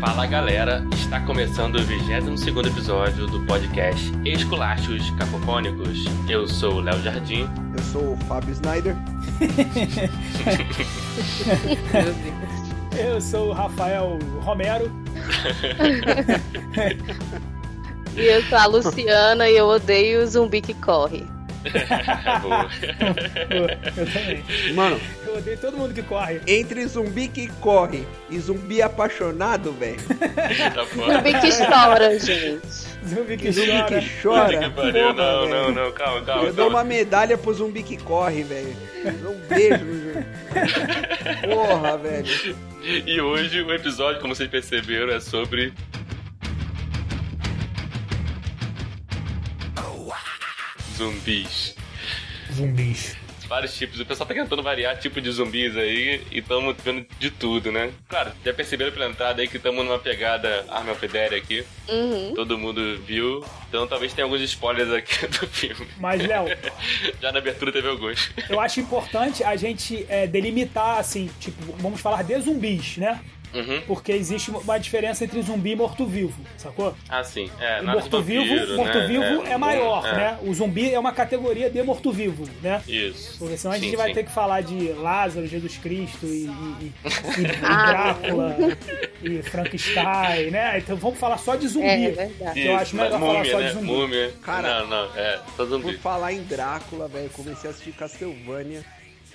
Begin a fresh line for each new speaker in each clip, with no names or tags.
Fala galera, está começando o 22 episódio do podcast Esculachos Cacofônicos. Eu sou o Léo Jardim.
Eu sou o Fábio Snyder.
Meu Deus.
Eu sou o Rafael Romero.
E eu sou a Luciana e eu odeio o zumbi que corre.
Boa.
Eu também.
Mano,
Eu odeio todo mundo que corre.
entre zumbi que corre e zumbi apaixonado, velho.
tá foda.
Zumbi que estoura, gente.
Zumbi que
Zumbi
chora.
que
Puta
chora.
que pariu. Não,
porra,
não,
velho.
não, calma,
Eu
calma.
dou uma
calma.
medalha pro zumbi que corre, velho. Eu dou um beijo, velho. Porra, velho.
E hoje o episódio, como vocês perceberam, é sobre. Zumbis.
Zumbis.
vários tipos. O pessoal tá tentando variar tipo de zumbis aí e estamos vendo de tudo, né? Claro, já perceberam pela entrada aí que estamos numa pegada Arma of the Dead aqui.
Uhum.
Todo mundo viu. Então talvez tenha alguns spoilers aqui do filme.
Mas, Léo,
Já na abertura teve alguns.
eu acho importante a gente é, delimitar, assim, tipo, vamos falar de zumbis, né?
Uhum.
Porque existe uma diferença entre zumbi e morto-vivo, sacou?
Ah, sim. É,
O
nada de vampiro,
morto-vivo
né?
morto-vivo é,
um-
maior,
é.
né? O zumbi é uma categoria de morto-vivo, né?
Isso.
Porque senão a
Sim,
gente vai
sim.
ter que falar de Lázaro, Jesus Cristo e, e, e- e
Ah.
Drácula e Frankenstein, né? Então vamos falar só de zumbi.
É, é verdade.
Eu acho melhor
mas
falar
múmia,
só de
né?
zumbi.
Múmia.
Cara-
não, não, é, só
Por
zumbi.
falar em Drácula, velho, comecei a assistir Castlevania.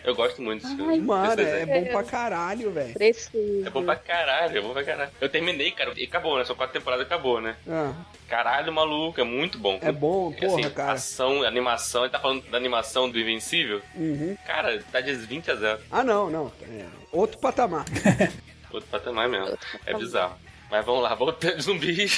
Eu gosto muito disso.
Mano,
Vocês-
é bom pra caralho, velho.
Preciso.
É bom pra caralho, é bom pra caralho. Eu terminei, cara, e acabou, né? Só quatro temporadas e acabou, né?
Ah,
Caralho, maluco, é muito bom.
é bom,
É
porra,
assim,
cara.
ação, animação, ele tá falando da animação do Invencível.
Uhum.
Cara, tá de 20 a 0.
Ah, não, não. É outro patamar.
Outro patamar mesmo. É bizarro. Mas vamos lá, voltando aos zumbis.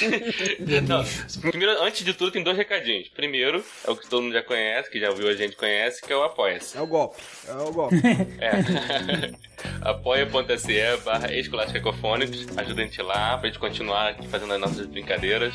Não, primeiro, antes de tudo, tem dois recadinhos. Primeiro, é o que todo mundo já conhece, que já ouviu a gente conhece, que é o Apoia-se.
É o golpe. É o golpe.
É. apoia.se barra Esculacho Cacofônicos. Ajuda a gente lá pra gente continuar aqui fazendo as nossas brincadeiras.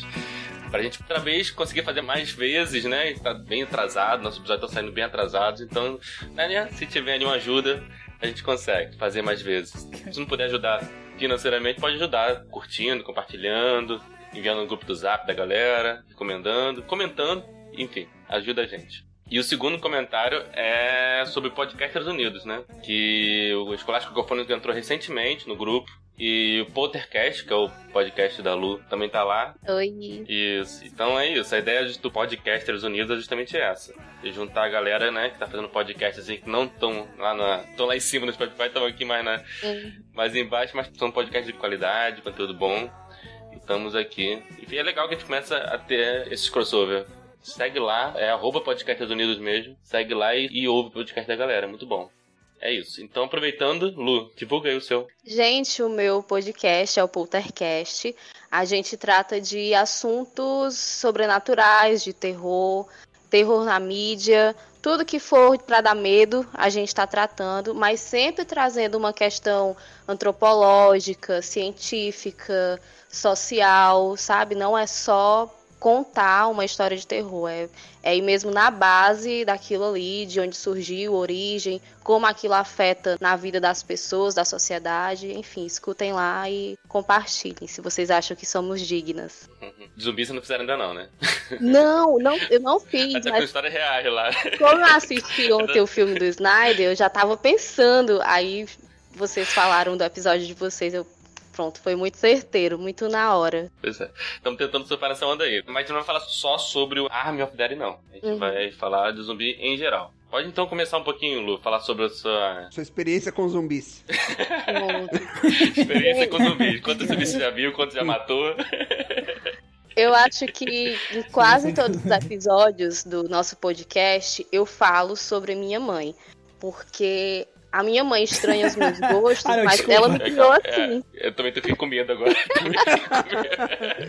Pra gente, outra vez, conseguir fazer mais vezes, né? A gente tá bem atrasado, nossos episódios estão saindo bem atrasados. Então, né, né, se tiver nenhuma ajuda, a gente consegue fazer mais vezes. Se não puder ajudar financeiramente, pode ajudar curtindo, compartilhando, enviando no grupo do zap da galera, recomendando, comentando, enfim, ajuda a gente. E o segundo comentário é sobre Podcasters Unidos, né? Que o Escolástico Cacofônico entrou recentemente no grupo. E o Poltercast, que é o podcast da Lu, também tá lá.
Oi.
Isso. Então é isso. A ideia do Podcasters Unidos é justamente essa. E juntar a galera, né, que tá fazendo podcast assim, que não estão lá na. estão lá em cima no Spotify, estão aqui mais, na,
Hum.
mais embaixo, mas são podcasts de qualidade, conteúdo bom. E estamos aqui. E é legal que a gente começa a ter esses crossover. Segue lá, é arroba Podcasters Unidos mesmo. Segue lá e, e ouve o podcast da galera. Muito bom. É isso. Então, aproveitando, Lu, divulga aí o seu.
Gente, o meu podcast é o Poltercast. A gente trata de assuntos sobrenaturais, de terror, terror na mídia, tudo que for para dar medo, a gente está tratando, mas sempre trazendo uma questão antropológica, científica, social, sabe? Não é só contar uma história de terror, é, é ir mesmo na base daquilo ali, de onde surgiu, origem, como aquilo afeta na vida das pessoas, da sociedade, enfim, escutem lá e compartilhem se vocês acham que somos dignas.
De zumbi você não fizeram ainda não, né?
Não, não, eu não fiz,
Até
mas
com história real lá.
Como eu assisti ontem o filme do Snyder, eu já tava pensando. Aí vocês falaram do episódio de vocês, eu. Pronto, foi muito certeiro, muito na hora.
Pois é. Estamos tentando superar essa onda aí. Mas a gente não vai falar só sobre o Army of Dead, não. A gente
Uhum.
vai falar de zumbi em geral. Pode então começar um pouquinho, Lu, falar sobre a sua
Sua experiência com zumbis.
Pronto.
experiência com zumbis. Quantos zumbis você já viu, quantos já matou.
Eu acho que em quase todos os episódios do nosso podcast eu falo sobre a minha mãe. Porque a minha mãe estranha os meus gostos,
Ah, não,
mas
desculpa.
ela me criou assim.
É, eu também tô fiquei com medo agora.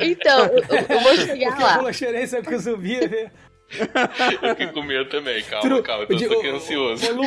Então, eu, eu- eu vou chegar
Porque eu
lá.
vou experiência com zumbi. né?
Eu fiquei com medo também. Calma,
Tru-
calma. Eu tô
de-
ficando
ô, ô,
ansioso.
Ô, Lu,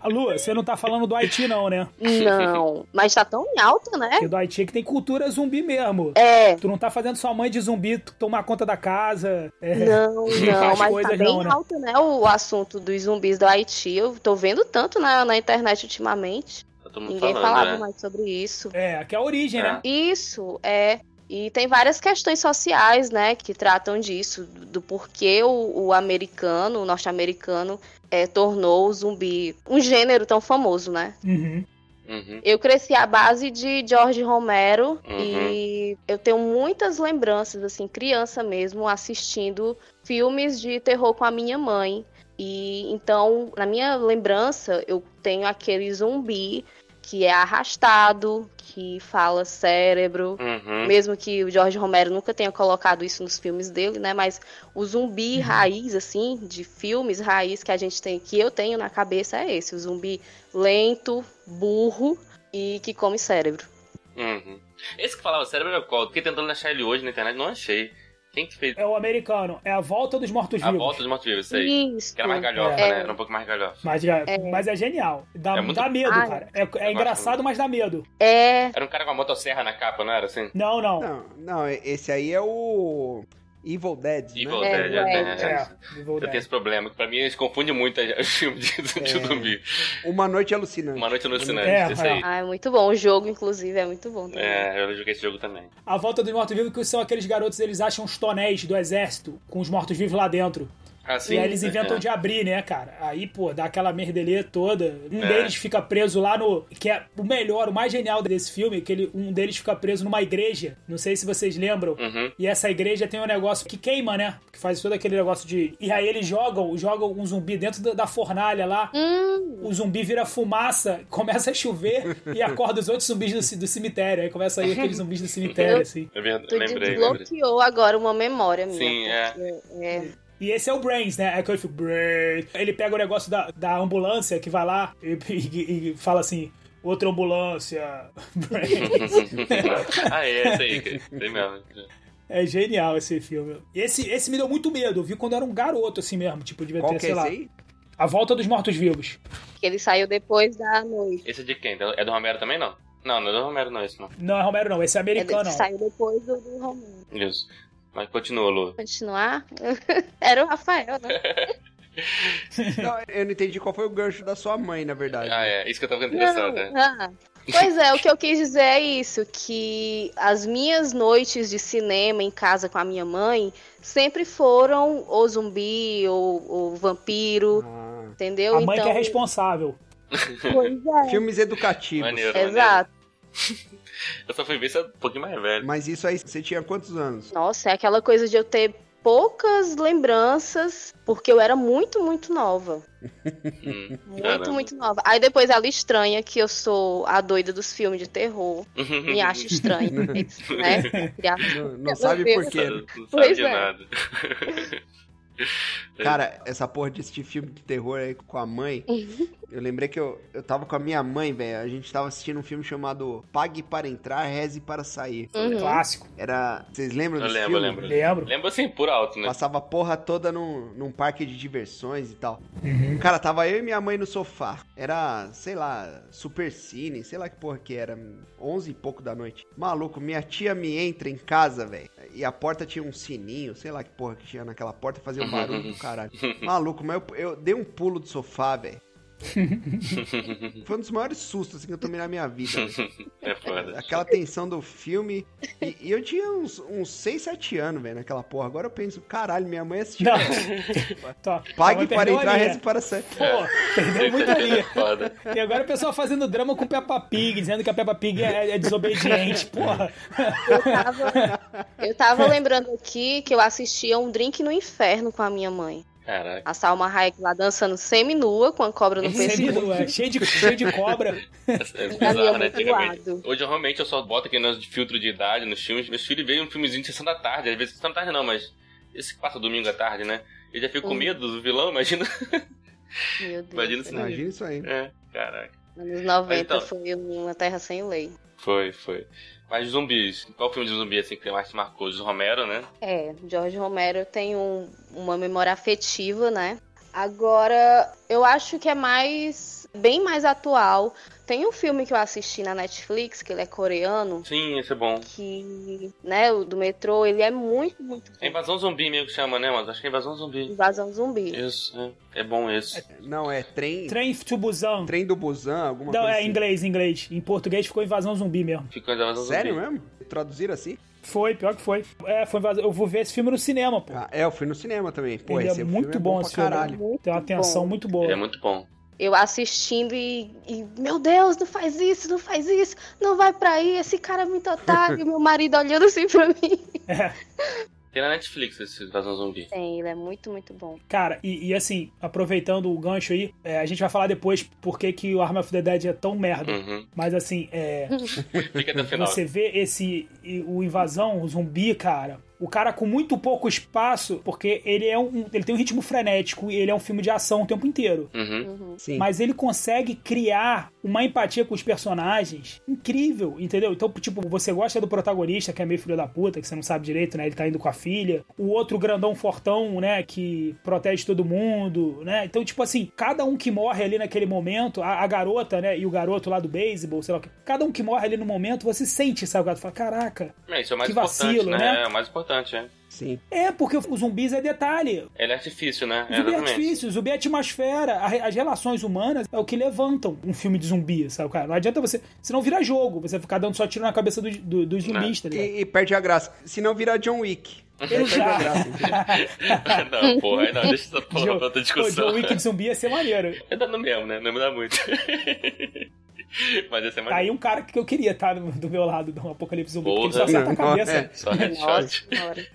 a Lu, você não tá falando do Haiti, não, né?
Não, mas tá tão em alta, né?
Porque do Haiti é que tem cultura zumbi mesmo.
É.
Tu não tá fazendo sua mãe de zumbi t- tomar conta da casa. É,
Não, não,
faz
mas tá
coisas
bem
não, né?
alto, né? O assunto dos zumbis do Haiti. Eu tô vendo tanto na, na internet ultimamente.
Tá todo mundo
Ninguém
falando,
falava
né?
mais sobre isso.
é que é a origem, né?
Isso é. E tem várias questões sociais, né, que tratam disso, do porquê o, o americano, o norte-americano, é, tornou o zumbi um gênero tão famoso, né?
É.
Uhum.
Uhum.
Eu cresci à base de George Romero
Uhum.
e eu tenho muitas lembranças, assim, criança mesmo, assistindo filmes de terror com a minha mãe. E então, na minha lembrança, eu tenho aquele zumbi que é arrastado, que fala cérebro.
Uhum.
Mesmo que o George Romero nunca tenha colocado isso nos filmes dele, né? Mas o
Uhum.
zumbi raiz, assim, de filmes raiz que a gente tem, que eu tenho na cabeça é esse. O zumbi lento, burro e que come cérebro.
Uhum. Esse que falava cérebro era qual? Eu Fiquei tentando achar ele hoje na internet, não achei. Quem que fez
É o americano. É a volta dos
a
mortos-vivos.
volta dos mortos-vivos? Isso aí.
Isso.
Que era mais galhofa,
É.
né? Era um pouco mais galhofa.
Mas é, mas é genial. Dá,
É muito-
dá medo,
Ai.
cara. É, é
Eu
engraçado,
né?
mas dá medo.
É.
Era um cara com a motosserra na capa, não era assim?
Não, não.
Não, não, esse aí é o Evil Dead, né?
Evil
É,
Dead, é,
é,
né?
É, Evil
Eu
Dead.
tenho esse problema, que pra mim eles confundem muito os filmes de, de zumbi.
Uma Noite Alucinante.
é. Uma noite alucinante,
É,
isso aí.
Ah, é muito bom. O jogo, inclusive, é muito bom. também.
É, eu joguei esse jogo também.
A volta dos mortos-vivos, que são aqueles garotos, eles acham os tonéis do exército com os mortos-vivos lá dentro.
Ah, sim.
e aí eles
é.
inventam de abrir, né, cara? Aí, pô, dá aquela merdelê toda. Um
É.
deles fica preso lá no. Que é o melhor, o mais genial desse filme, que ele, um deles fica preso numa igreja. Não sei se vocês lembram.
Uhum.
E essa igreja tem um negócio que queima, né? Que faz todo aquele negócio de. E aí eles jogam, jogam um zumbi dentro da- da fornalha lá.
Hum,
O zumbi vira fumaça, começa a chover e acorda os outros zumbis do, ci- do cemitério. Aí começa aí aqueles zumbis do cemitério,
Eu-
assim.
É verdade,
tu
lembrei, lembrei.
desbloqueou agora uma memória minha.
Sim, é.
porque, é.
E esse é o Brains, né? É que eu fico, Brains. Ele pega o negócio da, da ambulância que vai lá e, e- e fala assim: outra ambulância. Brains.
ah, é, esse aí. que- Tem mesmo.
é genial esse filme. Esse, esse me deu muito medo. Eu vi quando era um garoto, assim mesmo. Tipo, devia
Qual
ter,
que
sei
é esse
lá.
aí?
A Volta dos Mortos-Vivos.
Que ele saiu depois da noite.
Esse é de quem? É do Romero também, não? Não, não é do Romero não, esse não.
Não é Romero, não. Esse é
Ele
americano. não.
saiu depois do, do Romero.
Isso. Mas continua, Lu.
Continuar? Era o Rafael, né?
Não, eu não entendi qual foi o gancho da sua mãe, na verdade.
Ah, é. Isso que eu tava ficando
Não,
interessado. né?
ah. Pois é, o que eu quis dizer é isso, que as minhas noites de cinema em casa com a minha mãe sempre foram ou zumbi ou, ou
é.
vampiro,
Ah,
entendeu?
A mãe
então,
que é responsável.
Pois é.
filmes educativos.
Maneiro,
Exato.
maneiro. Eu só fui ver isso é um pouquinho mais velho.
Mas isso aí, você tinha quantos anos?
Nossa, é aquela coisa de eu ter poucas lembranças, porque eu era muito, muito nova.
Hum,
Muito,
caramba.
muito nova. Aí depois ela estranha que eu sou a doida dos filmes de terror. Me acha estranha. né?
Não, não sabe por quê.
Não, sabe
Pois
de
é.
nada.
Cara, essa porra de assistir filme de terror aí com a mãe. Eu lembrei que eu, eu tava com a minha mãe, velho. A gente tava assistindo um filme chamado Pague para Entrar, Reze para Sair.
Uhum.
É Clássico.
Era. Vocês lembram
Eu
desse
lembro, eu
filme?
lembro.
Lembro.
Lembra assim, por alto, né?
Passava a porra toda num, num parque de diversões e tal. Cara, tava eu e minha mãe no sofá. Era, sei lá, super cine, sei lá que porra que era. 11 e pouco da noite. Maluco, minha tia me entra em casa, velho. E a porta tinha um sininho, sei lá que porra que tinha naquela porta, fazia um barulho do caralho. Maluco, mas eu, eu dei um pulo do sofá, velho. Foi um dos maiores sustos assim, que eu tomei na minha vida. velho.
É foda.
Aquela tensão do filme. E, e eu tinha uns, uns 6, 7 anos, velho, naquela porra. Agora eu penso, caralho, minha mãe assistiu.
Não. Tá.
Pague
Mas
para
perdeu a
entrar,
linha.
reze para sair.
Pô, perdeu muita
É
linha.
foda.
E agora o pessoal fazendo drama com Peppa Pig, dizendo que a Peppa Pig é, é desobediente, porra.
Eu tava, eu tava lembrando aqui que eu assistia um drink no inferno com a minha mãe.
Caraca.
A Salma Hayek lá dançando semi-nua com a cobra no pescoço.
Semi-nua, é. cheio de, cheio de cobra.
É
minha
bizarro,
mãe
né?
do
Antigamente.
lado.
Hoje, eu realmente, eu só boto aquele nosso filtro de idade nos filmes. Meus filhos veem um filmezinho de sessão da tarde. Às vezes, sessão da tarde não, mas... Esse que passa domingo à tarde, né? Eu já fico com
Hum.
medo do vilão, imagina.
Meu Deus. né?
Imagina se não-
Imagina isso aí.
É, caraca.
Anos 90
Então.
foi uma terra sem lei.
Foi, foi. Mas zumbis, qual filme de zumbi assim que mais te marcou? Os Romero, né?
É, Jorge Romero tem um- uma memória afetiva, né? Agora, Eu acho que é mais. bem mais atual. Tem um filme que eu assisti na Netflix, que ele é coreano,
Sim, isso é bom.
que. né, o do metrô, ele é muito, muito
É
bom.
invasão zumbi meio que chama, né, mas acho que é invasão zumbi.
Invasão zumbi.
Isso, é, é bom isso.
Não, é trem. Trem,
Trem to Busan.
do Busan, alguma
Não,
coisa.
é
assim.
em inglês, em inglês. Em português ficou invasão zumbi mesmo.
Ficou invasão
Sério
zumbi.
mesmo? Traduziram assim?
Foi, pior que foi. É, foi invasão. Eu vou ver esse filme no cinema, pô.
Ah, é, eu fui no cinema também. Pô,
Ele
esse
é
filme
muito bom, esse
pra
filme.
caralho.
Muito
Tem uma tensão
bom.
muito boa.
Ele é muito bom.
Eu assistindo e, e, meu Deus, não faz isso, não faz isso, não vai pra aí, esse cara é muito otário, meu marido olhando assim pra mim.
É.
Tem na Netflix esse invasão zumbi.
Tem, ele é muito, muito bom.
Cara, e, e assim, aproveitando o gancho aí, é, a gente vai falar depois por que, que o Arm of the Dead é tão merda.
Uhum.
Mas assim, é,
Fica até o final.
você vê esse e- o invasão, o zumbi, cara. O cara com muito pouco espaço, porque ele é um, ele tem um ritmo frenético e ele é um filme de ação o tempo inteiro.
Uhum.
Sim.
Mas ele consegue criar uma empatia com os personagens incrível, entendeu? Então, tipo, você gosta do protagonista, que é meio filho da puta, que você não sabe direito, né? Ele tá indo com a filha. O outro grandão fortão, né? Que protege todo mundo, né? Então, tipo assim, cada um que morre ali naquele momento, a, a garota, né? E o garoto lá do beisebol, sei lá o que. Cada um que morre ali no momento, você sente, sabe? Tu fala, caraca.
É, isso é o mais
Que vacilo,
importante, né?
né?
É o mais importante, é.
Sim.
É, porque os zumbis é detalhe.
Ele é artifício, né?
O
É,
zumbi é
exatamente.
artifício, o zumbi é atmosfera. a re- As relações humanas é o que levantam um filme de zumbi, sabe, cara? Não adianta você. Senão vira jogo, você ficar dando só tiro na cabeça dos do,
É.
dos zumbis, tá ligado?
E, e perde a graça. Se não virar John Wick. Aí perde a graça. entendeu?
não, porra, não, deixa essa porra pra outra
Pô,
discussão.
John Wick de zumbi ia ser maneiro.
É dando mesmo, né? Não muda muito. Mas essa é
Tá
mais.
aí um cara que eu queria estar do do meu lado do Apocalipse Zumbi, porque ele só
Porra.
acerta a
Não, é.
cabeça.
Só headshot.
Senhora.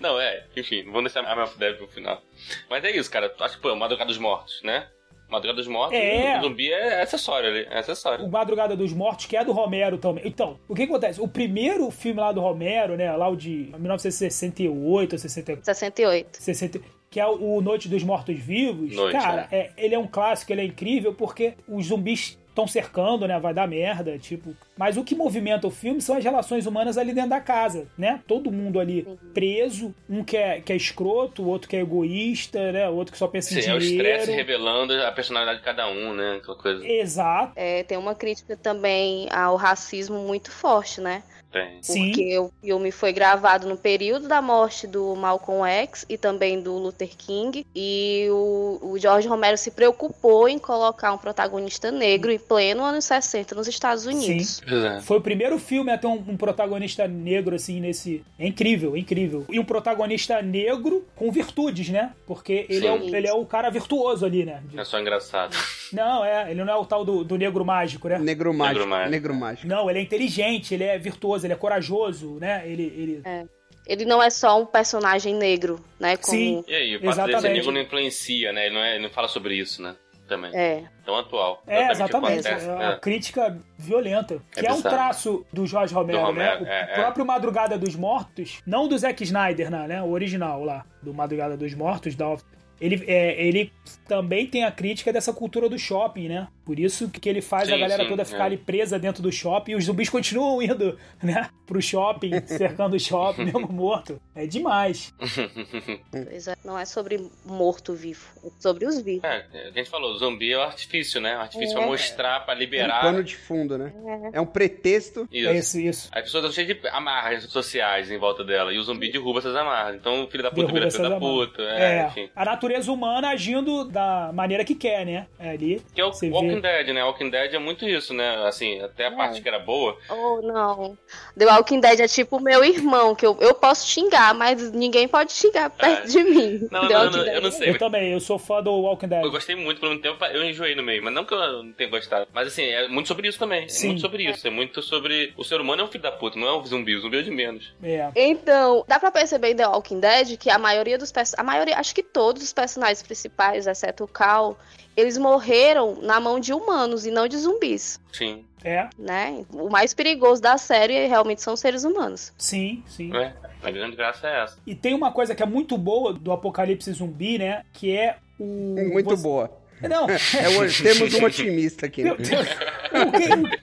Não, é, enfim, não vou deixar a Map Dev pro final. Mas é isso, cara. Acho que, pô, Madrugada dos Mortos, né? Madrugada dos Mortos,
É.
o zumbi é acessório ali. É acessório.
O Madrugada dos Mortos, que é do Romero também. Então, o que acontece? O primeiro filme lá do Romero, né? Lá o de 1968 ou 64.
68.
60, que é o Noite dos Mortos Vivos.
Noite,
cara, é, ele é um clássico, ele é incrível porque os zumbis estão cercando, né? Vai dar merda, tipo. Mas o que movimenta o filme são as relações humanas ali dentro da casa, né? Todo mundo ali preso, um que é, que é escroto, o outro que é egoísta, né? O outro que só pensa em
Sim, é o
dinheiro.
estresse revelando a personalidade de cada um, né? Aquela coisa.
Exato.
É, tem uma crítica também ao racismo muito forte, né?
Tem.
Sim.
Porque o filme foi gravado no período da morte do Malcolm X e também do Luther King. E o, o George Romero se preocupou em colocar um protagonista negro em pleno anos 60 nos Estados Unidos.
Pois é.
Foi o primeiro filme a ter um, um protagonista negro, assim, nesse. É incrível, é incrível. E um protagonista negro com virtudes, né? Porque ele, é o,
Sim.
ele é o cara virtuoso ali, né? De-
É só engraçado.
Não, é, ele não é o tal do, do negro mágico, né?
Negro mágico. Negro mágico.
mágico.
Não, ele é inteligente, ele é virtuoso, ele é corajoso, né? Ele. ele...
Ele não é só um personagem negro, né? Como...
Sim.
E aí, o fato dele ser
Exatamente.
negro não influencia, né? Ele não, é, ele não fala sobre isso, né? Também.
É.
Tão atual.
É,
o
exatamente.
que acontece,
É
né?
uma crítica violenta.
É
que é um
bizarro.
traço do Jorge Romero,
Do Romero,
né? O
é, é.
próprio Madrugada dos Mortos, não do Zack Snyder, né? né? O original lá, do Madrugada dos Mortos, da ele, é, ele também tem a crítica dessa cultura do shopping, né? Por isso que ele faz
Sim,
a galera
sim,
toda ficar
é.
ali presa dentro do shopping e os zumbis continuam indo, né? Pro shopping, cercando o shopping, mesmo morto. É demais.
Pois é, Não é sobre morto-vivo, é sobre os vivos.
É, é o que a gente falou, zumbi é o artifício, né? O artifício
É.
pra mostrar, pra
É um
liberar.
pano de fundo, né? É um pretexto.
Isso.
É isso, isso.
As pessoas estão cheias de amarras sociais em volta dela. E o zumbi derruba essas amarras. Então o filho da puta
Derruba
vira filho
essas
da
amarras.
puta. É,
É,
enfim.
a natureza humana agindo da maneira que quer, né? É ali.
Que é o
Você
Walking
vê. É.
Dead, né? Walking Dead é muito isso, né? Assim, até a parte que era boa.
Oh, não. The Walking Dead é tipo o meu irmão, que eu, eu posso xingar, mas ninguém pode xingar perto de mim.
É. Não,
The
não,
Walking
não, eu
Dead.
não sei.
Eu também, eu sou fã do Walking Dead.
Eu gostei muito por um tempo, eu enjoei no meio, mas não que eu não tenha gostado. Mas assim, é muito sobre isso também.
Sim.
É muito sobre isso. É muito sobre. O ser humano é um filho da puta, não é um zumbi. O zumbi é o de menos.
É.
Então, dá pra perceber em The Walking Dead que a maioria dos personagens, a maioria, acho que todos os personagens principais, exceto o Cal, eles morreram na mão de humanos e não de zumbis,
Sim.
É,
né? O mais perigoso da série realmente são os seres humanos.
sim, sim.
É. A grande graça é essa.
E tem uma coisa que é muito boa do apocalipse zumbi, né? Que é o.
Muito
você-
boa.
Não,
É, hoje temos um otimista aqui. né?
Meu Deus.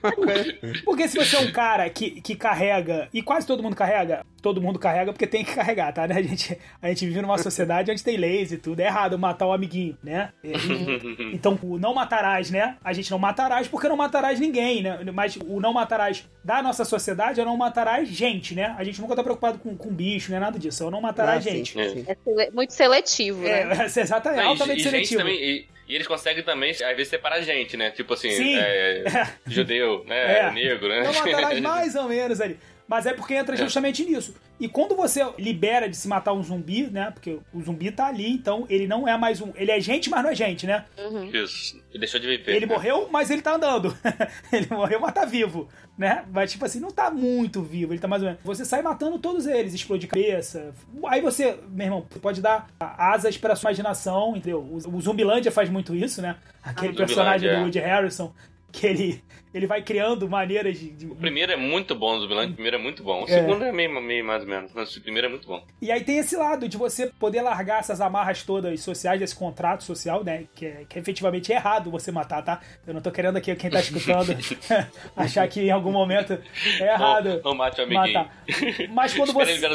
Porque, porque se você é um cara que, que carrega, e quase todo mundo carrega, todo mundo carrega porque tem que carregar, tá? Né? A, gente, a gente vive numa sociedade onde tem leis e tudo. É errado matar o amiguinho, né? E- e- então, o não matarás, né? A gente não matarás porque não matarás ninguém, né? Mas o não matarás da nossa sociedade é não matarás gente, né? A gente nunca tá preocupado com, com bicho, né? Nada disso. É o não matarás
Ah, sim,
gente.
sim.
É sele- muito seletivo,
É,
né?
é exatamente,
Não, e-
altamente
e gente
seletivo.
também- e, e eles conseguem também, às vezes, separar gente, né? Tipo assim,
Sim.
é, judeu, né?
É.
Negro, né?
Não matarás mais ou menos ali. Mas é porque entra justamente nisso. E quando você libera de se matar um zumbi, né? Porque o zumbi tá ali, então ele não é mais um. Ele é gente, mas não é gente, né?
Uhum.
Isso. Ele Deixou de viver.
Ele
né?
morreu, mas ele tá andando. ele morreu, mas tá vivo, né? Mas, tipo assim, não tá muito vivo, ele tá mais ou menos. Você sai matando todos eles, explode cabeça. Aí você, meu irmão, pode dar asas pra sua imaginação, entendeu? O o Zumbilândia faz muito isso, né? Aquele
Ah.
personagem do Woody
Zumbilândia,
Harrison, que ele, ele vai criando maneiras de- de
O primeiro é muito bom, o Zumbiland, o primeiro é muito bom. O
É.
segundo é meio, meio mais ou menos, mas o primeiro é muito bom.
E aí tem esse lado de você poder largar essas amarras todas sociais, desse contrato social, né? Que, é- que efetivamente é errado você matar, tá? Eu não tô querendo aqui quem tá escutando achar que em algum momento é errado.
Não, não mate o amiguinho.
Matar. Mas quando
Espera
você. É,
ele virar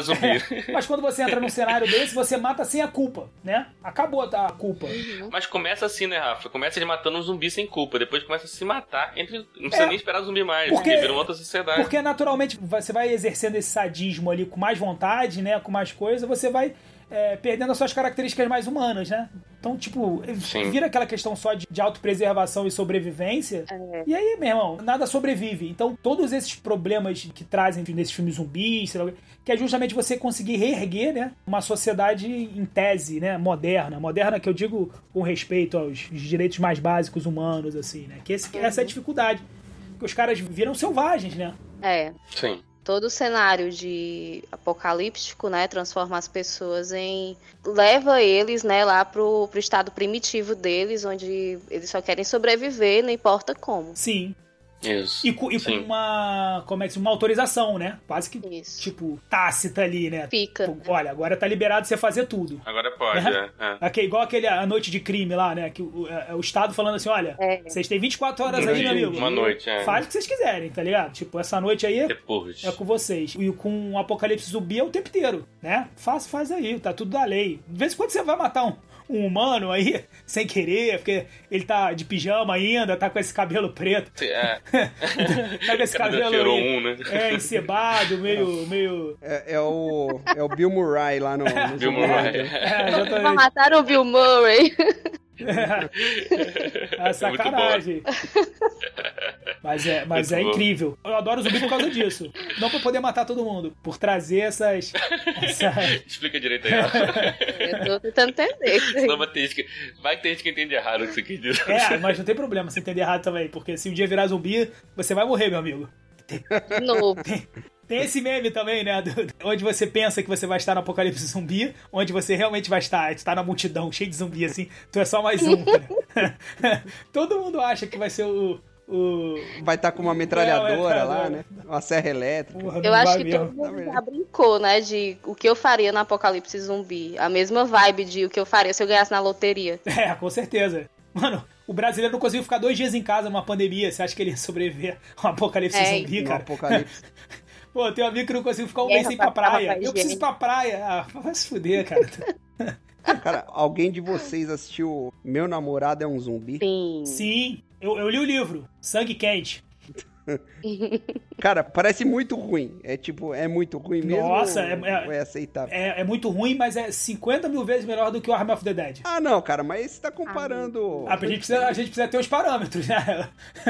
zumbi.
Mas quando você entra num cenário desse, você mata sem a culpa, né? Acabou tá, a culpa.
Mas começa assim, né, Rafa? Começa ele matando um zumbi sem culpa, depois começa a se matar. Entre... Não precisa
É.
nem esperar zumbi mais,
Porque-
porque, vira uma outra sociedade.
Porque naturalmente você vai exercendo esse sadismo ali com mais vontade, né? Com mais coisa, você vai é, perdendo as suas características mais humanas, né? Então, tipo,
Sim.
vira aquela questão só de, de autopreservação e sobrevivência. E aí, meu irmão, nada sobrevive. Então, todos esses problemas que trazem nesses filmes zumbis, sei lá, o quê, que é justamente você conseguir reerguer, né? Uma sociedade em tese, né? Moderna. Moderna que eu digo com respeito aos direitos mais básicos humanos, assim, né? Que esse- essa é a dificuldade. Porque os caras viram selvagens, né?
É.
Sim.
Todo o cenário de apocalíptico, né? Transforma as pessoas em. Leva eles, né, lá pro, pro estado primitivo deles, onde eles só querem sobreviver, não importa como.
Sim.
Isso.
E, co- e com
Sim.
uma. Como é que se diz? Uma autorização, né? Quase que,
Isso.
tipo, tácita ali, né?
Fica.
Tipo, olha, agora tá liberado você fazer tudo.
Agora pode,
Né?
é. é.
Aqui, igual aquele A Noite de Crime lá, né? Que o, é- é o Estado falando assim: olha,
É.
vocês têm 24 horas
Durante
aí, meu amigo.
uma noite, é.
Faz o que vocês quiserem, tá ligado? Tipo, essa noite aí é
Depois.
é com vocês. E com o Apocalipse Zumbi é o tempo inteiro, né? Faz, faz aí, tá tudo da lei. De vez em quando você vai matar um, um humano aí, sem querer, porque ele tá de pijama ainda, tá com esse cabelo preto.
É.
Tá com esse
Cada
cabelo
tirou
aí,
um, né?
É, encebado, meio... meio...
É, é o, é o Bill Murray lá no. no
Bill
Zumbilândia.
Murray.
É,
Mas
exatamente.
Mataram o Bill Murray.
É sacanagem. Mas é, mas é
Muito bom.
incrível. Eu adoro zumbi por causa disso. Não por poder matar todo mundo, por trazer essas... essas...
Explica direito aí, Rafa.
Eu tô tentando
Senão
entender.
vai ter gente que- vai ter gente que entende errado o que você quis dizer.
É, mas não tem problema se entender errado também, porque se um dia virar zumbi, você vai morrer, meu amigo.
De novo.
Tem esse meme também, né? do- do- onde você pensa que você vai estar no apocalipse zumbi, onde você realmente vai estar. Tu tá na multidão, cheio de zumbi, assim. Tu é só mais um, cara. Todo mundo acha que vai ser o... o
Vai estar com uma
É,
metralhadora lá, né? Uma serra elétrica.
porra,
Eu
não
acho
vai
que
mesmo.
todo
Tá
mundo
vendo?
já brincou, né? De o que eu faria no apocalipse zumbi. A mesma vibe de o que eu faria se eu ganhasse na loteria.
É, com certeza. Mano, o brasileiro não conseguiu ficar dois dias em casa numa pandemia. Você acha que ele ia sobreviver a um apocalipse
É,
zumbi,
Um
cara?
apocalipse.
Pô, tem um amigo que não conseguiu ficar um
E aí,
mês sem ir pra
rapaz,
praia.
rapaz,
Eu preciso ir
gente.
pra praia. Ah, vai se fuder, cara.
Cara, alguém de vocês assistiu Meu Namorado é um Zumbi?
Sim.
Sim, eu, eu li o livro, Sangue Quente.
Cara, parece muito ruim. É tipo, é muito ruim mesmo.
Nossa,
ou
é- é-
ou aceitável.
É, é muito ruim, mas é 50 mil vezes melhor do que o Army of the Dead.
Ah, não, cara, mas você tá comparando.
A gente precisa, a gente precisa ter os parâmetros, né?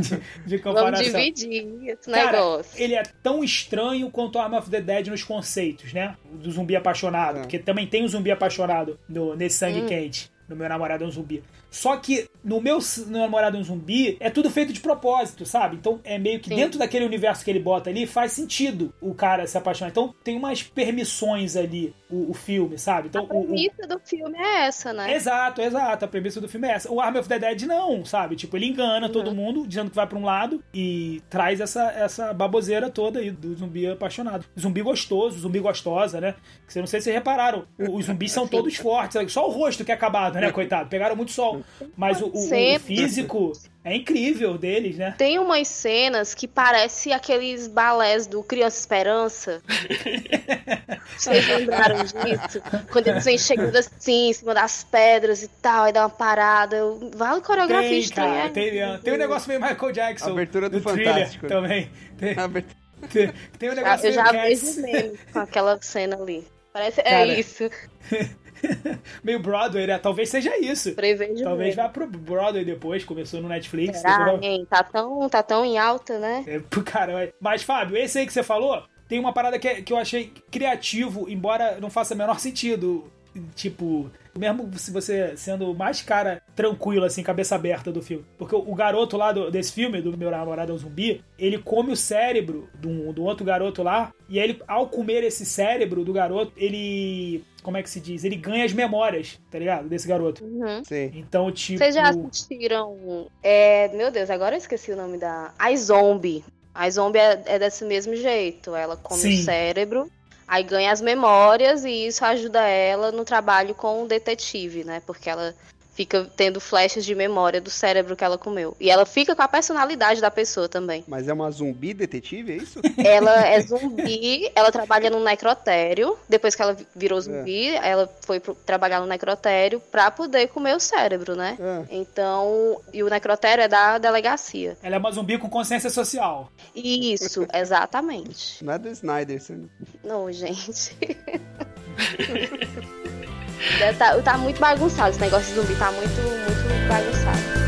De, de
Vamos
comparação.
dividir esse
Cara,
negócio.
ele é tão estranho quanto Arm of the Dead nos conceitos, né? Do zumbi apaixonado.
É.
Porque também tem um zumbi apaixonado no, nesse
Hum.
sangue quente. No meu namorado é um zumbi. Só que no meu s- no namorado é um zumbi é tudo feito de propósito, sabe? Então é meio que
Sim.
dentro daquele universo que ele bota ali faz sentido o cara se apaixonar. Então tem umas permissões ali o, o filme, sabe? Então
A
o- o,
premissa do filme é essa, né?
Exato, exato. A premissa do filme é essa. O Army of the Dead não, sabe? Tipo, ele engana
Uhum.
todo mundo, dizendo que vai pra um lado e traz essa, essa baboseira toda aí do zumbi apaixonado. Zumbi gostoso, zumbi gostosa, né? Que você não sei se vocês repararam. o- Os zumbis são todos fortes, só o rosto que é acabado, né, coitado? Pegaram muito sol. Não. Mas o, o- o
Sempre.
físico é incrível deles, né?
Tem umas cenas que parece aqueles balés do Criança Esperança. Vocês lembraram disso? Quando eles vêm chegando assim, em cima das pedras e tal, aí dá uma parada. Eu- Vale coreografia
Tem, cara.
estranha. né?
Tem, ah, tem um negócio meio Michael Jackson.
Abertura do
Thriller então.
Fantástico. né?
Também. Tem,
Abertura-
tem, tem um
Ah,
negócio
Eu já
meio
vejo
Cats,
o meme com aquela cena ali. Parece,
Cara.
é isso.
meio Broadway, né? Talvez seja isso.
Prevejo
Talvez
mesmo.
vá pro Broadway depois, começou no Netflix.
Será,
entendeu?
hein? Tá tão, tá tão em alta, né?
É, pro caralho. Mas, Fábio, esse aí que você falou, tem uma parada que, é- que eu achei criativo, embora não faça o menor sentido. Tipo, mesmo se você sendo o mais cara tranquilo, assim, cabeça aberta do filme. Porque o o garoto lá do- desse filme, do Meu Namorado é um Zumbi, ele come o cérebro um, do, do outro garoto lá, e aí ele, ao comer esse cérebro do garoto, ele. Como é que se diz? Ele ganha as memórias, tá ligado? Desse garoto.
Uhum.
Sim.
Então, tipo.
Vocês já assistiram? É, meu Deus, agora eu esqueci o nome da. A Zombie. A Zombie é, é desse mesmo jeito. Ela come
Sim.
o cérebro, aí ganha as memórias e isso ajuda ela no trabalho com o detetive, né? Porque ela fica tendo flechas de memória do cérebro que ela comeu. E ela fica com a personalidade da pessoa também.
Mas é uma zumbi detetive, é isso?
Ela é zumbi, ela trabalha no necrotério. Depois que ela
É.
virou zumbi, ela foi pro- trabalhar no necrotério pra poder comer o cérebro, né?
Ah,
Então, e o necrotério é da delegacia.
Ela é uma zumbi com consciência social.
Isso, exatamente.
não é do Snyder, você não-
Não, gente. Deve tá, tá muito bagunçado esse negócio de zumbi, tá muito, muito bagunçado.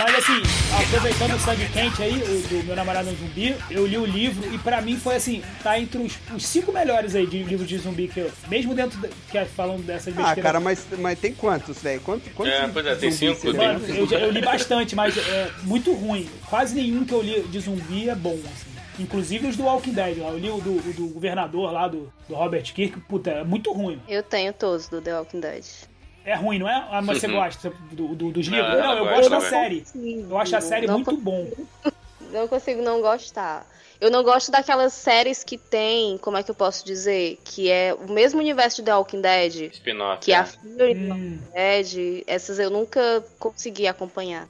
Mas assim, aproveitando o sangue quente aí, o do meu namorado é um zumbi, eu li o livro e pra mim foi assim, tá entre os, os cinco melhores aí de livros de zumbi que eu. Mesmo dentro da, que é falando dessas
Ah,
besteiras.
cara, mas, mas tem quantos, velho? Quantos, quantos
É, pois é, tem
zumbis
cinco,
você
tem-
Mano, eu, já- eu li bastante, mas é muito ruim. Quase nenhum que eu li de zumbi é bom, assim. Inclusive os do Walking Dead lá. Eu li o do, o do governador lá, do, do Robert Kirk. Puta, é muito ruim.
Eu tenho todos do The Walking Dead.
É ruim, não é? Ah, mas você
Uhum.
gosta do, do- dos livros?
Não,
Não, É, eu
eu
gosto da
gosto, velho.
série. Eu acho a série
Não
muito bom.
Não consigo não gostar. Eu não gosto daquelas séries que tem, como é que eu posso dizer? Que é o mesmo universo de The Walking Dead,
Spin-off.
que é a
né?
Fury,
Hum.
Dead, essas eu nunca consegui acompanhar.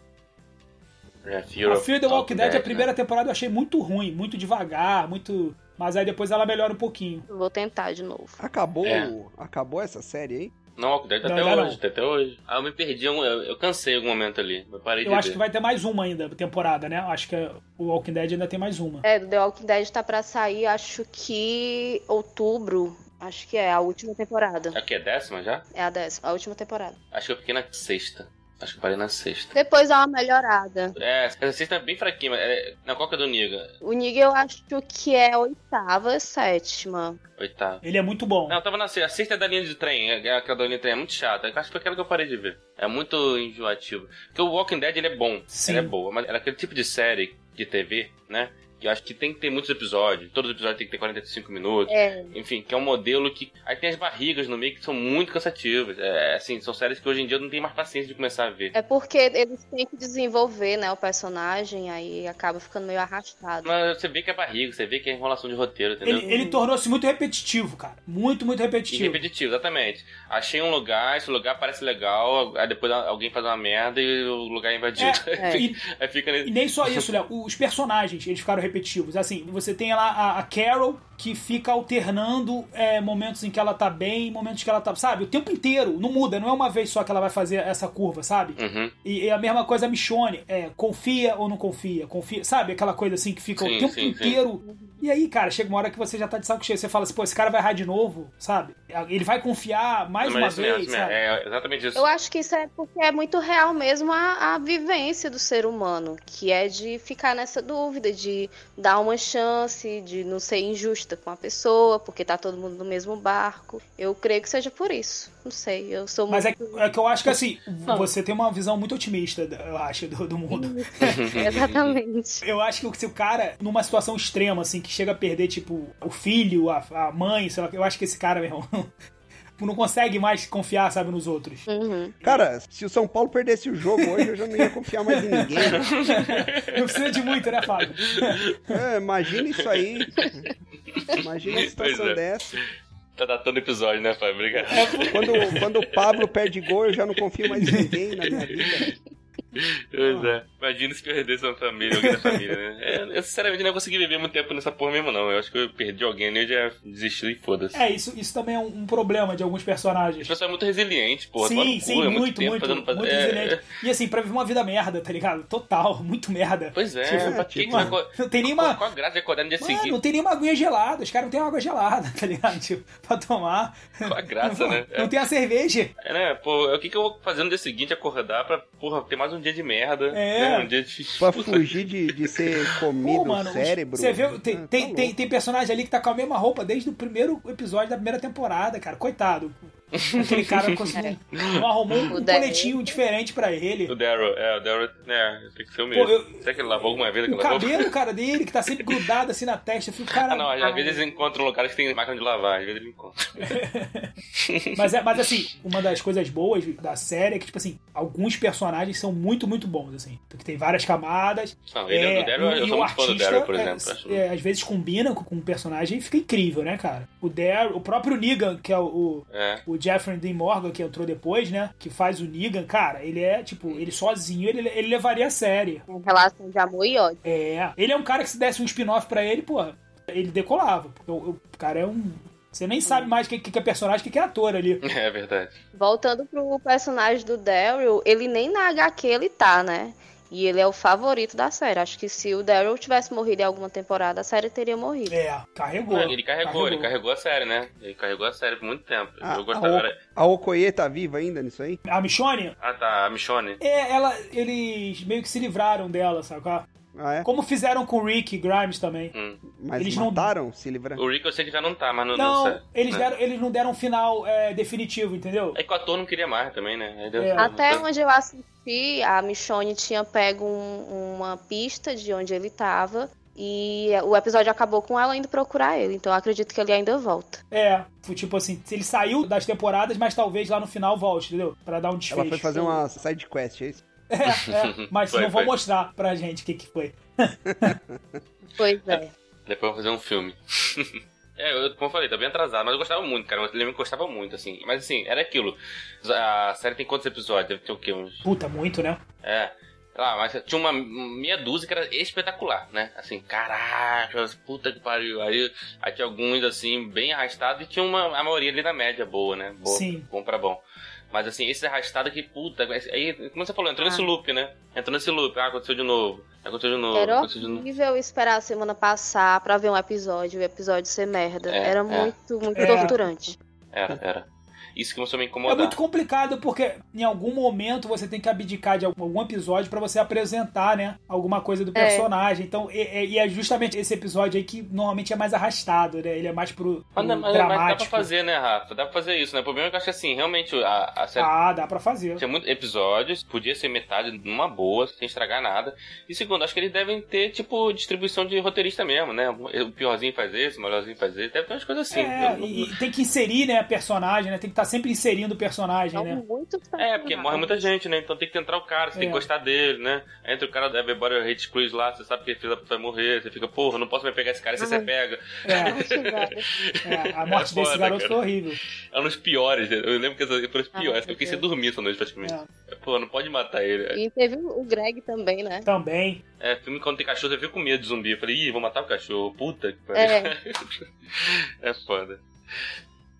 É,
A
Fear of
Fear the Walking Dead, é a
né?
primeira temporada eu achei muito ruim, muito devagar, muito. Mas aí depois ela melhora um pouquinho.
Eu Vou tentar de novo.
Acabou,
É.
acabou essa série, hein?
Não, Walking Dead tá
Não,
até
ainda
hoje,
não.
tá até hoje. Ah, eu me perdi, eu, eu cansei em algum momento ali. Eu parei
Eu
de
acho
ver.
que vai ter mais uma ainda, temporada, né? Acho que o Walking Dead ainda tem mais uma.
É, do The Walking Dead tá pra sair, acho que outubro. Acho que é a última temporada.
Aqui é décima já?
É a décima, a última temporada.
Acho que eu fiquei na sexta. Acho que eu parei na sexta.
Depois dá uma melhorada.
É, essa sexta é bem fraquinha, mas é na coca do Niga.
O Nigga eu acho que é a oitava, sétima.
Oitava.
Ele é muito bom.
Não, eu tava na sexta. A sexta é da linha de trem. é- é Aquela da linha de trem é muito chata. Eu Acho que foi aquela que eu parei de ver. É muito enjoativo. Porque o Walking Dead, ele é bom.
Sim.
Ela é boa. Mas era aquele tipo de série de TV, né? Que eu acho que tem que ter muitos episódios. Todos os episódios tem que ter 45 minutos.
É,
Enfim, que é um modelo que. Aí tem as barrigas no meio que são muito cansativas. É, assim, são séries que hoje em dia eu não tenho mais paciência de começar a ver.
é porque eles têm que desenvolver, né, o personagem, aí acaba ficando meio arrastado.
Mas você vê que é barriga, você vê que é enrolação de roteiro, entendeu?
Ele, ele tornou-se muito repetitivo, cara. Muito, muito
E
repetitivo.
repetitivo, exatamente. Achei um lugar, esse lugar parece legal, aí depois alguém faz uma merda e o lugar é invadido.
É.
E,
Aí fica
e
nesse.
nem só isso, Léo. Os personagens, eles ficaram repetitivos. Assim, você tem lá a, a Carol, que fica alternando é, momentos em que ela tá bem, momentos que ela tá. Sabe? O tempo inteiro. Não muda. Não é uma vez só que ela vai fazer essa curva, sabe?
Uhum.
E, e a mesma coisa a Michonne, é, confia ou não confia, confia, sabe? Aquela coisa assim que fica
Sim,
o tempo
sim, sim.
inteiro. E aí, cara, chega uma hora que você já tá de saco cheio, você fala assim, pô, esse cara vai errar de novo, sabe? Ele vai confiar mais
Não,
uma
mas isso
vez,
mesmo, isso mesmo.
sabe?
É exatamente isso.
Eu acho que isso é porque é muito real mesmo a, a vivência do ser humano, que é de ficar nessa dúvida, de dar uma chance, de não ser injusta com a pessoa, porque tá todo mundo no mesmo barco. Eu creio que seja por isso. Não sei, eu sou
Mas é,
muito.
é que eu acho que assim,
Ah.
você tem uma visão muito otimista, eu acho, do, do mundo.
Exatamente.
Eu acho que se o cara, numa situação extrema, assim, que chega a perder, tipo, o filho, a, a mãe, sei lá, eu acho que esse cara, meu irmão. não consegue mais confiar, sabe, nos outros.
Uhum.
Cara, se o São Paulo perdesse o jogo hoje, eu já não ia confiar mais em ninguém.
Não precisa de muito, né, Fábio?
É, imagina isso aí. Imagina uma situação
Pois é.
dessa.
Tá datando episódio, né, Fábio? Obrigado.
É.
Quando, quando o Pablo perde gol, eu já não confio mais em ninguém na minha vida.
Pois é. Imagina se perdesse uma família, alguém da família, né? É, eu sinceramente não consegui viver muito tempo nessa porra mesmo, não. Eu acho que eu perdi alguém e eu já desisti e foda-se.
É, isso, isso também é um, um problema de alguns
As
personagens.
pessoas são muito resilientes, porra. Tomar
sim,
no cu,
sim,
é
muito, muito,
tempo
muito,
fazendo- fazendo- é,
resiliente. E assim, pra viver uma vida merda, tá ligado? Total, muito merda.
Pois é,
Tipo,
pra que que
tipo,
vai co-
Não tem nenhuma.
Qual a graça de acordar no dia
Mano, não
seguinte?
tem nenhuma aguinha gelada, os caras não tem água gelada, tá ligado? Tipo, pra tomar.
Qual a graça,
não,
né?
Não tem a cerveja.
É, né? Pô, o que, que eu vou fazer no dia seguinte? Acordar pra, porra, ter mais um dia de merda.
É.
né? Um dia de...
Pra fugir de, de ser comido
Pô,
o
mano,
cérebro.
você viu, tem,
Ah, tá
tem,
louco.
tem, tem personagem ali que tá com a mesma roupa desde o primeiro episódio da primeira temporada, cara. Coitado. Aquele cara conseguiu, não arrumou um
O Daniel.
coletinho diferente pra ele.
O Daryl, é, o Daryl, né, tem que ser o mesmo.
Pô, eu-
Será que ele lavou alguma vez
O
aquela roupa?
cabelo, cara, dele, que tá sempre grudado assim na testa. Eu fico, cara.
Ah, não, às vezes eles encontram lugares que tem máquina de lavar, às vezes eles encontram.
Mas, é, mas assim, uma das coisas boas da série é que, tipo assim, alguns personagens são muito, muito bons, assim. Porque tem várias camadas.
Não, ele é, do Daryl, eu
e
sou
o
muito fã do
artista,
Daryl, por
é,
exemplo. acho-
é, às vezes combina com, com um personagem e fica incrível, né, cara? O Daryl, o próprio Negan, que é o, o-
É.
o Jeffrey Dean Morgan, que entrou depois, né? Que faz o Negan, cara, ele é, tipo, ele sozinho, ele, ele levaria a série.
Em relação de amor e ódio.
É. Ele é um cara que se desse um spin-off pra ele, porra, ele decolava. Porque o, o cara é um. Você nem sabe mais o que, que é personagem, o que, que é ator ali.
É verdade.
Voltando pro personagem do Daryl, ele nem na HQ ele tá, né? E ele é o favorito da série. Acho que se o Daryl tivesse morrido em alguma temporada, a série teria morrido.
É, carregou.
Não, Ah, ele carregou, ele carregou a série, né? Ele carregou a série por muito tempo.
Ah,
eu gostava.
ah,
era-
A Okoye tá viva ainda nisso aí?
A Michonne?
Ah, tá, a Michonne.
É, ela, eles meio que se livraram dela, saca?
Ah, é?
Como fizeram com o Rick Grimes também.
Mas
Eles não-
mataram se livrar.
O Rick eu sei que já não tá, mas não.
É. Não,
sei.
eles,
É.
deram, eles não deram um final é, definitivo, entendeu?
É que o ator não queria mais também, né? Aí deu-
É.
Até onde eu assisti, a Michonne tinha pego um- uma pista de onde ele tava. E o episódio acabou com ela indo procurar ele. Então eu acredito que ele ainda volta.
É, foi tipo assim, ele saiu das temporadas, mas talvez lá no final volte, entendeu? Pra dar um desfecho.
Ela foi fazer uma side quest, é isso?
É, mas
Foi,
não vou
foi.
mostrar pra gente o que, que foi.
Pois é.
Depois eu vou fazer um filme. É, eu, como eu falei, tá bem atrasado, mas eu gostava muito, cara. Eu lembro que eu gostava muito, assim. Mas assim, era aquilo. A série tem quantos episódios? Deve ter o quê? Uns
Puta, muito, né?
É. Sei lá, mas tinha uma meia dúzia que era espetacular, né? Assim, caraca, puta que pariu. Aí, aí tinha alguns, assim, bem arrastados e tinha uma, a maioria ali na média boa, né? Boa,
Sim.
Bom pra bom. Mas assim, esse arrastado que puta. esse- Aí, como você falou, entrou
Ah.
nesse loop, né? Entrou nesse loop. Ah, aconteceu de novo. Aconteceu de novo.
Era
aconteceu de novo.
horrível esperar a semana passar pra ver um episódio e o episódio ser merda.
É, é.
Era muito, muito
É.
torturante.
Era, era. Isso que começou a me
É
incomodar.
muito complicado porque em algum momento você tem que abdicar de algum episódio pra você apresentar, né? Alguma coisa do personagem. Então, e, e- e é justamente esse episódio aí que normalmente é mais arrastado, né? Ele é mais pro, pro
Mas, não- mas, mas dá pra
dramático.
fazer, né, Rafa? Dá pra fazer isso, né? O problema é que eu acho que assim, realmente a, a série
Ah, dá pra fazer.
Tinha muitos episódios, podia ser metade numa boa, sem estragar nada. E segundo, acho que eles devem ter, tipo, distribuição de roteirista mesmo, né? O piorzinho faz esse, o melhorzinho faz esse. Deve ter umas coisas assim.
É,
Eu não-
e, e tem que inserir, né, personagem, né? Tem que estar sempre inserindo personagem,
Então,
né?
muito
É, porque morre muita gente, né? Então tem que entrar o cara, você tem que
É.
gostar dele, né? Entra o cara da Everybody Hate Cruise lá, você sabe que ele vai morrer, você fica, porra, não posso mais pegar esse cara,
Ah.
se você
Ai.
pega.
É,
Muito
é, a morte
É
desse
foda,
garoto
cara.
foi horrível.
É um dos piores, né? eu lembro que essa foi os
Ah,
piores,
meu
porque você
Deus.
dormia essa noite praticamente.
É.
Pô, não pode matar ele.
E teve o Greg também, né?
Também.
É, filme quando tem cachorro, você fica com medo de zumbi. Eu falei, ih, vou matar o cachorro, puta que pariu.
É.
É foda.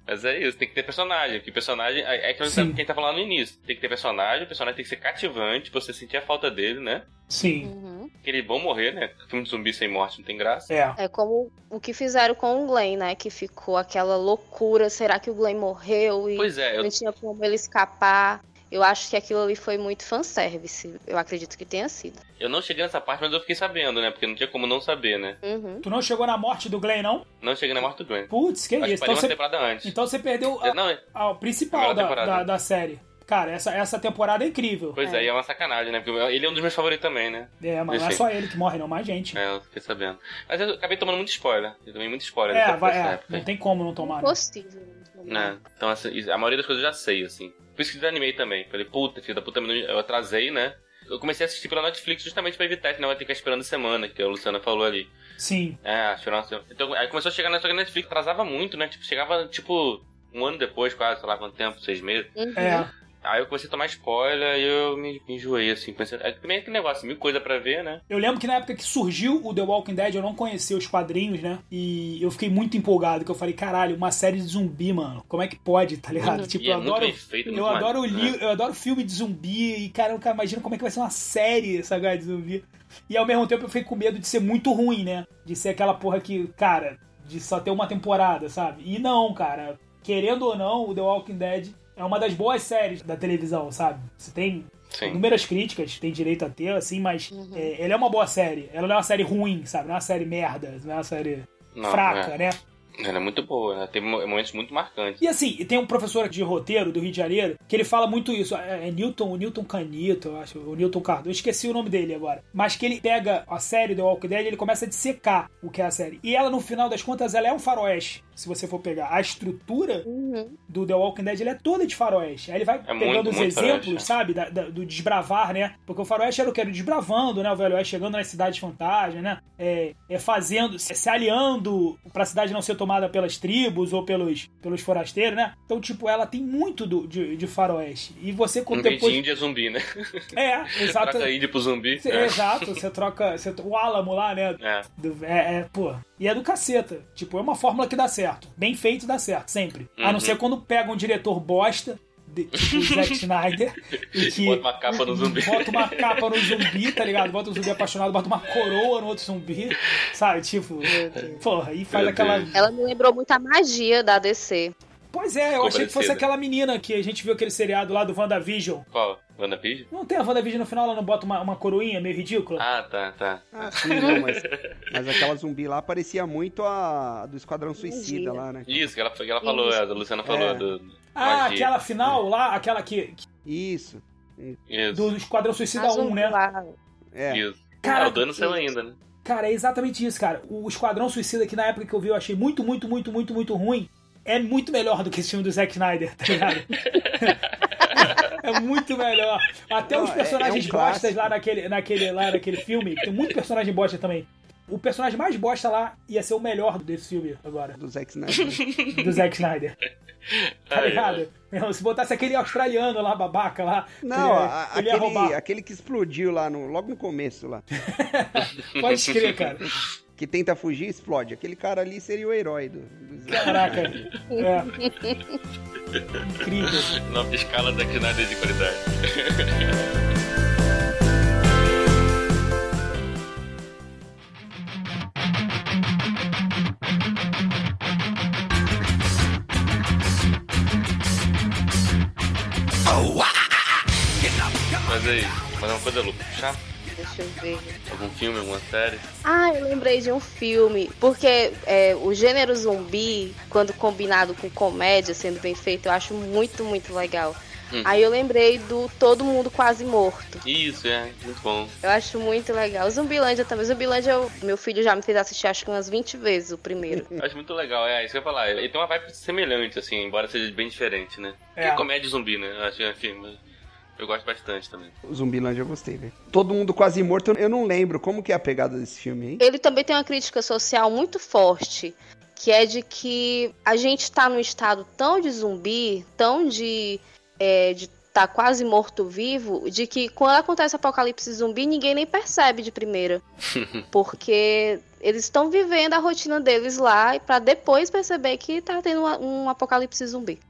Mas é isso, tem que ter personagem, porque personagem. É é que
Sim.
quem tá falando no início. Tem que ter personagem, o personagem tem que ser cativante, pra você sentir a falta dele, né?
Sim.
Uhum.
Porque eles vão morrer, né? Filme de zumbi sem morte não tem graça.
É.
É como o que fizeram com o Glenn, né? Que ficou aquela loucura. Será que o Glenn morreu? E
Pois é, eu,
não tinha como ele escapar. Eu acho que aquilo ali foi muito fanservice. Eu acredito que tenha sido.
eu não cheguei nessa parte, mas eu fiquei sabendo, né? Porque não tinha como não saber, né?
Uhum.
Tu não chegou na morte do Glenn, não?
Não cheguei na morte do Glenn.
Putz, que
Acho que
isso.
parei
Então
uma
você,
temporada antes.
então você perdeu a,
Não, é-
a principal
Primeira
da,
temporada.
da, da série. Cara, essa, essa temporada é incrível.
Pois é, e é uma sacanagem, né? Porque ele é um dos meus favoritos também, né?
É, mas não é
Enfim.
só ele que morre, não, mais gente. É,
É, eu fiquei sabendo. Mas eu acabei tomando muito spoiler. Eu tomei muito spoiler dessa-
vai-
dessa
é,
época.
não tem como não tomar. né?
Impossível.
né? Então, assim, a maioria das coisas eu já sei, assim. Por isso que desanimei também. Falei, puta, filho da puta, eu atrasei, né? Eu comecei a assistir pela Netflix justamente pra evitar esse negócio de ficar esperando semana, que a Luciana falou ali.
Sim.
É, esperando semana. Então, aí começou a chegar na só que a Netflix, atrasava muito, né? Tipo, chegava, tipo, um ano depois, quase, sei lá quanto tempo, seis meses.
Uhum.
É.
Aí eu comecei a tomar spoiler e eu me, me enjoei, assim. Comecei... Aí também é aquele negócio, mil coisa pra ver, né?
Eu lembro que na época que surgiu o The Walking Dead, eu não conhecia os quadrinhos, né? E eu fiquei muito empolgado, que eu falei, caralho, uma série de zumbi, mano. Como é que pode, tá ligado? Tipo,
E é
eu
muito
adoro.
bem feito, muito
eu adoro
maneiro,
li- eu adoro filme de zumbi e, cara, eu nunca imagino como é que vai ser uma série essa galera de zumbi. E ao mesmo tempo eu fiquei com medo de ser muito ruim, né? De ser aquela porra que, cara, de só ter uma temporada, sabe? E não, cara, querendo ou não, o The Walking Dead é uma das boas séries da televisão, sabe? Você tem
Sim.
inúmeras críticas, tem direito a ter, assim, mas é, ela é uma boa série. Ela não é uma série ruim, sabe? Não é uma série merda, não é uma série
Não,
fraca, né?
é. Ela é muito boa, né? Tem mo- momentos muito marcantes.
E assim, e tem um professor de roteiro do Rio de Janeiro que ele fala muito isso. É, é Newton, o Newton Canito, eu acho, o Newton Cardoso, eu esqueci o nome dele agora. Mas que ele pega a série do Walking Dead e ele começa a dissecar o que é a série. E ela, no final das contas, ela é um faroeste. Se você for pegar a estrutura
Uhum.
do The Walking Dead ele é toda de faroeste. Aí ele vai pegando
muito,
os
muito
exemplos,
faroeste, é.
sabe? da- da- do desbravar, né? Porque o faroeste era o que era desbravando, né? O velho oeste chegando nas cidades fantasmas, né? É, é fazendo, se, se aliando pra cidade não ser tomada pelas tribos ou pelos, pelos forasteiros, né? Então, tipo, ela tem muito do, de, de faroeste. E você
Não tem
depois...
índia Um zumbi, né?
É, exato.
Troca né? índio pro zumbi.
Cê- Exato, você troca você- o álamo lá, né?
É.
Do- é, é, pô. E é do caceta. Tipo, é uma fórmula que dá certo. Bem feito dá certo, sempre. A não
Uhum.
ser quando pega um diretor bosta, de, tipo o Zack Snyder, e que
Bota uma capa no zumbi.
bota uma capa no zumbi, tá ligado? Bota um zumbi apaixonado, bota uma coroa no outro zumbi, sabe? Tipo,
Meu Deus.
porra, e faz
Meu
aquela.
Deus.
Ela me lembrou muito a magia da DC.
Pois é, eu
Ficou
achei que fosse
parecida.
aquela menina que a gente viu aquele seriado lá do WandaVision.
Qual? WandaVision?
Não tem a WandaVision no final, ela não bota uma, uma coroinha meio ridícula?
Ah, tá, tá.
Ah, sim, não, mas, mas aquela zumbi lá parecia muito a do Esquadrão Suicida lá, né?
Isso, que ela, que ela falou,
Isso.
a Luciana falou.
É.
Do,
Ah,
magia.
aquela final lá, aquela que, que-
Isso,
Isso,
do Esquadrão Suicida
A
1, né?
lá.
é.
isso.
Cara,
ah, o dano saiu ainda, né?
Cara, é exatamente isso, cara. O Esquadrão Suicida, que na época que eu vi eu achei muito, muito, muito, muito, muito ruim, é muito melhor do que esse filme do Zack Snyder, tá ligado? é muito melhor. Até os
Não, é-
personagens
é um clássico.
bostas lá naquele, naquele, lá naquele filme, que tem muito personagem bosta também. O personagem mais bosta lá ia ser o melhor desse filme agora,
Do Zack Snyder. né?
do Zack Snyder, tá
Aí, né?
ligado? Meu, se botasse aquele australiano lá, babaca lá,
Não,
ele,
a-
ele ia
aquele,
roubar.
aquele que explodiu lá no, logo no começo lá.
Pode crer, cara.
Que tenta fugir e explode. Aquele cara ali seria o herói do, do Zack
Caraca.
Snyder.
É. Incrível.
Nova escala da Snyder de qualidade. Mas aí, mais uma coisa, Lu, puxar?
Deixa eu ver.
Algum filme, alguma série?
Ah, eu lembrei de um filme, porque é, o gênero zumbi, quando combinado com comédia, sendo bem feito, eu acho muito, muito legal.
Hum.
Aí eu lembrei do Todo Mundo Quase Morto.
Isso, é, muito bom.
Eu acho muito legal. Zumbilândia também. Zumbilândia, eu- meu filho já me fez assistir acho que umas 20 vezes o primeiro.
Hum.
Eu Acho muito legal, é isso que eu ia falar. Ele tem uma vibe semelhante, assim, embora seja bem diferente, né?
É.
É comédia zumbi, né? Eu acho, enfim, eu gosto bastante também.
O Zumbilândia eu gostei, velho. Todo mundo quase morto. Eu não lembro como que é a pegada desse filme, hein?
Ele também tem uma crítica social muito forte, que é de que a gente tá num estado tão de zumbi, tão de. É, de tá quase morto-vivo, de que quando acontece apocalipse zumbi, ninguém nem percebe de primeira. Porque eles estão vivendo a rotina deles lá e pra depois perceber que tá tendo uma- um apocalipse zumbi.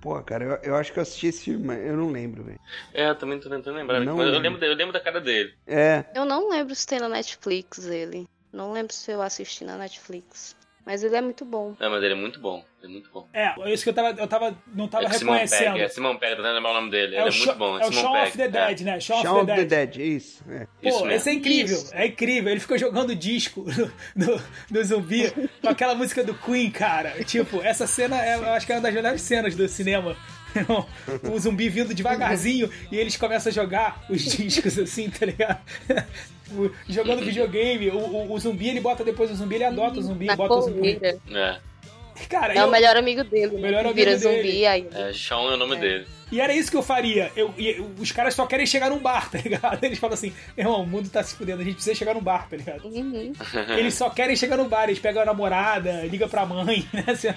Pô, cara, eu, eu acho que eu assisti esse filme, mas eu não lembro, velho.
É, eu também tô tentando lembrar.
Não
mas eu,
lembro.
lembro, de- eu lembro da cara dele.
É,
Eu não lembro se tem na Netflix ele. Não lembro se eu assisti na Netflix. Mas ele é muito bom.
Não, mas ele é muito bom. Ele é muito bom.
É, isso que eu tava. Eu tava não tava
é que Simon
reconhecendo.
Pegg, é Simon Pegg, tô tentando lembrar o nome dele.
É
ele
o
é
Shaun-
muito bom.
é o
Simon
Shaun of
Pegg,
the Dead,
é.
né? Shaun,
Shaun of the Dead, isso. é.
Isso
Pô,
mesmo.
esse é incrível,
Isso.
é incrível. Ele ficou jogando disco no, no, no zumbi com aquela música do Queen, cara. Tipo, essa cena é, eu acho que é uma das melhores cenas do cinema. O zumbi vindo devagarzinho e eles começam a jogar os discos assim, tá ligado? O- Jogando videogame, o, o- o zumbi ele bota depois o zumbi, ele adota o zumbi,
Na
bota o zumbi.
colmeira.
É.
Cara,
É
eu-
o melhor amigo dele.
O melhor
que
amigo
vira
dele.
zumbi ainda.
É, Shaun é o nome dele.
E era isso que eu faria. Eu, e- os caras só querem chegar num bar, tá ligado? Eles falam assim: irmão, o mundo tá se fudendo, a gente precisa chegar num bar, tá ligado?
Uhum.
Eles só querem chegar no bar, eles pegam a namorada, ligam pra mãe, né? assim,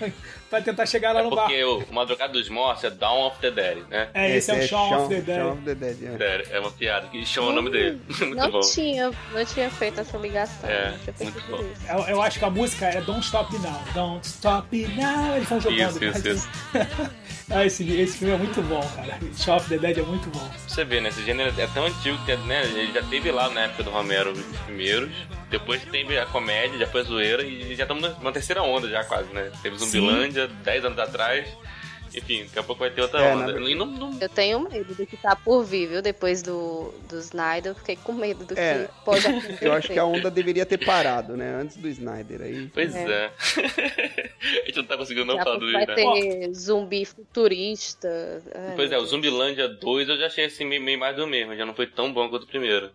Pra tentar chegar lá
É
no bar.
porque o Madrugada dos Mortos é Dawn of the Dead, né?
É, esse, é o Shaun of the Dead.
Shaun of the Dead, é.
Sério, é uma piada. E Shaun é o nome dele.
Hum.
muito
não
bom.
tinha, não tinha feito essa ligação.
É,
Não tinha feito
muito bom.
isso.
Eu, eu acho que a música era Don't Stop Me Now. Don't Stop Me Now. Eles vão jogando.
Isso, isso,
cara. ah, esse, esse filme é muito bom, cara. Shaun of the Dead é muito bom.
Você vê, né? Esse gênero é tão antigo que né, ele já teve lá na época do Romero os primeiros. Depois teve a comédia, já foi a zoeira e já estamos numa terceira onda já quase, né? Teve Zumbilândia 10 anos atrás. Enfim, daqui a pouco vai ter outra
É,
onda.
na-
E não, não-
Eu tenho medo do que tá por vir, viu? Depois do, do Snyder, eu fiquei com medo do
É.
que pode acontecer.
Eu acho que é a onda deveria ter parado, né? Antes do Snyder aí.
Pois é. a gente não tá conseguindo não
Daqui a
falar do
pouco vai
né?
ter zumbi futurista. Ai,
Pois é, o Zumbilândia 2 eu já achei assim meio, meio mais do mesmo, já não foi tão bom quanto o primeiro.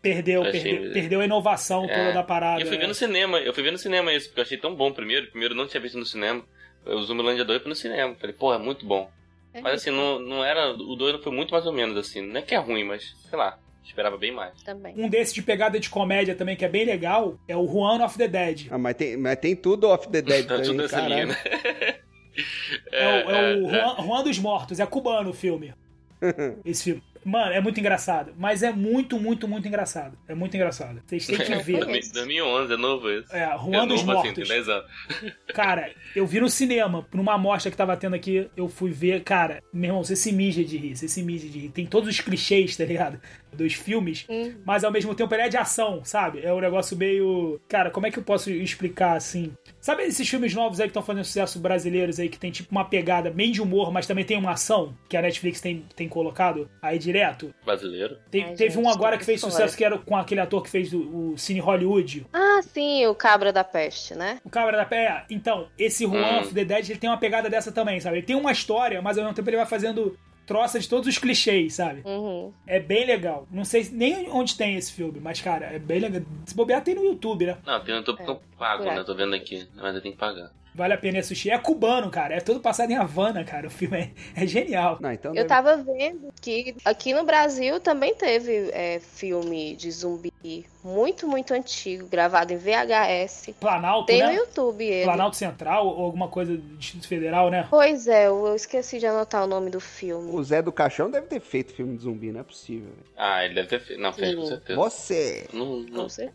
Perdeu,
Eu achei-
perdeu, perdeu a inovação toda
É.
da parada. né?
eu fui
né?
ver no cinema, eu fui ver no cinema isso, porque eu achei tão bom o primeiro, o primeiro eu não tinha visto no cinema. O Zumbilândia 2 foi no cinema. Falei, porra, é muito bom.
é.
Mas assim, não, não era. O 2 foi muito mais ou menos assim. Não é que é ruim, mas sei lá. Esperava bem mais.
Também.
Um desses de pegada de comédia também, que é bem legal, é o Juan of the Dead.
Ah, mas tem, mas tem tudo off the dead
Tá tudo
também,
nessa linha, né?
caralho.
É, o, é o Juan, Juan dos Mortos, é cubano o filme. Esse filme. Mano, é muito engraçado. Mas é muito, muito, muito engraçado. É muito engraçado. Vocês têm
é,
que ver.
2011, é novo esse.
É, Juan
é
dos
novo assim, tem
Mortos.
10 anos.
Cara, eu vi no cinema, numa amostra que tava tendo aqui, eu fui ver, cara, meu irmão, você se mija de rir, você se mija de rir. Tem todos os clichês, tá ligado? Dos filmes,
Hum.
mas ao mesmo tempo ele é de ação, sabe? É um negócio meio. Cara, como é que eu posso explicar assim? Sabe esses filmes novos aí que estão fazendo sucesso brasileiros aí, que tem tipo uma pegada bem de humor, mas também tem uma ação, que a Netflix tem, tem colocado aí direto?
Brasileiro.
Te-
Ai,
teve
gente,
um agora
tô
que fez
com
sucesso,
ódio.
que era com aquele ator que fez o, o Cine Hollywood,
Ah, sim, o Cabra da Peste, né?
o Cabra da Pé. Então, esse Juan
Hum.
of the Dead, ele tem uma pegada dessa também, sabe? Ele tem uma história, mas ao mesmo tempo ele vai fazendo troça de todos os clichês, sabe?
Uhum.
É bem legal. Não sei nem onde tem esse filme, mas, cara, é bem legal. Se bobear, tem no YouTube, né?
Não, tem um YouTube que eu pago, né? Eu tô vendo aqui. Mas eu tenho que pagar.
Vale a pena assistir. É cubano, cara. É todo passado em Havana, cara. O filme é, é genial.
Não, então
Eu
deve-
tava vendo que aqui no Brasil também teve é, filme de zumbi muito, muito antigo, gravado em VHS.
Planalto,
Tem no
né?
YouTube ele.
Planalto Central ou alguma coisa do Distrito Federal, né?
Pois é, eu eu esqueci de anotar o nome do filme.
O Zé do Caixão deve ter feito filme de zumbi, não é possível. velho.
Ah, ele deve ter feito. Não, fez, com
Sim.
certeza.
Você!
Não, não.
Não sei.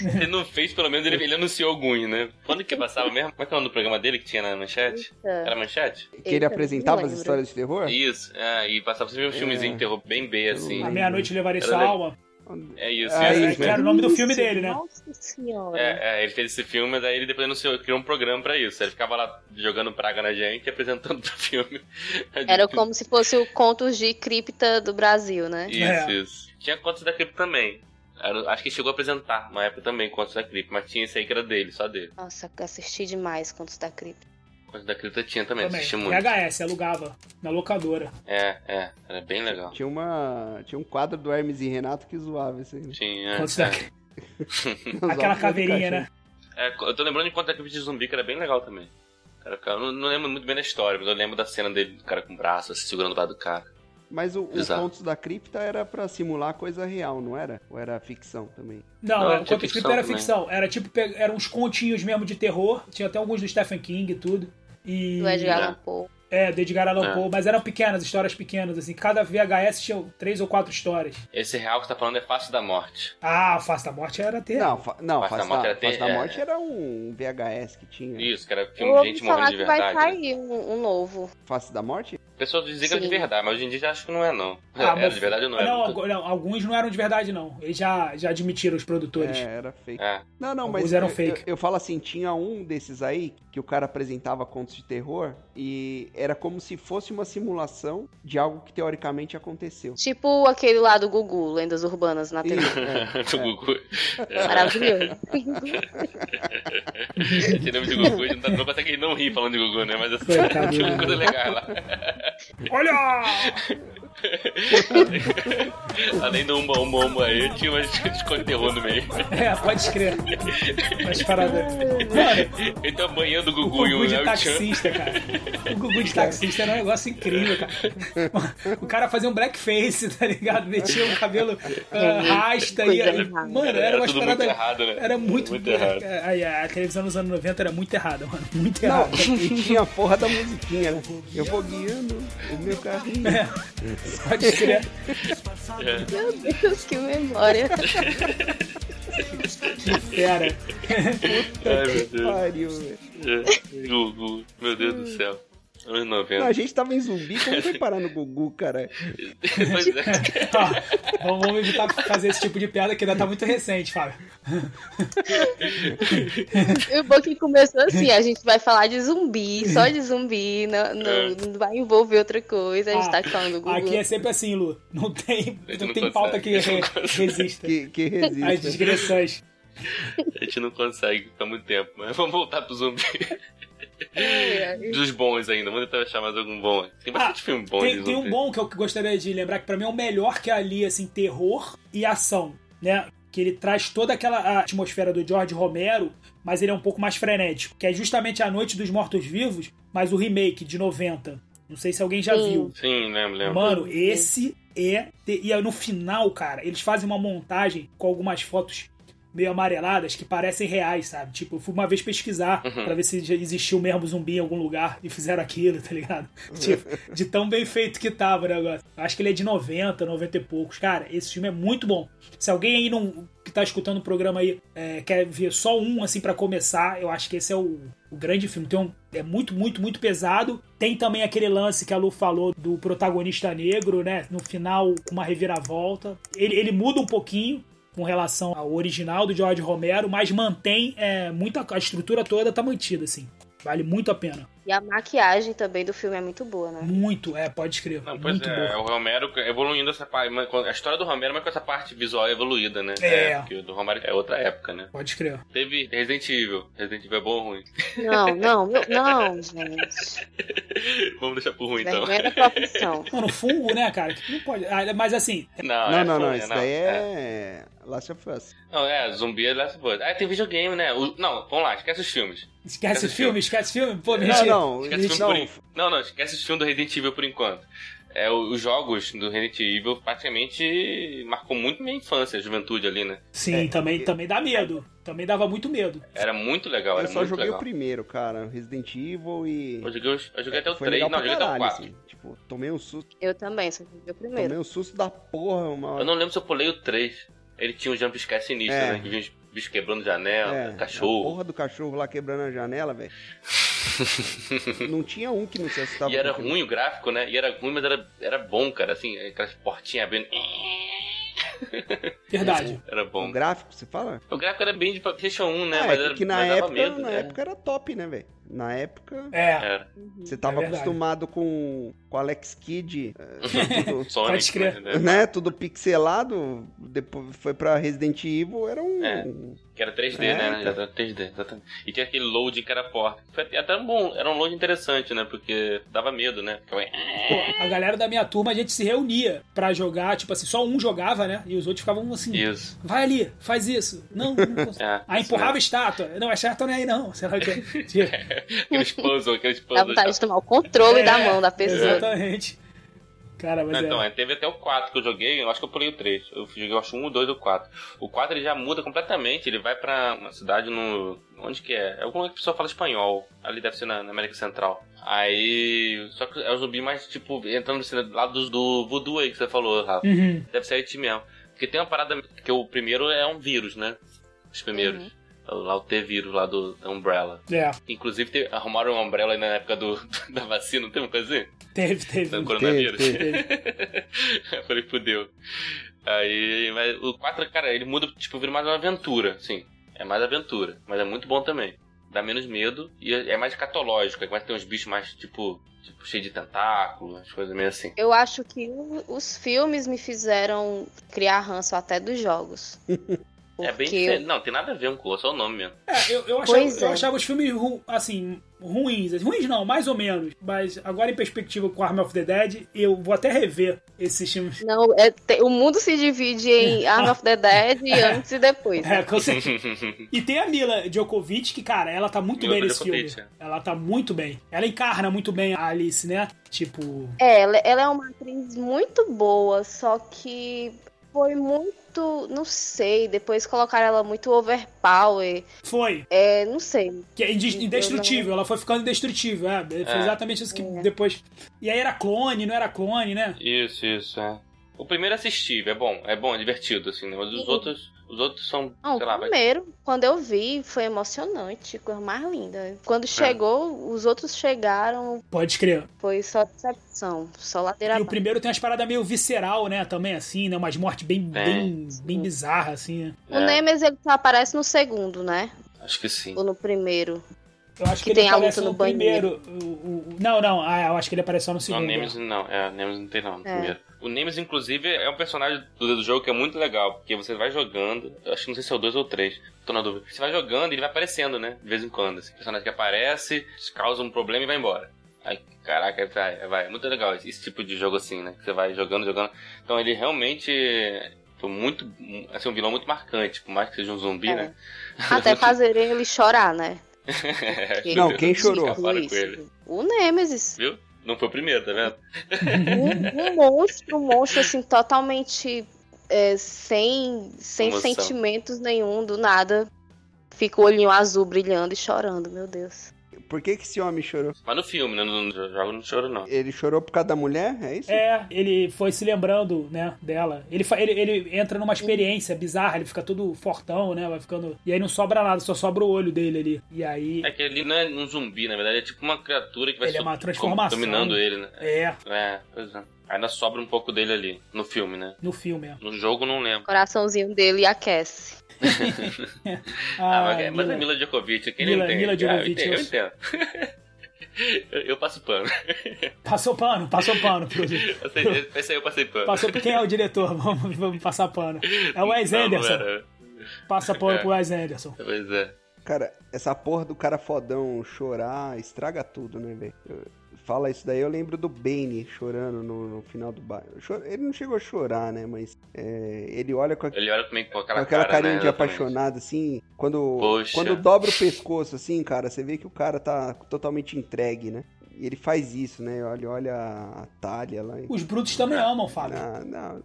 Ele não fez, pelo menos ele, ele anunciou alguns, né? Quando que passava mesmo? Como é que é o nome do programa dele que tinha na manchete? Era manchete?
Que ele
Eita,
apresentava
não
as
lembro.
histórias de terror?
Isso, é, e passava sempre um filmezinho de terror bem B, assim.
A meia-noite levaria sua
Era legal.
alma.
É isso,
Ah,
isso.
isso,
É, que era o nome do filme dele, né?
Nossa senhora.
É, é, ele fez esse filme, mas aí ele depois anunciou, criou um programa pra isso. Ele ficava lá jogando praga na gente e apresentando o filme. Tipo,
Era como se fosse o Contos de Cripta do Brasil, né?
Isso,
É.
isso. Tinha Contos da Cripta também. Era- acho que chegou a apresentar uma época também Contos da Cripta, mas tinha esse aí que era dele, só dele.
Nossa, assisti demais Contos da Cripta.
Contos da Cripta tinha também,
Também.
assisti muito.
VHS, alugava na locadora.
É, é, era bem legal.
Tinha, uma, tinha um quadro do Hermes e Renato que zoava isso aí. né?
Tinha.
Contos
é.
da-
Zoava o Zé
Aquela
do
caveirinha,
Caixão.
né?
É, eu tô lembrando de Contos da Cripta de zumbi, que era bem legal também. Cara, cara, eu não, não lembro muito bem da história, mas eu lembro da cena dele, do cara com o braço, assim, segurando o lado do cara.
Mas o, o
Exato.
Contos da Cripta era pra simular coisa real, não era? Ou era ficção também?
Não,
Não,
o
era
Conto
tipo
Escrito era
ficção
ficção. Era tipo, pe- eram uns continhos mesmo de terror. Tinha até alguns do Stephen King e tudo. E...
Do Edgar
É.
Allan Poe.
É, do Edgar Allan
É.
Poe. Mas eram pequenas, histórias pequenas, assim. Cada VHS tinha três ou quatro histórias.
Esse real que você tá falando é Face da Morte.
Ah, o Face da Morte era ter.
Não, fa- não
Face da
Face
Morte
da,
era ter-
Face da
é.
Morte era um VHS que tinha.
Isso, que era
Eu
filme de
ouvi
gente morrendo
falar
de
que vai
verdade. né?
sair um, um novo.
Face da Morte?
Pessoas diziam que era de
Sim.
verdade, mas hoje em dia já acho que não é, não.
Ah,
era
mas-
de verdade ou não era?
Não, algu- não, alguns não eram de verdade, não. Eles já, já admitiram, os produtores.
É, era fake.
É.
Não, não,
Alguns
mas
eram
eu,
fake.
Eu, eu falo assim, tinha um desses aí que o cara apresentava contos de terror e era como se fosse uma simulação de algo que teoricamente aconteceu.
Tipo aquele lá do Gugu, Lendas Urbanas na
E,
TV.
é,
Do Gugu.
Maravilhoso.
Esse nome de Gugu, a gente não, tá- não consegue não rir falando de Gugu, né? Mas assim,
Coitado,
tinha uma
né?
coisa legal lá.
Olha!
Além do umba umba umba aí, tinha umas coisas de terror no meio.
É, pode crer. Mas parada. Mano,
Então a banheira do
o
Gugu e o
Gugu de né?
El Chan.
taxista, cara. O Gugu de taxista era um negócio incrível, cara. O cara fazia um blackface, tá ligado? Metia o cabelo ah, rasta e.
Coisa errada.
Mano, era uma
tudo muito
parada.
errado, né?
Era muito. é,
Muito errado.
Aí, a televisão nos anos 90 era muito errada, mano. Muito
é, não,
errada.
e tinha a porra da musiquinha, né? Eu vou guiando o meu carrinho.
É. Pode crer.
Meu Deus, que memória.
Era.
Ai, meu Deus.
Pariu, velho.
É. Gugu. Meu Deus do céu. Anos
Não, a
90.
gente tava em zumbi, como foi parar no Gugu, cara?
Pois é.
Ó, vamos vamos evitar fazer esse tipo de piada que ainda tá muito recente, Fábio.
E o bom que começou assim, a gente vai falar de zumbi, só de zumbi, não,
É.
não- não vai envolver outra coisa, a gente tá falando do Gugu.
Aqui é sempre assim, Lu. Não tem,
Ele
não
não
tem pauta que
consegue. Ele
re-
não tá consegue.
resista.
Que, que
As
resiste.
digressões.
A gente não consegue ficar muito tempo. Mas vamos voltar pro zumbi.
É,
Dos bons ainda. Vamos tentar achar mais algum bom. Tem bastante filme bom de
Ah, Tem, tem
zumbi.
um bom que eu gostaria de lembrar, que pra mim é o melhor que é ali, assim, terror e ação, né? Que ele traz toda aquela atmosfera do George Romero, mas ele é um pouco mais frenético. Que é justamente A Noite dos Mortos-Vivos, mas o remake de 90. Não sei se alguém já
Sim.
viu.
Sim, lembro, lembro.
Mano, esse é. te- E aí no final, cara, eles fazem uma montagem com algumas fotos meio amareladas que parecem reais, sabe? Tipo, eu fui uma vez pesquisar
Uhum.
pra ver se já existiu mesmo zumbi em algum lugar e fizeram aquilo, tá ligado? Tipo, de tão bem feito que tava o negócio. Eu Acho que ele é de 90, 90 e poucos. Cara, esse filme é muito bom. Se alguém aí não, que tá escutando o programa aí é, quer ver só um, assim, pra começar, eu acho que esse é o, o grande filme. Tem um, é muito, muito, muito pesado. Tem também aquele lance que a Lu falou do protagonista negro, né? No final, com uma reviravolta. Ele, ele muda um pouquinho com relação ao original do George Romero, mas mantém é, muita... A estrutura toda tá mantida, assim. Vale muito a pena.
E a maquiagem também do filme é muito boa, né?
Muito, é, pode escrever.
Não, pois
muito
é,
bom.
é o Romero evoluindo essa parte. mas com- A história do Romero, mas com essa parte visual evoluída, né?
É.
Porque o do Romero é outra época, né?
Pode escrever.
Teve Resident Evil. Resident Evil é bom ou ruim?
Não, não, meu- não, gente.
Vamos deixar por ruim, então.
Vergonha da profissão.
Mano, fungo, né, cara? Que Não pode... ah, Mas assim,
Não,
Não,
é
não, não,
ruim,
isso daí é... Last of Us.
Não, é, zumbi é Last of Us. Ah, tem videogame, né? O- Não, vamos lá, esquece os filmes.
Esquece o filme, esquece o filme. Pô,
Não,
mentira.
não,
Esquece os
gente,
filmes por
não.
en- Não, não, esquece os filmes do Resident Evil por enquanto. É, o- os jogos do Resident Evil praticamente marcou muito minha infância, juventude ali, né?
Sim,
É.
também, também dá medo. Também dava muito medo.
Era muito legal,
Eu
era
só
muito
joguei
legal.
o primeiro, cara. Resident Evil e...
Eu joguei, os- eu joguei até o
É, Foi
3,
legal
não, eu
pra
joguei até o
caralho,
4.
assim. Tipo, tomei um susto,
Eu também, só vi o primeiro.
tomei um susto da porra uma
Eu
hora.
não lembro se eu pulei o 3. Ele tinha um jump scare sinistro,
É.
né? Que vinha os bichos quebrando janela,
É, A
cachorro.
porra do cachorro lá quebrando a janela, velho. não tinha um que não se assustava.
E era
com aquilo.
ruim o gráfico, né? E era ruim, mas era, era bom, cara. Assim, aquelas portinhas abrindo.
Verdade.
Era
O
bom.
gráfico, você fala?
O gráfico era bem de PlayStation 1, né?
Ah,
mas
é
era,
que na
mas dava
época,
medo.
na
né?
época era top, né, velho? Na época,
É.
Era.
Uhum.
você tava
verdade.
acostumado com com Alex Kidd, eh, tudo,
Sonic,
crer.
né? né?
né? Tudo pixelado, depois foi pra Resident Evil, era um...
É. Que era 3D,
É,
né?
cara.
Era 3D, exatamente. E tinha aquele load que era a porta. Foi até- até bom, era um load interessante, né? Porque dava medo, né? Ficava...
É. Pô, a galera da minha turma, a gente se reunia pra jogar. Tipo assim, só um jogava, né? E os outros ficavam assim:
Isso.
vai ali, faz isso. Não, não consigo.
É,
Aí
isso
empurrava a estátua. Não, a estátua não é aí, não. Sei lá o que. Tipo,
Aqueles puzzles, aqueles
Dá
puzzles.
vontade de tomar o controle
é,
da mão da pessoa.
Exatamente. Cara, mas
Não, Então,
é.
é, teve até o 4 que eu joguei, eu acho que eu pulei o 3. Eu joguei, eu acho, 1, 2 ou 4. O 4 ele já muda completamente, ele vai pra uma cidade no. Onde que é? É algum lugar que a pessoa fala espanhol. Ali deve ser na, na América Central. Aí. Só que é um zumbi mais, tipo, entrando nesse lado do, do voodoo aí que você falou, Rafa.
Uhum.
Deve ser Haiti mesmo. Porque tem uma parada. Porque o primeiro é um vírus, né? Os primeiros. lá o T-vírus lá do da Umbrella.
É,
Inclusive, te- arrumaram uma Umbrella aí na época do, da vacina, não tem uma coisa assim?
teve, teve.
Do coronavírus.
teve.
Eu falei, fudeu. Aí, mas o 4, cara, ele muda, tipo, vira mais uma aventura, sim. É mais aventura, mas é muito bom também. Dá menos medo e é é mais catológico. É mais tem uns bichos mais, tipo, tipo cheio de tentáculo, as coisas meio assim.
Eu acho que o- os filmes me fizeram criar ranço até dos jogos.
É bem.
Porque
diferente. Não, tem nada a ver um com o outro, é só o nome mesmo.
É, eu, eu achava,
Pois é.
eu achava os filmes, ru- assim, ruins. Ruins não, mais ou menos. Mas agora, em perspectiva com Army of the Dead, eu vou até rever esses filmes.
Não, é, te- o mundo se divide em Arm of the Dead e antes e depois.
É, com certeza. E tem a Mila Djokovic, que, cara, ela tá muito
Mila
bem nesse
Djokovic,
filme. Ela tá muito bem. Ela encarna muito bem a Alice, né? Tipo.
É, ela, ela é uma atriz muito boa, só que foi muito, não sei, depois colocaram ela muito overpower.
Foi.
É, não sei.
Que é inde-
Eu
indestrutível. Ela foi ficando indestrutível. É, foi
É.
exatamente isso que depois. E aí era clone, não era clone, né?
Isso, isso, é. O primeiro é assistível, é bom, é bom, é divertido, assim, né? Mas os
Sim.
outros. Os outros são.
Não,
sei lá,
o
vai-
primeiro, quando eu vi, foi emocionante, coisa mais linda. Quando
É.
chegou, os outros chegaram,
Pode crer.
foi só decepção, só ladeira
E o
abaixo.
primeiro tem umas paradas meio visceral, né? Também assim, né? Umas mortes bem,
Tem.
bem, bem bizarras, assim, né?
O Nemes ele só aparece no segundo, né?
É, Acho que sim.
Ou no primeiro.
Eu acho que,
Que tem
ele
a
aparece no,
luta no
primeiro. o- o- o- Não, não. Ah, eu acho que ele aparece só no
Não,
segundo.
Nemesis não. É, Nemesis não tem não, no
É.
primeiro. O Nemesis, inclusive, é um personagem do, do jogo que é muito legal, porque você vai jogando, eu acho que não sei se é o 2 ou o 3, tô na dúvida. Você vai jogando e ele vai aparecendo, né? De vez em quando. Assim. O personagem que aparece, causa um problema e vai embora. Aí, caraca, vai, vai. É muito legal esse, esse tipo de jogo assim, né? Que você vai jogando, jogando. Então ele realmente foi muito. Assim, um vilão muito marcante, por mais que seja um zumbi,
É.
né?
Até fazerem ele chorar, né?
É,
Não, quem chorou?
Acabaram
Isso.
com ele.
O Nemesis.
Não foi o primeiro, tá vendo?
um, um monstro, um monstro assim, totalmente é, sem, sem
Emoção.
sentimentos nenhum, do nada. Fica o olhinho azul brilhando e chorando, meu Deus.
Por que, que esse homem chorou?
Mas no filme, né? No, no jogo não choro, não.
Ele chorou por causa da mulher? É isso?
É, ele foi se lembrando, né, dela. Ele, fa- ele, ele entra numa experiência bizarra, ele fica todo fortão, né, vai ficando... E aí não sobra nada, só sobra o olho dele ali. E aí...
É que ele não é um zumbi, na verdade, é tipo uma criatura que vai
Ele é
so-
uma transformação.
dominando ele, né?
É,
É, pois é. Ainda sobra um pouco dele ali, no filme, né?
no filme, é.
No jogo não
O
lembro.
coraçãozinho dele aquece.
Ah,
Ah,
mas, é- mas é Mila Djokovic, aquele
Mila-
não tem.
Mila
Ah,
Djokovic,
eu
eu-
entendo, eu entendo. eu, eu passo pano.
Passou pano, passou pano. Pro...
Esse aí- Esse aí eu passei pano.
Passou... Quem é o diretor? Vamos, vamos passar pano. É o Wes
Não, não
Anderson.
era.
Passa
É.
pano pro Wes Anderson.
Pois é.
Cara, essa porra do cara fodão chorar estraga tudo, né, velho? Eu- Fala isso daí, eu lembro do Bane chorando no, no final do bairro. Chor- Ele não chegou a chorar, né? Mas é, ele olha com, a-
Ele olha comigo com
com
aquela,
aquela
cara,
carinha
né,
de
exatamente.
apaixonado, assim. Quando,
Poxa.
quando dobra o pescoço, assim, cara, você vê que o cara tá totalmente entregue, né? E ele faz isso, né? Ele olha a Thalia lá. E...
Os brutos
É.
também amam, Fábio.
Ah, não.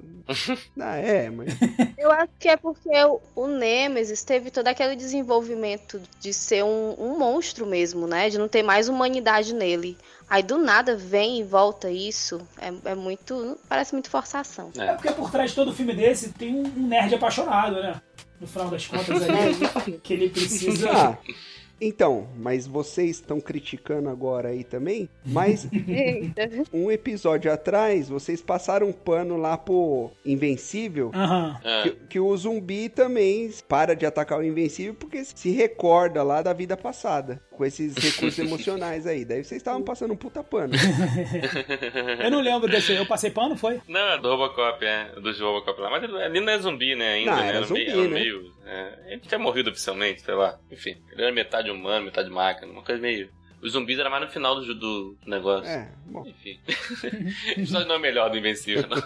Ah, é, mas.
Eu acho que é porque o, o Nemesis teve todo aquele desenvolvimento de ser um, um monstro mesmo, né? De não ter mais humanidade nele. Aí do nada vem e volta isso. É, é muito. Parece muito forçação.
É porque por trás de todo filme desse tem um um nerd apaixonado, né? No final das contas, aí, que ele precisa...
Ah, então, mas vocês estão criticando agora aí também? Mas um episódio atrás, vocês passaram um pano lá pro Invencível.
Aham.
É.
Que, que o zumbi também para de atacar o invencível porque se recorda lá da vida passada, com esses recursos emocionais aí. Daí vocês estavam passando um puta pano.
Eu não lembro desse. Eu passei pano, foi?
Não, é do Robocop, é. Dos Robocop lá. Mas ele- ali não é zumbi, né? Ainda,
Não,
né?
era
no
zumbi,
meio, no
né?
meio, é. Ele tinha morrido oficialmente, sei lá. Enfim, ele era metade humano, metade máquina, uma coisa meio. Os zumbis era mais no final do, do negócio.
É, bom.
Enfim. o episódio não é melhor do Invencível, não.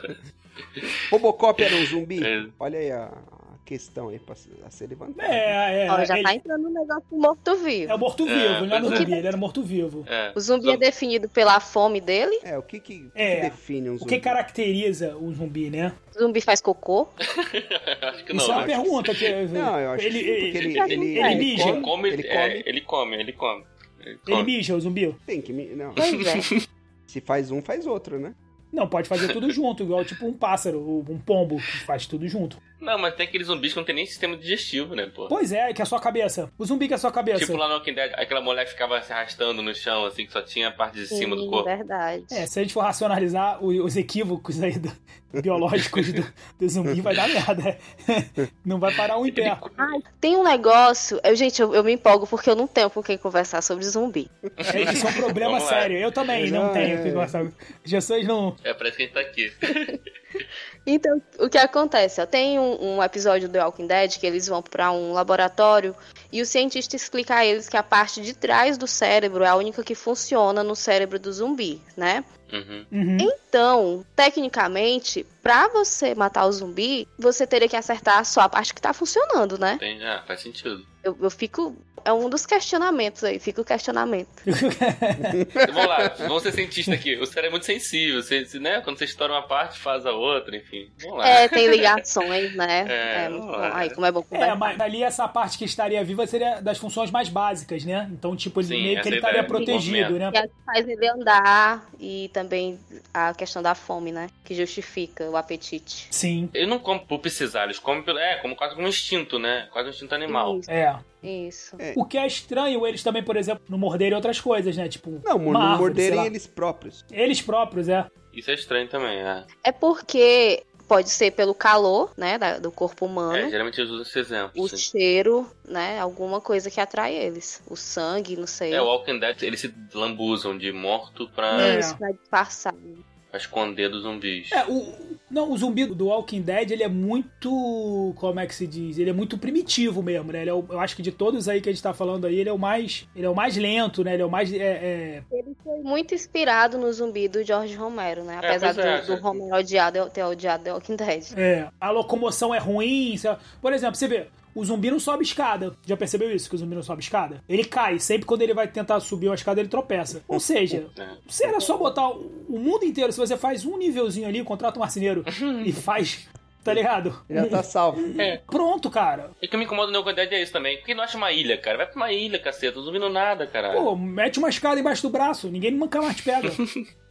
Robocop era um zumbi?
É.
Olha aí a a questão aí pra se- a ser levantada.
É, é.
Ó, já
ele,
tá entrando no negócio do morto-vivo.
É o morto-vivo,
É,
não era
pois é.
zumbi, ele era morto-vivo.
É.
O zumbi é definido pela fome dele.
É, o que, que, que
É.
define um
O
zumbi?
que caracteriza o zumbi, né?
O zumbi faz cocô.
Acho que
Isso é
não.
uma
né?
pergunta que.
Não, eu acho
ele,
que sim, porque ele,
ele-
ele,
ele
ele
mija.
Ele
come,
come,
ele
é,
come,
ele come, ele come. Ele
Ele
come.
mija, o zumbi.
tem que... mi- Não,
Pois é.
se faz um, faz outro, né?
Não, pode fazer tudo junto, igual tipo um pássaro, ou um pombo, que faz tudo junto.
Não, mas tem aqueles zumbis que não tem nem sistema digestivo, né, pô?
Pois é, que é a sua cabeça. O zumbi que é a sua cabeça.
Tipo lá no Walking Dead, aquela mulher que ficava se arrastando no chão, assim, que só tinha a parte de cima do
Sim, né?
corpo.
verdade.
É, se a gente for racionalizar o- os equívocos aí do- biológicos do, do zumbi, vai dar merda. Não vai parar um em pé.
Tem um negócio. Eu, gente, eu, eu me empolgo porque eu não tenho com quem conversar sobre zumbi.
É, Isso é um problema
Vamos lá.
sério. Eu também não
Ah,
tenho
é.
que gostar. As pessoas não.
É, parece que a gente tá aqui.
Então, o que acontece? Ó, tem um, um episódio do Walking Dead que eles vão pra um laboratório e o cientista explica a eles que a parte de trás do cérebro é a única que funciona no cérebro do zumbi, né?
Uhum.
Uhum.
Então, tecnicamente, pra você matar o zumbi, você teria que acertar só a parte que tá funcionando, né?
Tem, ah, faz sentido.
Eu, eu fico. É um dos questionamentos aí, fica o questionamento.
Então, vamos lá, vamos ser cientista aqui. O cérebro é muito sensível, você, você, né? Quando você estoura uma parte, faz a outra, enfim. Vamos lá.
É, tem ligações, né?
É,
É, muito bom.
olha.
Aí, como é bom conversar.
É, mas ali essa parte que estaria viva seria das funções mais básicas, né? Então, tipo, ele
Sim,
meio
essa
que ele
é a
estaria
ideia,
protegido, né?
E as que faz ele andar e também a questão da fome, né? Que justifica o apetite.
Sim.
Eu não como por precisar, eles comem pelo. É, como quase como instinto, né? Quase um instinto animal.
Isso.
É.
isso.
O que é estranho, eles também, por exemplo, não morderem outras coisas, né? Tipo,
Não, mano,
uma
não
árvore, sei
morderem
lá.
eles próprios.
Eles próprios, é.
Isso é estranho também, é.
É porque pode ser pelo calor, né? da- do corpo
É,
Uhum.
humano.
geralmente eles usam esse exemplo.
o
sim.
cheiro, né? Alguma coisa que atrai eles. O sangue, não sei.
É, o Walking Dead, eles se lambuzam de morto pra,
É.
Isso, pra disfarçar.
pra esconder dos zumbis.
É, o, não, o zumbi do Walking Dead, ele é muito. Como é que se diz? Ele é muito primitivo mesmo, né? Ele é o- eu acho que de todos aí que a gente tá falando aí, ele é o mais. Ele é o mais lento, né? Ele é o mais. é- é,
Ele foi muito inspirado no zumbi do George Romero, né? Apesar
pois é,
do, do
é.
Romero odiado, ter odiado The Walking Dead.
é, a locomoção é ruim. sei lá. Por exemplo, você vê. O zumbi não sobe escada. Já percebeu isso? Que o zumbi não sobe escada? Ele cai. Sempre quando ele vai tentar subir uma escada, ele tropeça. Ou seja,
É.
se era só botar o o mundo inteiro, se você faz um nívelzinho ali, contrata um marceneiro e faz. Tá ligado?
Já tá salvo.
Pronto, cara.
E o que me incomoda no Walking Dead é isso também. Por que não acha uma ilha, cara? Vai pra uma ilha, caceta. Não zumbindo nada, caralho.
Pô, mete uma escada embaixo do braço, ninguém nunca mais te pega.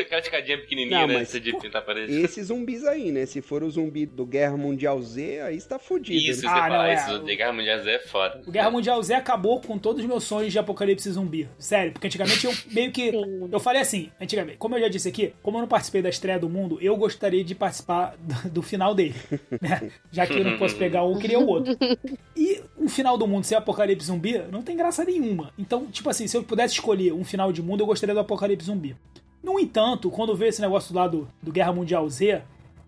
Aquela escadinha pequenininha,
Não,
né?
mas-
Você de pintar a parede.
Esses zumbis aí, né? Se for o zumbi do Guerra Mundial Z, aí está fudido.
Isso, você
né?
Ah, não,
falar
é.
isso de Guerra Mundial Z é foda.
O Guerra Mundial Z acabou com todos os meus sonhos de apocalipse zumbi. Sério, porque antigamente eu meio que.
Sim.
Eu falei assim, antigamente, como eu já disse aqui, como eu não participei da estreia do mundo, eu gostaria de participar do, do final dele. né? Já que eu não posso pegar um, eu queria o outro. E um final do mundo sem apocalipse zumbi não tem graça nenhuma. Então, tipo assim, se eu pudesse escolher um final de mundo, eu gostaria do apocalipse zumbi. No entanto, quando veio esse negócio lá do, do Guerra Mundial Z,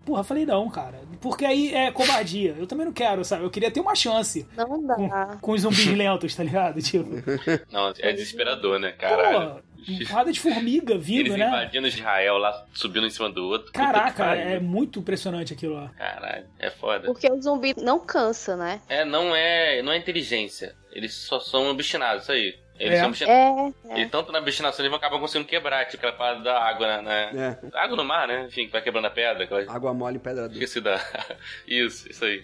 porra, eu falei não, cara. Porque aí é covardia. Eu também não quero, sabe? Eu queria ter uma chance
Não dá.
com, com os zumbis lentos, tá ligado? Tipo,
Não, é desesperador, né, caralho?
porra, porrada de formiga vindo,
Eles
né?
invadindo Israel lá, subindo em cima do outro. Puta que
Caraca,
pariu.
é muito impressionante aquilo lá.
Caralho, é foda.
Porque o zumbi não cansa, né?
É, não é, não é inteligência. Eles só são obstinados, isso aí. Eles
É.
são obstinados.
É,
E tanto na obstinação eles vão acabar conseguindo quebrar, tipo aquela parada da água, né? né?
É,
Água no mar, né? Enfim, que vai quebrando a pedra. Aquela...
água mole, pedra dura.
Esqueci da. Isso, isso aí.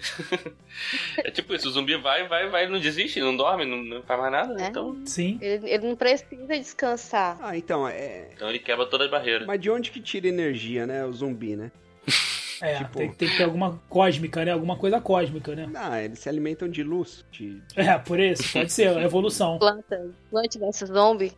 é tipo isso, o zumbi vai, vai, vai, não desiste, não dorme, não, não faz mais nada.
É.
Então,
Sim.
Ele, ele não precisa descansar.
Ah, então, é...
então ele quebra todas as barreiras.
Mas de onde que tira energia, né? O zumbi, né?
É,
Tipo-
tem, tem que ter alguma cósmica, né? Alguma coisa cósmica, né?
Ah, eles se alimentam de luz. De...
É, por isso, pode ser, a evolução.
Planta, planta versus zombie.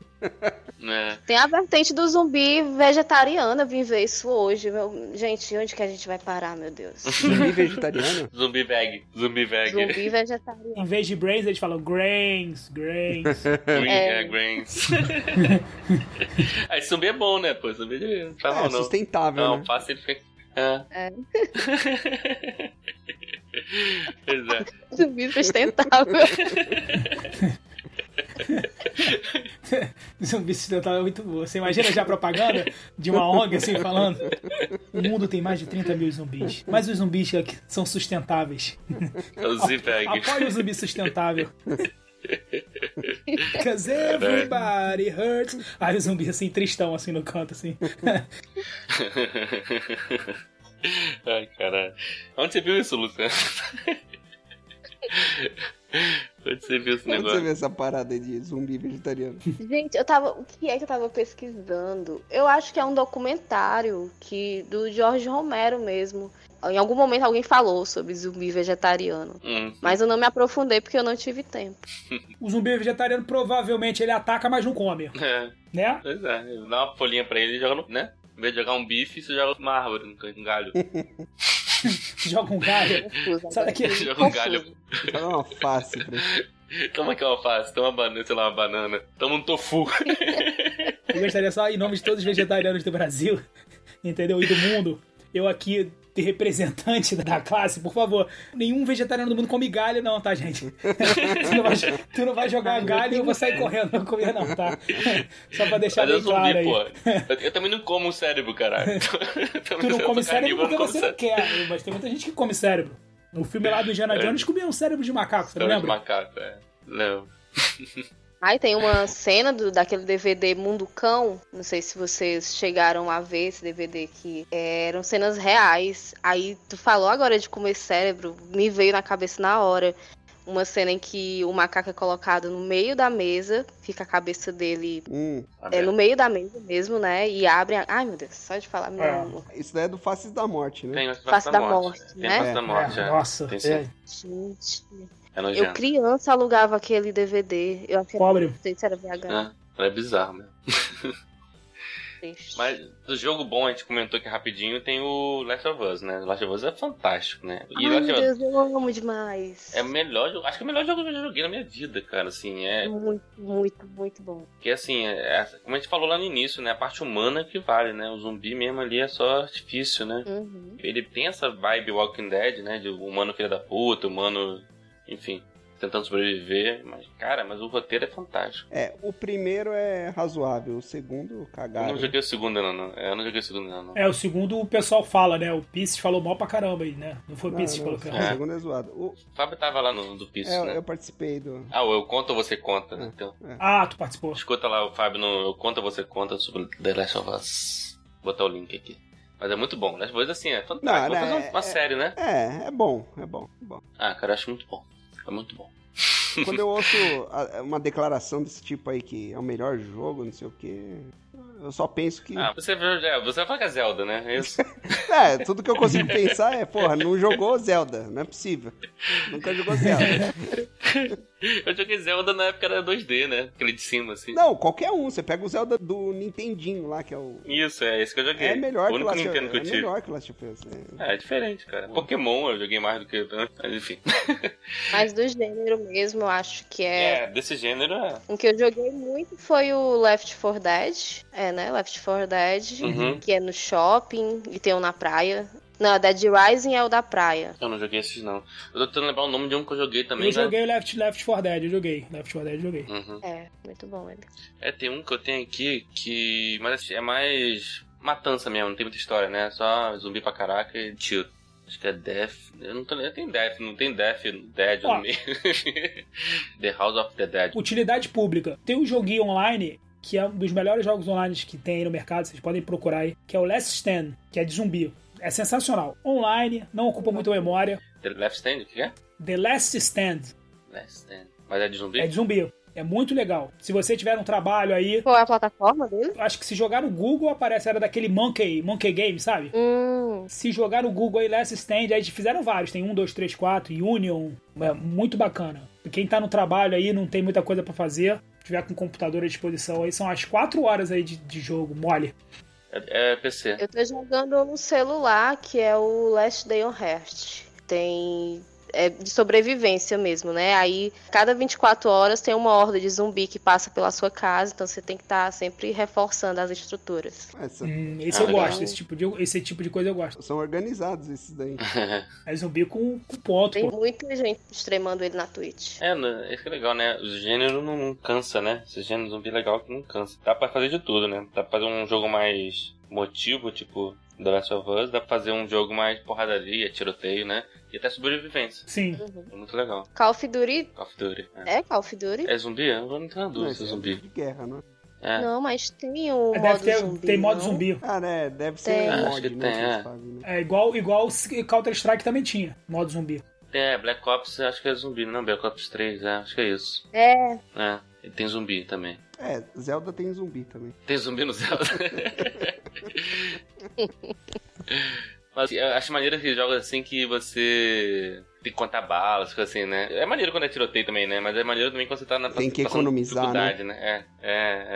né?
Tem a vertente do zumbi vegetariana, eu vim ver isso hoje. Meu... Gente, onde que a gente vai parar, meu Deus?
Zumbi vegetariano?
Zumbi veg, zumbi veg.
zumbi vegetariano.
Em vez de brains, eles falam grains, grains.
Green,
É.
é, grains. Aí zumbi é bom, né? Pô, zumbi não tá mal,
é,
não.
sustentável,
Não,
né?
passa ele fica. É.
É.
pois é.
Zumbi sustentável.
Zumbi sustentável é muito boa. Você imagina já a propaganda de uma ONG assim falando? O mundo tem mais de 30 mil zumbis, mas os zumbis aqui são sustentáveis.
É o Z-Bag.
Apoie o zumbi sustentável. Cause everybody hurts. Aí o zumbi assim, tristão, assim, no canto, assim.
Ai, caralho. Onde você viu isso, Luciano? Onde você viu esse
Onde você
negócio?
vê essa parada de zumbi vegetariano?
Gente, eu tava. O que é que eu tava pesquisando? Eu acho que é um documentário que do Jorge Romero mesmo. Em algum momento alguém falou sobre zumbi vegetariano.
Hum.
Mas eu não me aprofundei porque eu não tive tempo.
O zumbi vegetariano provavelmente ele ataca, mas não come,
É,
né?
pois é. Dá uma folhinha pra ele e joga no. né? Em vez de jogar um bife, você joga uma árvore, um galho.
Joga um galho.
Confusa, né?
Sabe
agora.
aquele-
Joga um galho.
Dá Então, é uma face pra ele.
Toma aqui é uma alface, toma uma banana, sei lá, uma banana. Toma um tofu.
Eu gostaria só, em nome de todos os vegetarianos do Brasil, entendeu? E do mundo, eu aqui, de representante da classe, por favor, nenhum vegetariano do mundo come galho, não, tá, gente? tu, não vai, tu não vai jogar galho e eu vou sair correndo, não comer, não, tá? Só pra deixar
Mas eu
bem
zumbi,
claro aí.
pô. Eu, eu também não como o cérebro, caralho. Então,
Tu não come cérebro porque você
cérebro.
não quer, mas tem muita gente que come cérebro. No filme lá do Indiana Jones comiam cérebro de macaco, você não
É. Cérebro de
lembra?
macaco, é. Não.
Aí tem uma cena do, daquele DVD Mundo Cão, não sei se vocês chegaram a ver esse DVD que eram cenas reais. Aí tu falou agora de comer cérebro, me veio na cabeça na hora uma cena em que o macaco é colocado no meio da mesa, fica a cabeça dele
Hum,
é, no meio da mesa mesmo, né? E abre, a... ai meu Deus, só de falar me dá
É.
uma-
isso daí é do Faces da Morte, né?
Tem o
Face da Morte,
Tem
né?
o face da morte,
É,
é.
nossa,
Tem sim.
gente.
É
Eu
nojento.
criança alugava aquele DVD, eu achei
pobre.
não sei se era VH.
É, é bizarro, né?
triste.
Mas do jogo bom, a gente comentou aqui rapidinho, tem o Last of Us, né? Last of Us é fantástico, né? E
Ai,
Last
meu
of Us
Deus, eu amo demais.
é o melhor jogo. Acho que é o melhor jogo que eu já joguei na minha vida, cara. Assim, é.
Muito, muito, muito bom.
Porque assim, é- é- como a gente falou lá no início, né? A parte humana que vale, né? O zumbi mesmo ali é só artifício, né?
Uhum.
Ele tem essa vibe Walking Dead, né? De humano filha da puta, humano. Enfim, tentando sobreviver. Mas, cara, mas o roteiro é fantástico.
É, o primeiro é razoável, o segundo
Eu
cagado.
não joguei o segundo, não, não. Eu não joguei o segundo, não. não.
É, o segundo o pessoal fala, né? O Pisces falou mal pra caramba aí, né? Não foi o
Não,
Pisces que
não,
falou
o
que
cara.
segundo é zoado. O-
O Fábio tava lá no do Piso,
é,
né?
eu É. participei do.
Ah, o eu conto ou você conta, né? Então,
Ah, tu participou.
escuta lá o Fábio no Eu Conto ou Você Conta sobre The Last of Us. Vou botar o link aqui. Mas é muito bom. Last of Us, assim, é fantástico.
Não,
Vou
não,
fazer uma,
é-
uma
é-
série, né?
É, é bom, é bom, é bom.
Ah, cara, eu acho muito bom. É muito bom.
Quando eu ouço a- uma declaração desse tipo aí que é o melhor jogo, não sei o quê, eu só penso que.
Ah, você, é, você vai falar que é Zelda, né? É isso.
É, tudo que eu consigo pensar é, porra, não jogou Zelda, não é possível. Nunca jogou Zelda.
eu joguei Zelda na época era 2D, né? Aquele de cima, assim.
Não, qualquer um, você pega o Zelda do Nintendinho lá, que é o.
Isso, é esse que eu joguei.
É melhor
o
que o
único
Last of
Nintendo que eu
Us. É
tive.
melhor que o Last of Us. é.
É, é diferente, cara. Pokémon eu joguei mais do que. né? Mas enfim.
Mas do gênero mesmo, eu acho que é.
É, desse gênero é.
O que eu joguei muito foi o Left 4 Dead. É, né? Left 4 Dead.
Uhum.
Que é no shopping e tem um na praia. Não, a Dead Rising é o da praia.
Eu não joguei esses, não. Eu tô tentando lembrar o nome de um que eu joguei também,
Eu
né?
joguei o Left, Left 4 Dead, eu joguei. Left 4 Dead eu joguei.
Uhum.
É, muito bom ele.
É, tem um que eu tenho aqui que. Mas é mais matança mesmo, não tem muita história, né? Só zumbi pra caraca e tiro. Acho que é Death. Eu não tô lembrando. Tem Death, não tem Death, Dead
Ó.
no meio. the House of the Dead.
Utilidade pública. Tem um joguinho online que é um dos melhores jogos online que tem aí no mercado, vocês podem procurar aí, que é o Last Stand, que é de zumbi. É sensacional. Online, não ocupa muita memória.
The Left Stand, o que é?
The Last Stand
Left Stand. Mas é de zumbi?
é de zumbi. É muito legal. Se você tiver um trabalho aí,
Qual é a plataforma dele?
acho que se jogar no Google aparece, era daquele Monkey, Monkey Game, sabe?
Hum.
Se jogar no Google aí, Last Stand, aí fizeram vários. Tem um, dois, três, quatro, Union. É muito bacana. E Quem tá no trabalho aí, não tem muita coisa pra fazer, tiver com o computador à disposição aí, são as quatro horas aí de, de jogo, mole.
É, é PC.
Eu tô jogando no celular, que é o Last Day on Earth. Tem. É de sobrevivência mesmo, né? Aí, cada 24 horas tem uma horda de zumbi que passa pela sua casa, então você tem que estar sempre reforçando as estruturas.
Essa-
Hum, esse
Ah,
eu
legal.
gosto, esse tipo, de, esse tipo de coisa eu gosto.
É, São organizados esses daí. né?
É zumbi com, com ponto,
Tem
pô.
muita gente streamando ele na Twitch.
É, né, isso que é legal, né? O gênero não, não cansa, né? Esse gênero zumbi é legal que não cansa. Dá pra fazer de tudo, né? Dá pra fazer um jogo mais motivo, tipo The Last of Us. Dá pra fazer um jogo mais porradaria, tiroteio, né? E até sobrevivência.
Sim.
Uhum.
É muito legal.
Call of Duty.
Call of Duty. É,
É Call of Duty?
é zumbi? Eu não tenho
Não,
dúvida
esse
se
é
é zumbi.
de guerra, não é?
É.
Não, mas tem o modo
É, Deve ter,
zumbi.
tem modo
não?
zumbi.
Ah, né? Deve ser
Tem.
um
Acho
mod,
que
né?
tem,
que eles
é.
fazem, né?
É igual, igual o Counter-Strike também tinha, modo zumbi.
É, Black Ops acho que é zumbi. Não, Black Ops 3, é, acho que é isso.
É,
É, e tem zumbi também.
É, Zelda tem zumbi também.
Tem zumbi no Zelda. Mas eu acho maneiro que jogos assim que você tem que contar balas, coisa assim, né? É maneiro quando é tiroteio também, né? Mas é maneiro também quando você tá na
Tem que
passando
economizar,
dificuldade, né? É,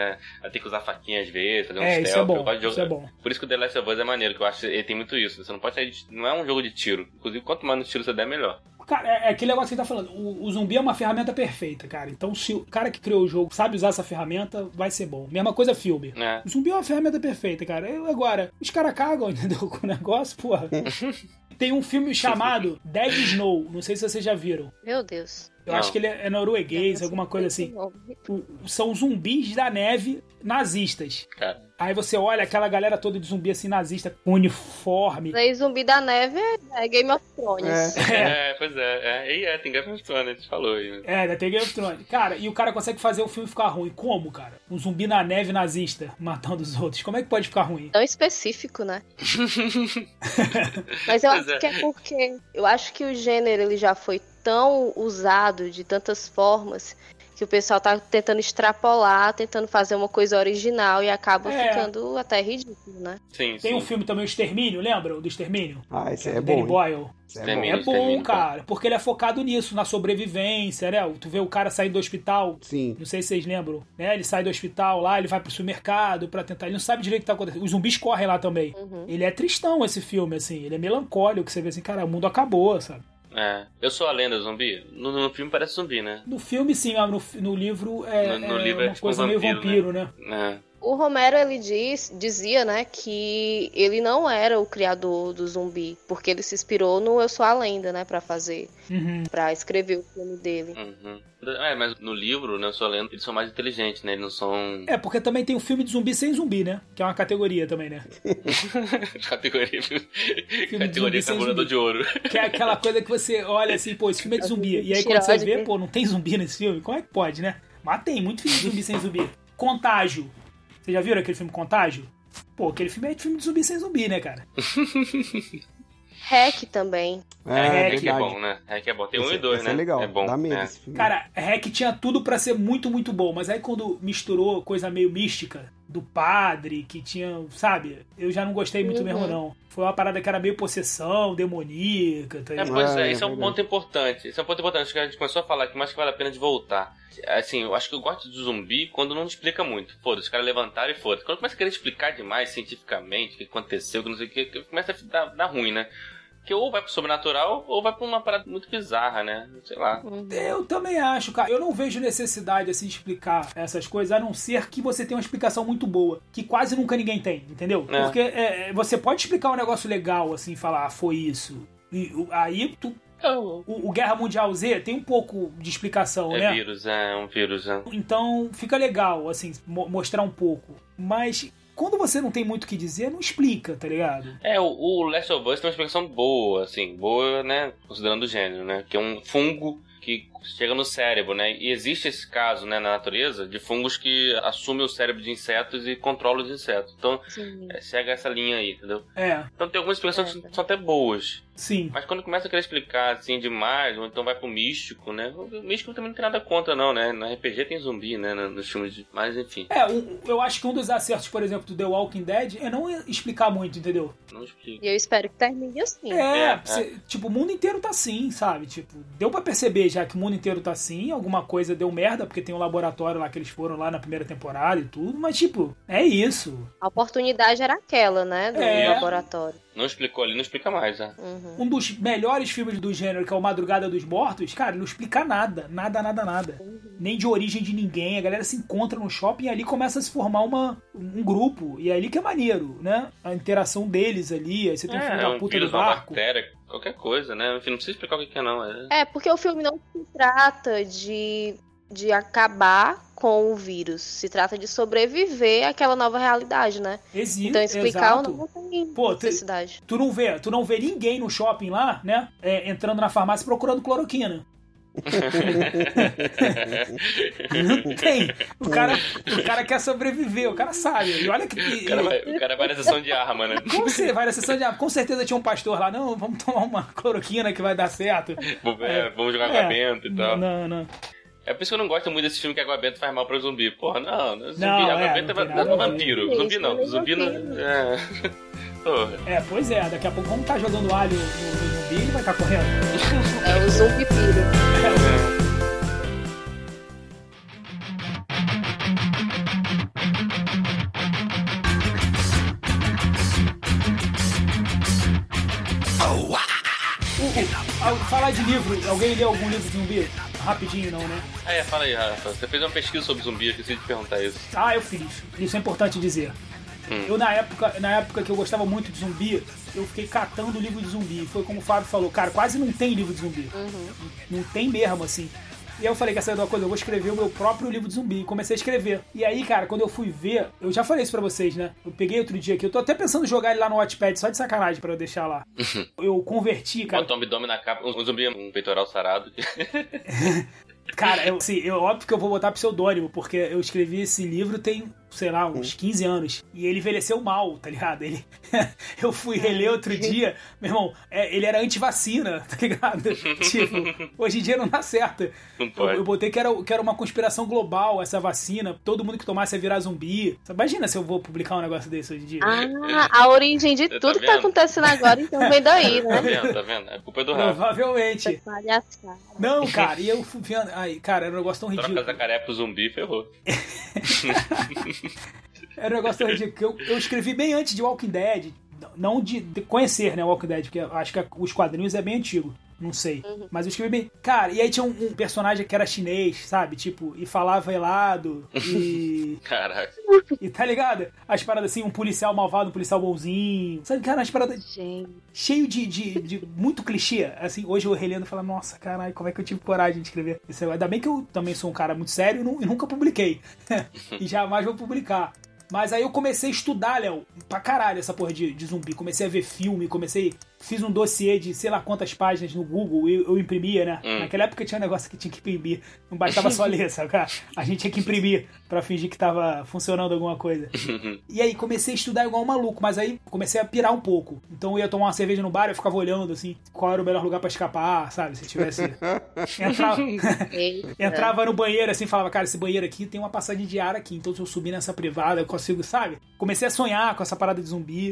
é, é. Tem que usar faquinha às vezes, fazer um
É, isso é
stealth. eu
bom.
gosto de jogo-
Isso é bom.
Por isso que o The Last of Us é maneiro, que eu acho que ele tem muito isso. Você não pode sair de... Não é um jogo de tiro. Inclusive, quanto mais tiro você der, melhor.
Cara, é, é aquele negócio que você tá falando. O, o zumbi é uma ferramenta perfeita, cara. Então, se o cara que criou o jogo sabe usar essa ferramenta, vai ser bom. Mesma coisa filme.
É.
O zumbi é uma ferramenta perfeita, cara. Eu, agora, os caras cagam, entendeu? Com o negócio, porra. Tem um filme chamado Dead Snow. Não sei se vocês já viram.
Meu Deus.
Eu
Não.
acho que ele é é norueguês, alguma coisa assim. O- São zumbis da neve nazistas.
Cara,
Aí você olha aquela galera toda de zumbi assim nazista, com uniforme.
Daí Zumbi da Neve é é Game of Thrones.
é, pois é. É, e é tem Game of Thrones, a gente falou aí.
É, ainda tem Game of Thrones. Cara, e o cara consegue fazer o filme ficar ruim. Como, cara? Um zumbi na neve nazista matando os outros. Como é que pode ficar ruim?
Tão específico, né? Mas eu
Pois
acho
é.
que é porque eu acho que o gênero ele já foi tão usado de tantas formas que o pessoal tá tentando extrapolar, tentando fazer uma coisa original e acaba
É.
ficando até ridículo, né?
Sim,
Tem
sim.
um filme também, o Extermínio, lembra? O do Extermínio?
Ah, esse é
Do Danny
bom. hein?
Boyle.
Esse é
Tem
bom.
mesmo.
É
Extermínio,
bom,
Extermínio,
cara, porque ele é focado nisso, na sobrevivência, né? Tu vê o cara saindo do hospital,
Sim.
não sei se vocês lembram, né? Ele sai do hospital lá, ele vai pro supermercado pra tentar. Ele não sabe direito o que tá acontecendo. Os zumbis correm lá também. Ele é tristão esse filme, assim. Ele é melancólico. Você vê assim, cara, o mundo acabou, sabe?
É. Eu sou a lenda zumbi? No, no filme parece zumbi, né?
No filme, sim, mas no, fi- no livro é,
No- no
é
livro é
uma
tipo
coisa
um
meio
vampiro,
vampiro, né?
É.
O Romero ele diz, dizia, né, que ele não era o criador do zumbi, porque ele se inspirou no Eu Sou a Lenda, né, Pra fazer,
Uhum.
pra escrever o filme dele.
Uhum. É, mas no livro, né, eu sou a lenda, eles são mais inteligentes, né? Eles não são
É, porque também tem o filme de zumbi sem zumbi, né? Que é uma categoria também, né?
categoria
zumbi
categoria
sem
tabulador
zumbi.
de ouro.
Que é aquela coisa que você olha assim, pô, esse filme é de zumbi. E aí quando você vê, pô, não tem zumbi nesse filme? Como é que pode, né? Mas tem muito filme de zumbi sem zumbi. Contágio. Vocês já viram aquele filme Contágio? Pô, aquele filme é de filme de zumbi sem zumbi, né, cara?
Hack também.
É,
É,
Hack é
verdade.
bom, né? Hack é bom. Tem um
Esse-
e dois,
esse
né?
é legal.
É bom.
Dá medo
É.
esse filme.
Cara, Hack tinha tudo pra ser muito, muito bom, mas aí quando misturou coisa meio mística do padre, que tinha, sabe? Eu já não gostei muito
Uhum.
mesmo, não. Foi uma parada que era meio possessão, demoníaca, tá
É,
ligado?
pois
Ah,
é,
é
isso é um
verdade.
ponto importante. Isso é um ponto importante. Acho que a gente começou a falar que mais que vale a pena de voltar. Assim, eu acho que eu gosto do zumbi quando não explica muito. Foda, os caras levantaram e foda. Quando começa a querer explicar demais cientificamente o que aconteceu, que não sei o que, que começa a dar, dar ruim, né? Porque ou vai pro sobrenatural ou vai pra uma parada muito bizarra, né? Sei lá.
Eu também acho, cara. Eu não vejo necessidade assim de explicar essas coisas, a não ser que você tenha uma explicação muito boa, que quase nunca ninguém tem, entendeu?
É.
Porque é, é, você pode explicar um negócio legal, assim, falar, ah, foi isso. E o- aí tu- o, o Guerra Mundial Z tem um pouco de explicação,
É
né?
vírus, é um vírus. É.
Então fica legal, assim, mo- mostrar um pouco. Mas quando você não tem muito o que dizer, não explica, tá ligado?
É, o, o Last of Us tem uma explicação boa, assim, boa, né? Considerando o gênero, né? Que é um fungo que chega no cérebro, né? E existe esse caso, né, na natureza, de fungos que assumem o cérebro de insetos e controlam os insetos. Então,
Sim.
é, chega essa linha aí, entendeu?
É,
Então, tem algumas explicações que são até boas.
sim.
Mas quando começa a querer explicar, assim, demais, ou então vai pro místico, né? O místico também não tem nada contra, não, né? No RPG tem zumbi, né? no- Nos filmes de... Mas, enfim,
É, um- eu acho que um dos acertos, por exemplo, do The Walking Dead é não explicar muito, entendeu?
não explica.
E eu espero que termine assim.
É,
É,
cê- tipo, o mundo inteiro tá assim, sabe? Tipo, deu pra perceber já que o mundo inteiro tá assim, alguma coisa deu merda, porque tem um laboratório lá que eles foram lá na primeira temporada e tudo, mas tipo, é isso.
A oportunidade era aquela, né? Do
É.
laboratório.
Não explicou ali, não explica mais, né?
Uhum.
Um dos melhores filmes do gênero, que é o Madrugada dos Mortos, cara, não explica nada, nada, nada, nada. Nem de origem de ninguém, a galera se encontra no shopping e ali começa a se formar uma, um grupo, e é ali que é maneiro, né? A interação deles ali, aí você tem o filho
É,
da
um
puta
vírus,
do
uma
barco.
bactéria, qualquer coisa, né? Enfim, não precisa explicar o que que é, não. É...
É, porque o filme não se trata de, de acabar com o vírus. Se trata de sobreviver àquela nova realidade, né?
Existe,
Então explicar
exato.
não tem
Pô, tem-
necessidade.
Tu não vê, tu não vê ninguém no shopping lá, né? é, entrando na farmácia procurando cloroquina.
Uhum.
Não tem. O cara, o cara quer sobreviver, o cara sabe. E olha que.
O cara, vai, o cara vai na sessão de arma, né?
Como você vai na sessão de arma? Com certeza tinha um pastor lá. Não, vamos tomar uma cloroquina que vai dar certo.
Vamos, é, vamos jogar
É.
água benta e tal.
Não, não.
É por isso que eu não gosto muito desse filme que água benta faz mal pra zumbi. Porra, não, não é zumbi.
Não,
água
é,
benta
não
vai
tem
dar
nada a ver.
vampiro. Zumbi
Isso,
não.
nem
Zumbi não.
vampiro.
É. torre.
É, pois é, daqui a pouco vamos estar jogando alho no, no zumbi e ele vai estar correndo.
É o zumbi piro.
O- o- ao falar de livro, alguém leu algum livro de zumbi? Rapidinho não, né?
Ah, é, fala aí, Rafa. Você fez uma pesquisa sobre zumbi, eu esqueci de perguntar isso.
Ah, eu fiz. Isso é importante dizer. Eu na época, na época que eu gostava muito de zumbi, eu fiquei catando livro de zumbi. Foi como o Fábio falou, cara, quase não tem livro de zumbi. Não tem mesmo, assim. E aí eu falei, quer saber de uma coisa? Eu vou escrever o meu próprio livro de zumbi. E Comecei a escrever. E aí, cara, quando eu fui ver, eu já falei isso pra vocês, né? Eu peguei outro dia aqui, eu tô até pensando em jogar ele lá no Watchpad, só de sacanagem pra eu deixar lá. eu converti, cara.
Bota um abdômen na capa, um zumbi, um peitoral sarado.
Cara, eu, assim, eu, óbvio que eu vou botar pseudônimo, porque eu escrevi esse livro tem, sei lá, uns 15 anos. E ele envelheceu mal, tá ligado? Ele, eu fui reler outro dia, meu irmão, é, ele era antivacina, tá ligado? tipo, hoje em dia não dá certo.
Não
Eu,
pode.
eu botei que era, que era uma conspiração global essa vacina, todo mundo que tomasse ia virar zumbi. Imagina se eu vou publicar um negócio desse hoje em dia.
Ah, a origem de
Tá
tudo que tá
vendo?
acontecendo agora, então vem daí,
Tá
né?
vendo? Tá vendo? A culpa é do Rafa.
Provavelmente.
É.
Palhaçada.
Não, cara, e eu fui vendo. Ai, cara, era um negócio tão
Troca
ridículo.
jacaré pro zumbi, ferrou.
Era um negócio tão ridículo. que Eu, eu escrevi bem antes de Walking Dead. Não de, de conhecer, né, Walking Dead, porque eu acho que os quadrinhos é bem antigo. Não sei. Mas eu escrevi bem. Cara, e aí tinha um, um personagem que era chinês, sabe? Tipo, e falava helado. E.
Caraca.
e tá ligado? As paradas assim, um policial malvado, um policial bonzinho. Sabe, cara, as paradas
Gente,
cheio de, de, de muito clichê. Assim, hoje eu relendo e falo, nossa, caralho, como é que eu tive coragem de escrever isso? aí? Ainda bem que eu também sou um cara muito sério e nu- e nunca publiquei. e jamais vou publicar. Mas aí eu comecei a estudar, Léo, pra caralho essa porra de, de zumbi. Comecei a ver filme, comecei. Fiz um dossiê de sei lá quantas páginas no Google, eu, eu imprimia, né?
Hum.
Naquela época tinha um negócio que tinha que imprimir. Não bastava só ler, sabe? cara? A gente tinha que imprimir pra fingir que tava funcionando alguma coisa. E aí comecei a estudar igual um maluco, mas aí comecei a pirar um pouco. Então eu ia tomar uma cerveja no bar, eu ficava olhando assim, qual era o melhor lugar pra escapar, sabe? Se tivesse. Entrava,
eita.
entrava no banheiro assim, falava, cara, esse banheiro aqui tem uma passagem de ar aqui, então se eu subir nessa privada, eu consigo, sabe? Comecei a sonhar com essa parada de zumbi.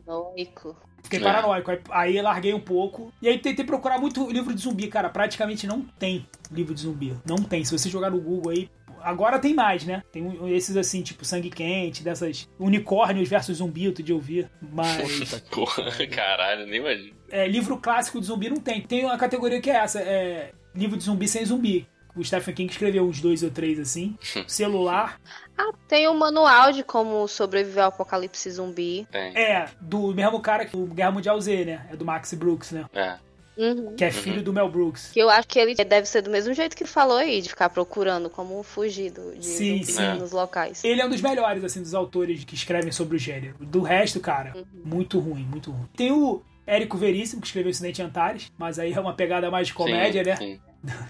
Paranoico.
Fiquei
É.
paranoico. Aí, aí larguei um pouco. E aí tentei procurar muito livro de zumbi, cara. Praticamente não tem livro de zumbi. Não tem. Se você jogar no Google aí. Agora tem mais, né? Tem um- esses assim, tipo Sangue Quente, dessas. Unicórnios versus zumbi, outro dia eu vi. Mas.
Porra, caralho, nem imagino.
é, livro clássico de zumbi não tem. Tem uma categoria que é essa: é, livro de zumbi sem zumbi. O Stephen King escreveu uns dois ou três assim. Celular.
Ah, tem um manual de como sobreviver ao apocalipse zumbi.
Tem.
É, do mesmo cara que o Guerra Mundial Z, né? É do Max Brooks, né?
É.
Uhum.
Que é filho do Mel Brooks.
Que eu acho que ele deve ser do mesmo jeito que ele falou aí, de ficar procurando como fugir do, de
Sim,
zumbi
sim.
nos locais.
Ele é um dos melhores, assim, dos autores que escrevem sobre o gênero. Do resto, cara,
Uhum.
muito ruim, muito ruim. Tem o Érico Veríssimo, que escreveu Incidente em Antares, mas aí é uma pegada mais de comédia,
Sim,
né?
sim.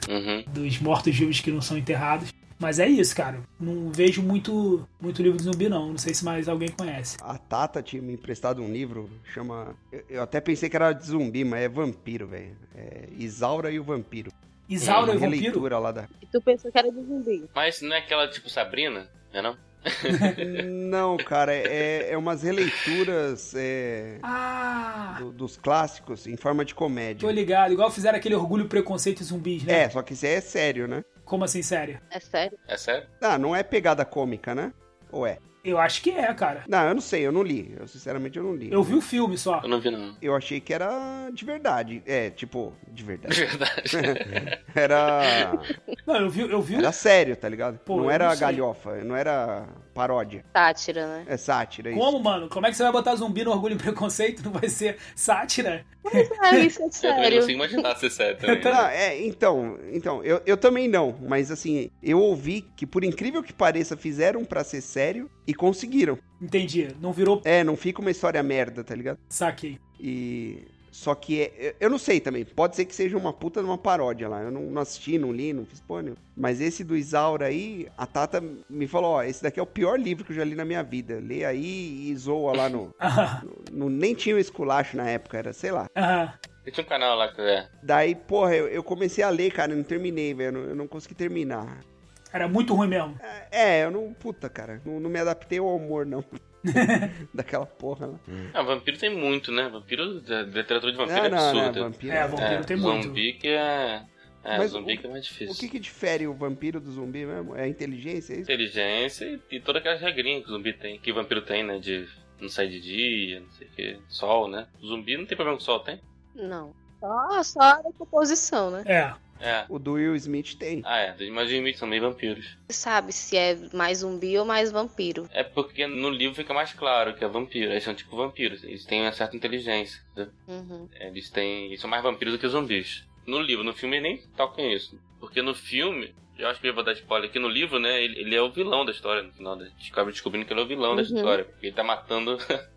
Uhum.
Dos mortos-vivos que não são enterrados. Mas é isso, cara. Não vejo muito, muito livro de zumbi, não. Não sei se mais alguém conhece.
A Tata tinha me emprestado um livro, chama. Eu, eu até pensei que era de zumbi, mas é vampiro, velho. É Isaura e o Vampiro.
Isaura e o
Uma
Vampiro?
releitura lá da.
E tu pensou que era de zumbi.
Mas não é aquela tipo Sabrina, né não?
Não, cara, é, é umas releituras é,
Ah!
do- dos clássicos em forma de
Tô
comédia.
ligado. Igual fizeram aquele Orgulho, Preconceito e Zumbis, né?
É, só que isso aí é sério, né?
Como assim, sério?
É sério?
É sério?
Ah, não é pegada cômica, né? Ou é?
Eu acho que é, cara.
Não, eu não sei, eu não li. Eu sinceramente eu não li.
Eu vi o filme só.
Eu não vi, não.
Eu achei que era de verdade. É, tipo,
De
de verdade.
verdade.
Era.
Não, eu vi, eu vi o
Era sério, tá ligado?
Pô, eu
não era
não sei.
galhofa, não era paródia.
Sátira, né?
É sátira, isso.
Como, mano? Como é que você vai botar zumbi no Orgulho e Preconceito? Não vai ser sátira?
É, isso é
Eu também não
sério.
consigo imaginar ser sério também. né?
Tá.
Ah, é, então, então, eu, eu também não, mas assim, eu ouvi que, por incrível que pareça, fizeram pra ser sério e conseguiram.
Entendi. Não virou
É, não fica uma história merda, tá ligado?
saque.
E. Só que é. eu- Eu não sei também. Pode ser que seja uma puta de uma paródia lá. Eu não, não assisti, não li, não fiz pô, nenhum. Mas esse do Isaura aí, a Tata me falou: ó, esse daqui é o pior livro que eu já li na minha vida. Lê aí e zoa lá no.
Aham,
no- nem tinha o esculacho na época, era, sei lá.
aham.
Eu tinha um canal lá que é.
Daí, porra, eu, eu comecei a ler, cara, eu não terminei, velho. Eu, não- eu não consegui terminar.
Era muito ruim mesmo.
É, eu não. Puta, cara, não, não me adaptei ao humor, não. Daquela porra lá.
Ah, vampiro tem muito, né? Vampiro, a literatura de vampiro
Ah, Não,
é
não, não,
absurda.
vampiro.
É, vampiro tem muito.
Zumbi que é. É,
Mas
zumbi
o-
que é mais difícil.
O que que difere o vampiro do zumbi mesmo? É a inteligência, é isso?
Inteligência e, e todas aquelas regrinhas que o zumbi tem, que o vampiro tem, né? De não sair de dia, não sei o que. Sol, né? O zumbi não tem problema com sol, tem?
Não. Só, só a decomposição, né?
É.
É.
O do Will Smith tem.
Ah, é. Mas os inimigos são meio vampiros.
Você sabe se é mais zumbi ou mais vampiro.
É porque no livro fica mais claro que é vampiro. Eles são tipo vampiros. Eles têm uma certa inteligência. entendeu?
Uhum.
Eles têm. Eles são mais vampiros do que zumbis. No livro, no filme nem tocam isso. Porque no filme, eu acho que eu vou dar spoiler aqui no livro, né? Ele, ele é o vilão da história no final. né? Descobre descobrindo que ele é o vilão da
Uhum.
história. Porque ele tá matando.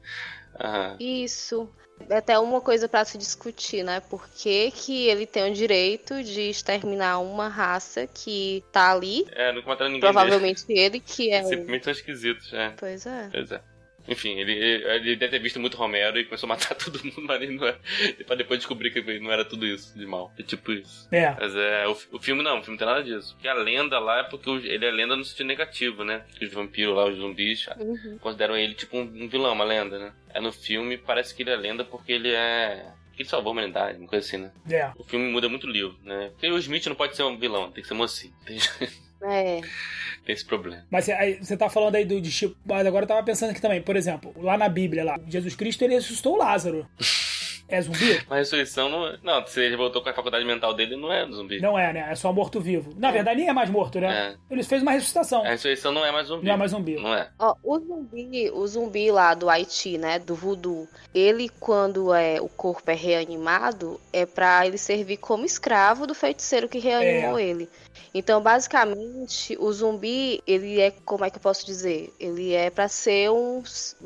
Aham.
Isso. É até uma coisa pra se discutir, né? Por que, que ele tem o direito de exterminar uma raça que tá ali?
É, nunca mataram ninguém. dele.
Provavelmente ele, que é. o-
Simplesmente são esquisitos, é.
Pois é.
Pois é. Enfim, ele, ele deve ter visto muito Romero e começou a matar todo mundo, mas ele não era, pra depois descobrir que ele não era tudo isso de mal. É tipo isso.
É.
Mas é, o, fi- o filme não, o filme não tem nada disso. Porque a lenda lá é porque os- ele é lenda no sentido negativo, né? Que os vampiros lá, os zumbis, ah,
Uhum.
consideram ele tipo um, um vilão, uma lenda, né? É no filme, parece que ele é lenda porque ele é. que ele salvou a humanidade, uma coisa assim, né?
É.
O filme muda muito o livro, né? Porque o Smith não pode ser um vilão, tem que ser mocinho. Tem,
É.
tem esse problema.
Mas você- aí você tá falando aí do de Chico. Mas agora eu tava pensando aqui também, por exemplo, lá na Bíblia, lá, Jesus Cristo ele ressuscitou o Lázaro. É zumbi?
Mas a ressurreição não é. Não, se ele voltou com a faculdade mental dele, não é zumbi.
Não é, né? É só morto-vivo. Na verdade, nem é mais morto, né?
É.
Ele fez uma ressuscitação.
A ressurreição não é mais zumbi.
Não é mais zumbi.
Não é.
Ó, o zumbi, o zumbi lá do Haiti, né, do voodoo, ele quando é o corpo é reanimado, é pra ele servir como escravo do feiticeiro que reanimou ele. Então, basicamente, o zumbi, ele é, como é que eu posso dizer? Ele é pra ser um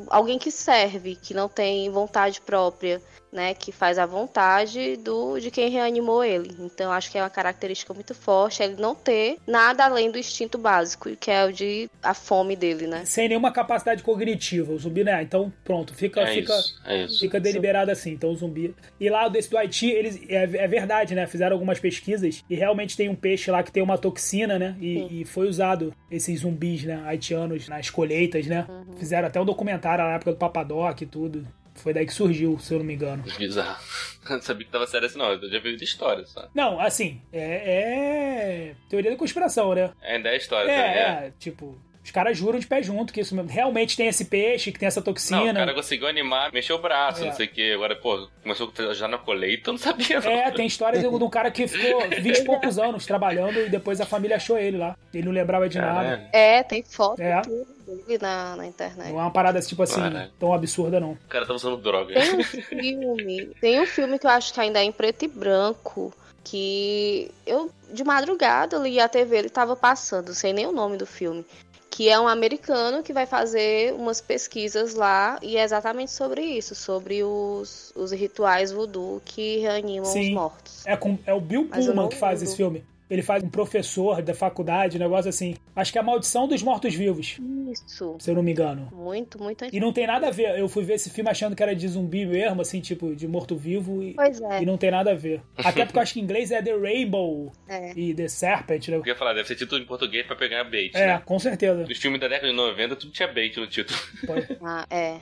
alguém que serve, que não tem vontade própria, né, que faz a vontade do de quem reanimou ele. Então, acho que é uma característica muito forte é ele não ter nada além do instinto básico, que é o de a fome dele, né?
Sem nenhuma capacidade cognitiva. O zumbi, né? Então, pronto, fica.
É
fica...
isso. É isso.
Fica deliberado assim, então o zumbi. E lá desse do Haiti, eles. É, é verdade, né? Fizeram algumas pesquisas e realmente tem um peixe lá que tem uma toxina, né? E,
Sim.
e foi usado esses zumbis, né? Haitianos nas colheitas, né? Fizeram até um documentário na época do Papadoc e tudo. Foi daí que surgiu, se eu não me engano.
Bizarro. Eu não sabia que tava sério assim, não. Eu já vi de história só.
Não, assim, é. é Teoria da conspiração, né?
Ainda é história,
É,
também.
é, tipo. Os caras juram de pé junto que isso mesmo. Realmente tem esse peixe, que tem essa
Não,
toxina.
o cara conseguiu animar, mexeu o braço,
É.
não sei o que. Agora, pô, começou já na colheita, eu não sabia. não.
É, tem história de, de um cara que ficou 20 e poucos anos trabalhando e depois a família achou ele lá. Ele não lembrava de nada.
Caralho.
É, tem foto
É.
e tudo dele na, na internet.
Não é uma parada tipo assim,
Caralho.
tão absurda, não.
O cara tá usando droga.
É.
Tem um filme, tem um filme que eu acho que ainda é em preto e branco, que eu de madrugada eu liguei a TV, ele tava passando, sem nem o nome do filme, que é um americano que vai fazer umas pesquisas lá e é exatamente sobre isso, sobre os, os rituais voodoo que reanimam
Sim.
os mortos.
É, com, é o Bill
Mas eu
Pullman
não
que faz
lembro.
esse filme. Ele faz um professor da faculdade, um negócio assim. Acho que é a maldição dos mortos-vivos,
Isso.
se eu não me engano.
Muito, muito
É. E
antigo.
não tem nada a ver. Eu fui ver esse filme achando que era de zumbi mesmo, assim, tipo, de morto-vivo. E,
Pois é.
e não tem nada a ver. Até porque eu acho que em inglês é The Rainbow
É.
e The Serpent, né?
Eu ia falar, deve ser título em português pra pegar bait,
É,
né?
com certeza.
Nos filmes da década de 90, tudo tinha bait no título.
Pode-
Ah, é.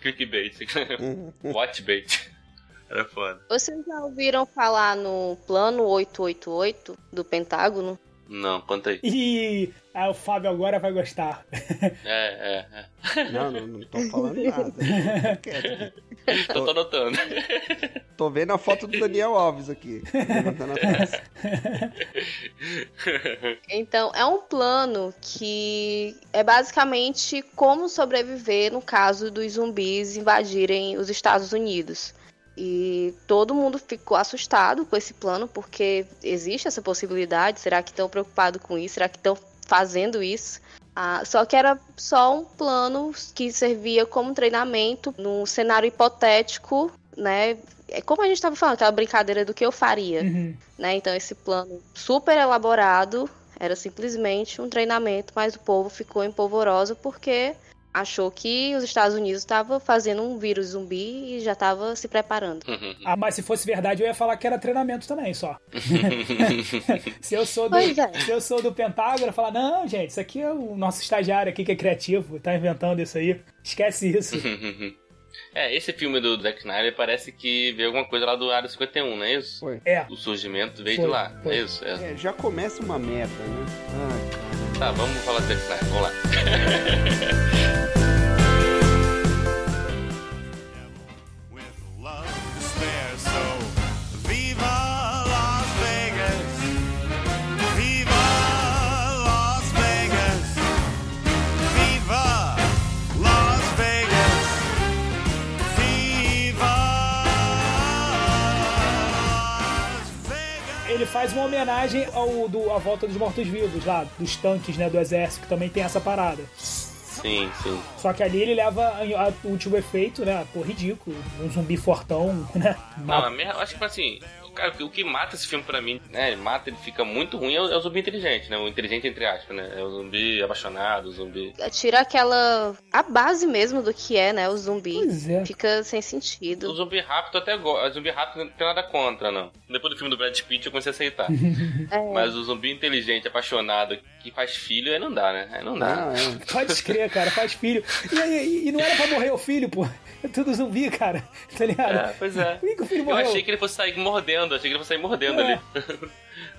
Clickbait.
Hum.
Watch bait. Era foda.
Vocês já ouviram falar no plano 888 do Pentágono?
Não, conta aí.
E ah, o Fábio agora vai gostar.
É, é, é.
Não, não, não tô falando nada. Tô quieto.
Tô, tô anotando.
Tô vendo a foto do Daniel Alves aqui. Levantando a taça.
Então, é um plano que é basicamente como sobreviver no caso dos zumbis invadirem os Estados Unidos. E todo mundo ficou assustado com esse plano, porque existe essa possibilidade. Será que estão preocupados com isso? Será que estão fazendo isso? Ah, só que era só um plano que servia como treinamento num cenário hipotético, né? É como a gente estava falando, aquela brincadeira do que eu faria
Uhum.
né? Então esse plano super elaborado era simplesmente um treinamento, mas o povo ficou em polvorosa porque achou que os Estados Unidos estavam fazendo um vírus zumbi e já estava se preparando.
Ah, mas se fosse verdade, eu ia falar que era treinamento também, só. se, eu sou do,
Pois é.
se eu sou do Pentágono, eu ia falar, não, gente, isso aqui é o nosso estagiário aqui que é criativo, tá inventando isso aí. Esquece isso.
É, esse filme do Zack Snyder parece que veio alguma coisa lá do Área 51, não é isso?
Foi.
É.
O surgimento veio
Foi,
de lá,
foi.
é isso? É.
É, já começa uma merda, né? Ai, cara.
Tá, vamos falar do Zack Snyder, vamos lá.
with love despair. So, Viva Las Vegas! Viva Las Vegas! Viva Las Vegas! Viva Las Vegas!
Ele faz uma homenagem ao do A Volta dos Mortos-Vivos, lá, dos tanques, né, do exército, que também tem essa parada.
Sim, sim.
Só que ali ele leva a- a- o último efeito, né? Pô, ridículo. Um zumbi fortão, né?
Não, a minha, eu acho que tipo assim, o cara, o que mata esse filme pra mim, né? Ele mata, ele fica muito ruim, é o, é o zumbi inteligente, né? O inteligente entre aspas, né? É o zumbi apaixonado, o zumbi.
Tira aquela. a base mesmo do que é, né? O zumbi.
Pois é.
Fica sem
O
sentido.
zumbi rápido eu até gosta. O zumbi rápido eu não tem nada contra, não. Depois do filme do Brad Pitt eu comecei a aceitar.
É,
Mas o zumbi inteligente, apaixonado, que faz filho, aí não dá, né? Aí não dá.
Não, é.
Pode crer, cara, faz filho. E, aí, e não era pra morrer o filho, pô. É tudo zumbi, cara. Tá ligado?
É, pois é.
Por que que o filho
Eu
morreu?
achei que ele fosse sair mordendo, achei que ele fosse sair mordendo
É.
ali.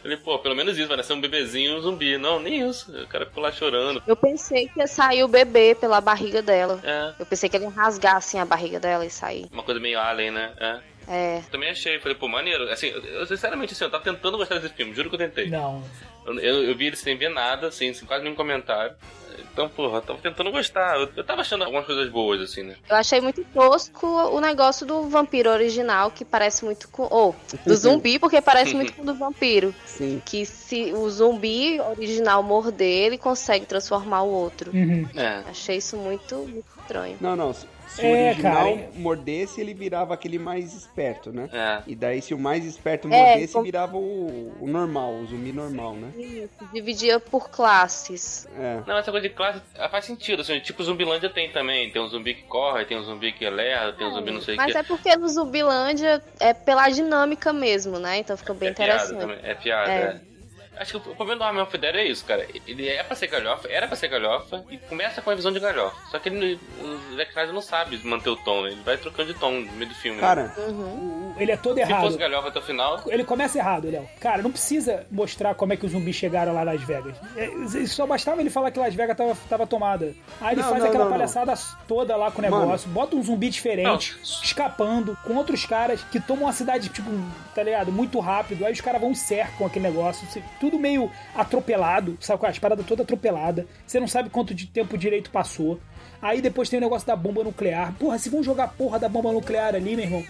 Falei, pô, pelo menos isso, vai nascer um bebezinho e um zumbi. Não, nem isso. O cara ficou lá chorando.
Eu pensei que ia sair o bebê pela barriga dela.
É,
Eu pensei que ele ia rasgar assim a barriga dela e sair.
uma coisa meio alien, né? É.
É.
Também achei, falei, pô, maneiro. Assim, eu, eu, sinceramente, assim, eu tava tentando gostar desse filme, juro que eu tentei.
Não.
Eu, eu- eu vi ele sem ver nada, assim, sem quase nenhum comentário. Então, porra, eu tava tentando gostar. Eu, eu tava achando algumas coisas boas, assim, né?
Eu achei muito tosco o negócio do vampiro original, que parece muito com. Ou,
Uhum.
do zumbi, porque parece muito com o do vampiro.
Sim.
Que se o zumbi original morder, ele consegue transformar o outro.
Uhum.
É.
Achei isso muito, muito estranho.
Não, não. Se se o
É, cara,
original
ele-
mordesse, ele virava aquele mais esperto, né?
É.
E daí, se o mais esperto
É,
mordesse,
com-
virava o, o normal, o zumbi normal, né?
Dividia por classes.
É.
Não, essa coisa de classe ela faz sentido, assim, tipo Zumbilândia tem também. Tem um zumbi que corre, tem um zumbi que é lerdo, tem um zumbi não sei o
Mas
que.
é porque no Zumbilândia é pela dinâmica mesmo, né? Então fica bem
é
interessante.
Piada também, é piada,
É.
é. Acho que o problema do Armin of Dead é isso, cara. Ele é pra ser galhofa, era pra ser galhofa, e começa com a visão de galhofa. Só que ele, o Zack Snyder não sabe manter o tom, né? ele vai trocando de tom no meio do filme. né?
Cara,
Ele é todo
se fosse
errado.
galhofa até o final, tá
Ele começa errado, Léo. Cara, não precisa mostrar como é que os zumbis chegaram lá nas Vegas. É, isso Só bastava ele falar que Las Vegas tava, tava tomada. Aí ele
Não,
faz
não,
aquela
não, não.
palhaçada toda lá com o
Mano.
negócio, bota um zumbi diferente,
Não.
escapando, com outros caras que tomam a cidade, tipo, tá ligado? Muito rápido. Aí os caras vão e cercam aquele negócio. se- Tudo meio atropelado, sabe? Com as paradas toda atropelada. Você não sabe quanto de tempo direito passou. Aí depois tem o negócio da bomba nuclear. Porra, se vão jogar a porra da bomba nuclear ali, meu irmão.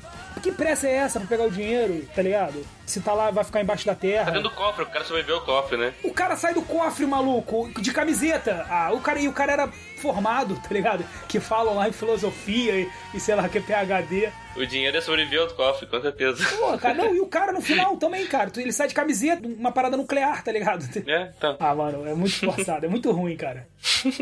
Que pressa é essa pra pegar o dinheiro, tá ligado? Se tá lá, vai ficar embaixo da
tá
terra.
dentro do cofre, o cara sobreviveu ao cofre, né?
O cara sai do cofre, maluco, de camiseta. Ah, o cara, e o cara era formado, tá ligado? Que falam lá em filosofia e, e sei lá, que é PHD.
O dinheiro é sobreviver ao cofre, com certeza.
Pô, cara, não, e o cara no final também, cara. tu- Ele sai de camiseta, uma parada nuclear, tá ligado?
né? Então.
Ah, mano, é muito forçado, é muito ruim, cara.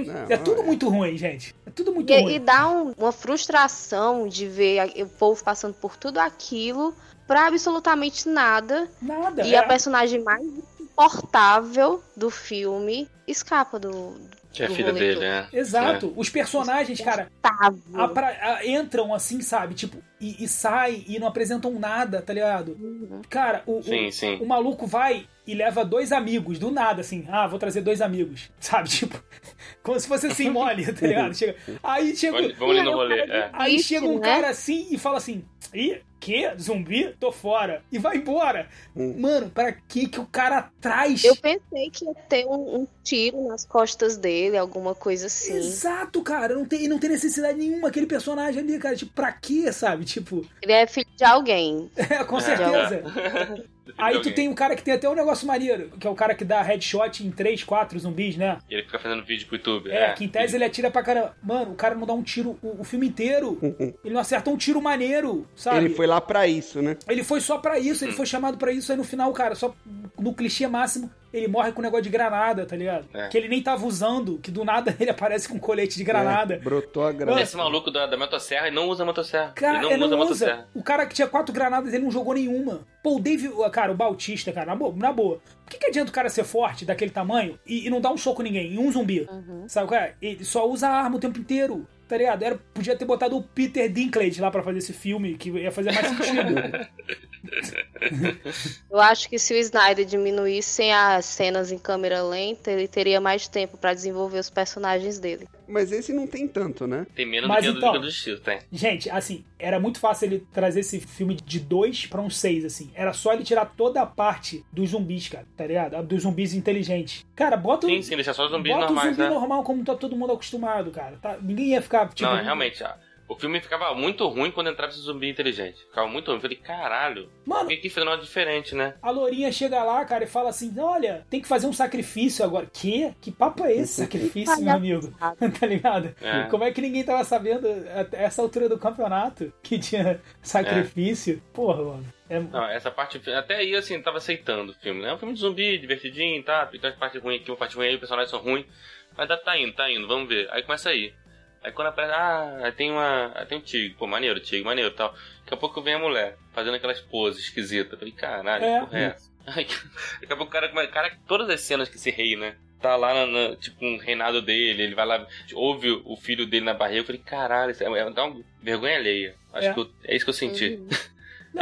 não,
É tudo muito ruim, gente. É tudo muito
E, e
ruim.
dá um- uma frustração de ver a- o povo passando por tudo aquilo pra absolutamente nada.
Nada.
um E
é-
a personagem mais insuportável do filme escapa do.
Que é a
do
filha
rolê
dele,
todo. Tá,
né?
Exato. Os personagens, cara,
Insuportável.
a pra- a- entram assim, sabe? Tipo, e, e saem e não apresentam nada, tá ligado? Cara, o,
É.
o-
Sim, sim.
o maluco vai e leva dois amigos, do nada, assim. Ah, vou trazer dois amigos. Sabe? Tipo, como se fosse assim, mole, tá ligado? Chega- aí chega.
Vamos vamos ali no
Não,
rolê.
cara,
É.
Aí
Triste,
chega um
né?
cara assim e fala assim: Ih, que? Zumbi? Tô fora. E vai embora. Mano, pra que que o cara traz?
Eu pensei que ia ter um, um tiro nas costas dele, alguma coisa assim.
Exato, cara. Não tem, não tem necessidade nenhuma aquele personagem ali, cara. Tipo, pra quê, sabe? Tipo,
Ele é filho de alguém.
é, com
É.
certeza. Aí tu
Alguém.
tem um cara que tem até um negócio maneiro, que é o cara que dá headshot em 3, 4 zumbis, né?
E ele fica fazendo vídeo pro YouTube.
É, que em tese ele atira pra caramba. Mano, o cara não dá um tiro o, o filme inteiro. Ele não acerta um tiro maneiro, sabe?
Ele foi lá pra isso, né?
Hum.
Ele foi só pra isso, ele foi chamado pra isso, aí no final, cara, só no clichê máximo, ele morre com um negócio de granada, tá ligado?
É.
Que ele nem tava usando, que do nada ele aparece com um colete de granada.
É, brotou a granada.
Esse maluco da, da motosserra, ele não usa motosserra.
Cara,
ele não
ele
usa
não
motosserra.
usa. O cara que tinha quatro granadas, ele não jogou nenhuma. Pô, o Dave, cara, o Bautista, cara, na boa. Na boa. Por que, que adianta o cara ser forte daquele tamanho e, e não dar um soco em ninguém, em um zumbi? Sabe qual é? Ele só usa a arma o tempo inteiro. Tá ligado? Era, podia ter botado o Peter Dinklage lá pra fazer esse filme, que ia fazer mais sentido.
Eu acho que se o Snyder diminuísse as cenas em câmera lenta, ele teria mais tempo pra desenvolver os personagens dele.
Mas esse não tem tanto, né?
Tem menos
Mas
do que
então-
o do Justiça, tem.
Gente, assim, era muito fácil ele trazer esse filme de dois pra um seis, assim. Era só ele tirar toda a parte dos zumbis, cara, tá ligado? Dos zumbis inteligentes. Cara, bota o.
Sim, sim, deixa só os zumbis
Bota o
normais,
zumbi
né?
normal como tá todo mundo acostumado, cara. Tá, ninguém ia ficar, tipo...
Não, é realmente, ó, o filme ficava muito ruim quando entrava esse zumbi inteligente. Ficava muito ruim. Eu Falei, caralho,
Mano,
por que que final diferente, né?
a lourinha chega lá, cara, e fala assim, olha, tem que fazer um sacrifício agora. Quê? Que papo é esse sacrifício, meu amigo? tá ligado?
É.
Como é que ninguém tava sabendo, a essa altura do campeonato, que tinha sacrifício? Porra, mano. É...
É. Não, essa parte, até aí, assim, tava aceitando o filme, né? É um filme de zumbi, divertidinho, tá? Tem umas partes ruins aqui, uma parte ruim aí, os personagens são ruins. Mas tá, tá indo, tá indo, vamos ver. Aí começa aí. Aí quando aparece, ah, aí tem uma. Aí tem um tigre, pô, maneiro, tigre, maneiro e tal. Daqui a pouco vem a mulher, fazendo aquelas poses esquisitas. Eu Falei, caralho,
É.
que porra é essa? Aí, daqui a pouco o cara, come- cara, todas as cenas que esse rei, né? Tá lá, na, na- tipo, um reinado dele, ele vai lá, ouve o filho dele na barriga. Eu falei, caralho, isso é, é, dá uma vergonha alheia. Acho
É.
que eu- é isso que eu senti.
Não,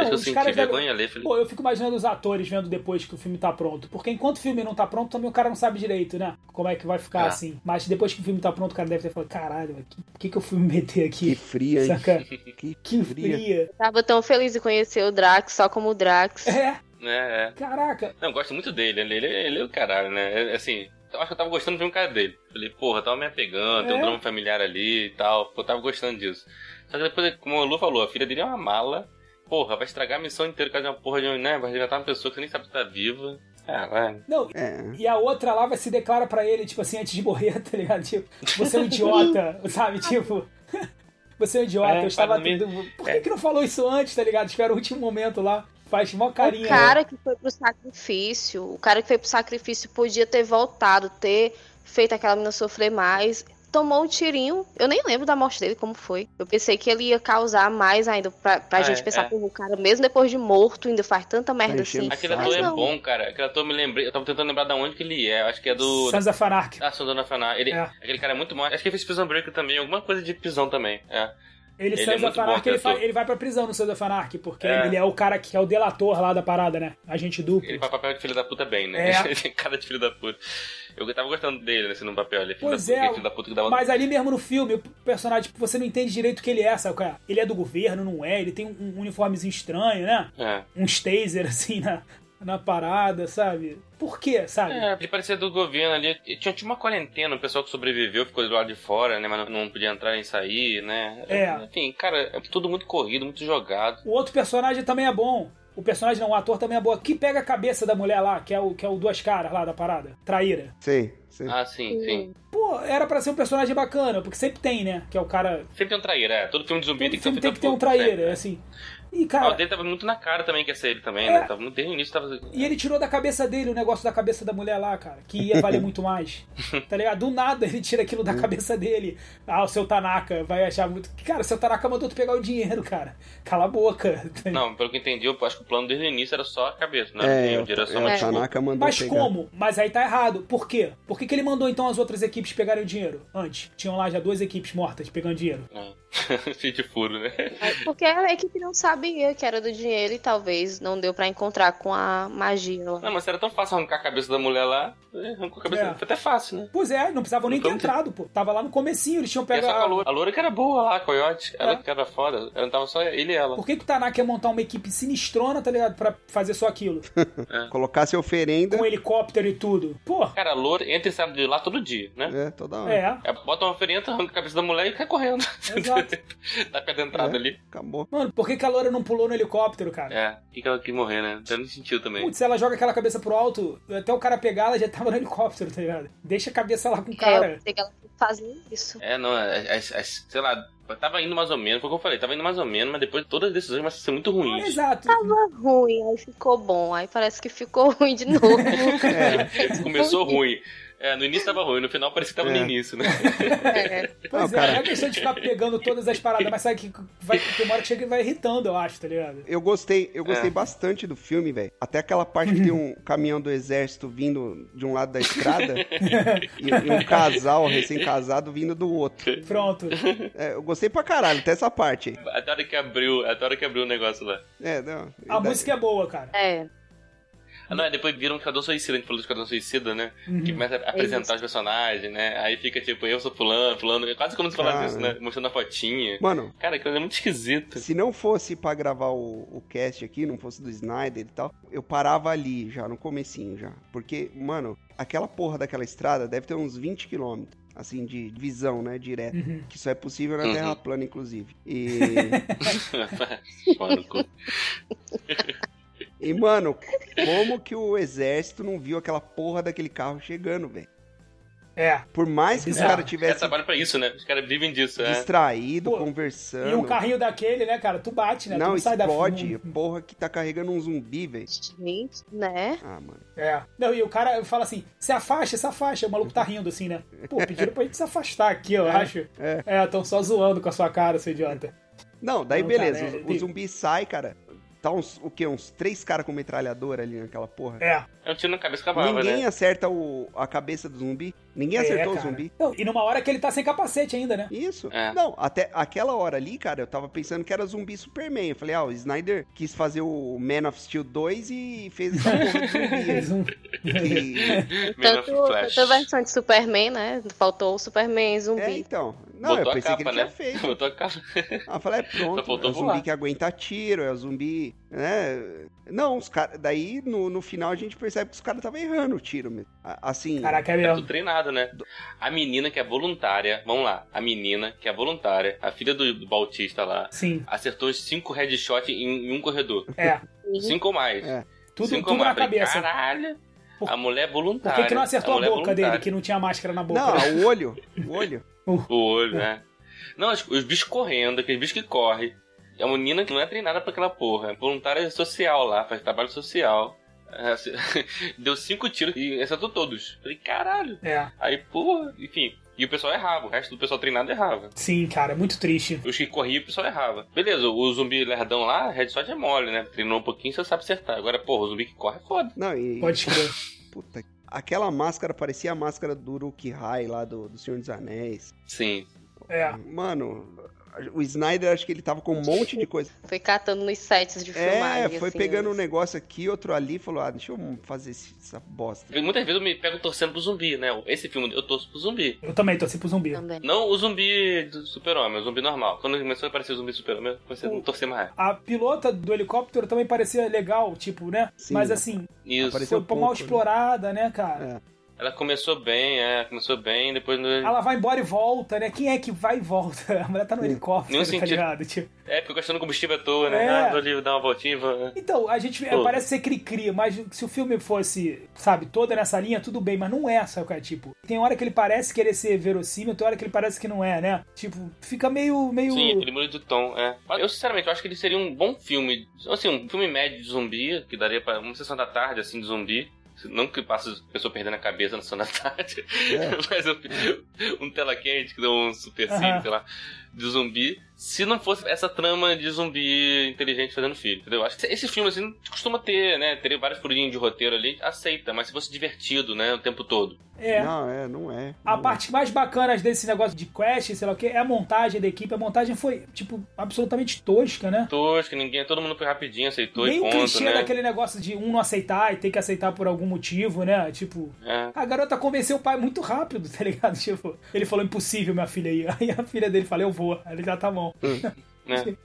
Acho é que eu
os
senti
caras... devem-
vergonha alheia. Falei,
Pô, eu fico imaginando os atores vendo depois que o filme tá pronto. Porque enquanto o filme não tá pronto, também o cara não sabe direito, né? Como é que vai ficar
É.
assim. Mas depois que o filme tá pronto, o cara deve ter falado: caralho, o que, que, que eu fui me meter
Que
aqui?
fria, hein?
Saca?
Que,
Que
fria.
fria.
Eu tava tão feliz em conhecer o Drax só como o Drax.
É,
né, é.
caraca.
Não, eu gosto muito dele. Ele, ele, ele é o caralho, né? É, Assim, eu acho que eu tava gostando de um cara dele. Falei, porra, eu tava me apegando, tem
É.
um drama familiar ali e tal. Pô, eu tava gostando disso. Só que depois, como o Lu falou, a filha dele é uma mala. Porra, vai estragar a missão inteira por causa de uma porra de um, né? Vai resgatar uma pessoa que você nem sabe se tá viva. Caralho.
Não,
É.
e a outra lá vai se declara pra ele, tipo assim, antes de morrer, tá ligado? Tipo, você é um idiota, sabe? Tipo. Você é um idiota,
É,
eu estava
faz
tendo.
no
Por que,
É.
que não falou isso antes, tá ligado? Espera o último momento lá. Faz mó carinha.
O cara que foi pro sacrifício, o cara que foi pro sacrifício podia ter voltado, ter feito aquela menina sofrer mais. Tomou um tirinho, eu nem lembro da morte dele, como foi. Eu pensei que ele ia causar mais ainda, pra, pra
Ah,
gente
é,
pensar
é.
como o cara, mesmo depois de morto, ainda faz tanta merda
enchendo
assim.
o
Aquele
Mas
ator é
não.
bom, cara. Aquele ator eu me lembrei. Eu tava tentando lembrar de onde que ele é. Eu Acho que é do.
Sons of Anarchy.
Ah, São Dona Faná. Ele,
É.
Aquele cara é muito mal. Acho que ele fez prisão Break também, alguma coisa de prisão também. É.
Ele,
Ele
sai
é
da
muito bom,
Fanark, ele,
ator.
vai- ele vai pra prisão no Sons of Anarchy, porque
É.
ele é o cara que é o delator lá da parada, né? Agente duplo.
Ele faz papel de filho da puta bem, né?
É.
Ele tem cara de filho da puta. Eu tava gostando dele, assim, no papel. Ele é filho da
Pois
puta,
é,
ele filho da puta que dá uma...
Mas ali mesmo no filme, o personagem, tipo, você não entende direito o que ele é, sabe? qual é? Ele é do governo, não é? Ele tem um um uniformezinho estranho, né?
É.
Uns taser, assim, na, na parada, sabe? Por quê, sabe?
É, ele parecia do governo ali. E Tinha, tinha uma quarentena, o pessoal que sobreviveu ficou do lado de fora, né? Mas não, não podia entrar nem sair, né?
É.
Enfim, cara, é tudo muito corrido, muito jogado.
O outro personagem também é bom. O personagem não, o ator também é bom. Que pega a cabeça da mulher lá, que é o, que é o duas caras lá da parada. Traíra.
Sei, sei.
Ah, sim, sim.
Pô, era pra ser um personagem bacana, porque sempre tem, né? Que é o cara.
Sempre tem um traíra, é. Todo filme de zumbi
Todo
tem que ser
filme
filho
tem
da
que ter um
puta,
traíra,
né?
assim. E,
Ah,
cara,
o dele tava muito na cara também que ia ser ele também, né?
É.
Tava, muito- desde o início tava...
E ele tirou da cabeça dele o negócio da cabeça da mulher lá, cara, que ia valer muito mais. Tá ligado? Do nada ele tira aquilo da cabeça dele. Ah, o seu Tanaka vai achar muito. Cara, o seu Tanaka mandou tu pegar o dinheiro, cara. Cala a boca. tá
Não, pelo que eu entendi, eu acho que o plano desde o início era só a cabeça, né?
É,
Tem
é,
o direção,
é,
mas
o Tanaka mandou
Mas
pegar.
como? Mas aí tá errado. Por quê? Por que, que ele mandou então as outras equipes pegarem o dinheiro? Antes. Tinham lá já duas equipes mortas pegando dinheiro.
É. Cheio de furo, né?
É, Porque a equipe não sabia que era do dinheiro e talvez não deu pra encontrar com a magia lá. É,
Não, mas era tão fácil arrancar a cabeça da mulher lá. é, Arrancou a cabeça.
É.
Foi até fácil, né?
Pois é, não precisavam nem ter
Então,
entrado, pô. Tava lá no comecinho, eles tinham
E é
pegado.
só com a loura. A loura que era boa lá, a coiote. Ela
É.
que era foda. Ela tava só ele e ela.
Por que, que o Tanaka ia montar uma equipe sinistrona, tá ligado? Pra fazer só aquilo.
Colocasse oferenda,
Com helicóptero e tudo. Pô,
Cara, a loura entra e sai de lá todo dia, né?
é, toda hora.
é.
É, Bota uma oferenda, arranca a cabeça da mulher e cai correndo.
Exato.
tá acadentrado
É.
ali.
Acabou.
Mano, por que que a Loura não pulou no helicóptero, cara?
É, por que que ela quis morrer, né? Não tem sentido
É,
também.
Putz, ela joga aquela cabeça pro alto, até o cara pegar, ela já tava no helicóptero, tá ligado? Deixa a cabeça lá com o
É, eu
cara.
pensei que ela fazia isso.
É, não, as, as- sei lá, tava indo mais ou menos, foi o que eu falei, tava indo mais ou menos, mas depois todas as decisões começam a ser muito
É.
ruins.
Exato.
Tava Tá ruim, aí ficou bom, aí parece que ficou ruim de novo.
É, Começou ruim. É, no início tava ruim, no final parecia que tava
É.
no início, né?
É.
Pois
Não,
é,
cara.
é questão de ficar pegando todas as paradas, mas sabe que vai, tem uma hora que chega e vai irritando, eu acho, tá ligado?
Eu gostei, eu gostei
É.
bastante do filme, velho. Até aquela parte que tem um caminhão do exército vindo de um lado da estrada e, e um casal recém-casado vindo do outro.
Pronto.
É, eu gostei pra caralho, até essa parte.
Até a hora que abriu, até a hora que abriu o negócio lá.
É, não,
A
da-
música é boa, cara.
É.
Ah, não, é, depois viram o Esquadrão Suicida, a gente falou do Esquadrão Suicida, né?
Uhum. Hum,
Que começa a apresentar os personagens, né? Aí fica tipo, eu sou fulano, fulano, é quase como se falasse
Cara.
isso, né? Mostrando a fotinha.
Mano,
Cara, aquilo é muito esquisito.
se não fosse pra gravar o, o cast aqui, não fosse do Snyder e tal, eu parava ali já, no comecinho já. Porque, mano, aquela porra daquela estrada deve ter uns 20 quilômetros, assim, de visão, né, direto. Que só é possível na
Uhum.
Terra plana, inclusive. E...
Fora do cu.
E, mano, como que o exército não viu aquela porra daquele carro chegando, velho?
É.
Por mais que os
É,
caras
Os caras
tivessem
trabalham pra isso, né? Os caras vivem disso, é.
distraído,
Pô,
conversando.
E um carrinho daquele, né, cara? Tu bate, né? tu
Não,
sai
explode.
da
Porra que tá carregando um zumbi, velho.
Gente, né?
Ah, mano.
É. Não, e o cara fala assim: se afasta, se afasta. O maluco tá rindo assim, né? Pô, pediram pra gente se afastar aqui, eu acho.
é.
É, tão só zoando com a sua cara, seu idiota.
Não, daí
Não,
beleza.
cara, é-
o, o zumbi sai, cara. Tá uns, o quê? Uns três caras com metralhadora ali naquela porra.
É.
É um tiro na cabeça que acabava,
Ninguém
né?
acerta o, a cabeça do zumbi. Ninguém
é,
acertou o
cara.
zumbi.
Não, e numa hora que ele tá sem capacete ainda, né?
Isso.
É.
Não, até aquela hora ali, cara, eu tava pensando que era zumbi Superman. Eu falei, ah, o Snyder quis fazer o Man of Steel 2 e fez essa porra de zumbi. é, Que-
Mais um.
Man of
Tanto, tanto a
Flash.
versão de Superman, né? Faltou o Superman
É,
zumbi.
então. Não, eu
Botou a
pensei que
capa,
ele tinha
né?
feito.
Botou a capa.
Ah, eu falei, é
Só
pronto. É
faltou
o
voar.
zumbi que aguenta tiro, é o zumbi. Né? Não, os caras. Daí no, no final a gente percebe que os caras estavam errando o tiro mesmo. A- Assim.
Caraca, é
Tá
mesmo.
tudo treinado, né? A menina que é voluntária, vamos lá, a menina que é voluntária, a filha do, do Bautista lá,
Sim.
acertou uns 5 headshots em, em um corredor.
É.
assim,
Cinco ou mais.
É.
Tudo,
Cinco ou
tudo na
mais. Falei,
cabeça.
Assim Caralho!
Por-
A mulher é
Por
voluntária.
que, que não acertou a,
mulher é
boca dele,
voluntária.
que não tinha máscara na boca?
Não, o olho. O olho.
O olho, né? Não, os, os bichos correndo, aqueles bichos que correm. É uma menina que não é treinada pra aquela porra. É voluntária social lá, faz trabalho social. É, assim, Deu cinco tiros e acertou todos. Falei, caralho.
É.
Aí, porra, enfim. E o pessoal errava, o resto do pessoal treinado errava.
Sim, cara, muito triste.
Os que corriam, o pessoal errava. Beleza, o zumbi lerdão lá, headshot é mole, né? Treinou um pouquinho, você sabe acertar. Agora, porra, o zumbi que corre é foda.
Não, e.
Pode crer.
Puta. Aquela máscara parecia a máscara do Uruk-hai lá do, do Senhor dos Anéis.
Sim.
É.
Mano, o Snyder acho que ele tava com um monte de coisa.
Foi catando nos sites de
É,
filmagem.
foi
assim,
pegando um
os-
negócio aqui, outro ali, falou, ah, deixa eu fazer esse- essa bosta.
Muitas vezes eu me pego torcendo pro zumbi, né? Esse filme eu torço pro zumbi.
Eu também torci pro zumbi.
também.
Não o zumbi do super-homem, o zumbi normal. Quando começou a aparecer o zumbi super-homem, eu comecei a não torcer mais.
A pilota do helicóptero também parecia legal, tipo, né?
Sim.
Mas assim,
Isso.
Apareceu-
foi
pouco,
mal
né?
explorada, né, cara?
É.
Ela começou bem, é, começou bem, depois. No...
Ela vai embora e volta, né? Quem é que vai e volta? A mulher tá no helicóptero,
Nenhum
tá
sentido.
ligado? Tipo,
É, porque gastando combustível à toa, né?
É.
Ah, vou ali dar uma voltinha. vou- né?
Então, a gente é,
Pô.
parece ser cri-cri, mas se o filme fosse, sabe, toda nessa linha, tudo bem, mas não é, sabe qual é? Tipo, tem hora que ele parece querer ser verossímil, tem hora que ele parece que não é, né? Tipo, fica meio. meio...
Sim, aquele muro de tom, é. Mas Eu, sinceramente, eu acho que ele seria um bom filme. Assim, um filme médio de zumbi, que daria pra uma sessão da tarde, assim, de zumbi. Não que passe a pessoa perdendo a cabeça na sessão da tarde.
É.
Mas um, um tela quente que deu um super
Aham.
cine, sei lá, de zumbi. Se não fosse essa trama de zumbi inteligente fazendo filho, entendeu? Acho que esse filme, assim, costuma ter, né? Teria vários furinhos de roteiro ali, aceita. Mas se fosse divertido, né, o tempo todo.
É.
Não, é, não é.
A
não é.
parte mais bacana desse negócio de quest, sei lá o que, é a montagem da equipe. A montagem foi, tipo, absolutamente tosca, né?
Tosco, ninguém, todo mundo foi rapidinho, aceitou
Bem
e
o
ponto,
clichê
né?
daquele negócio de um não aceitar e ter que aceitar por algum motivo, né? Tipo,
É.
a garota convenceu o pai muito rápido, tá ligado? Tipo, ele falou impossível, minha filha aí. Aí a filha dele falou, eu vou. Aí ele já tá bom.
né?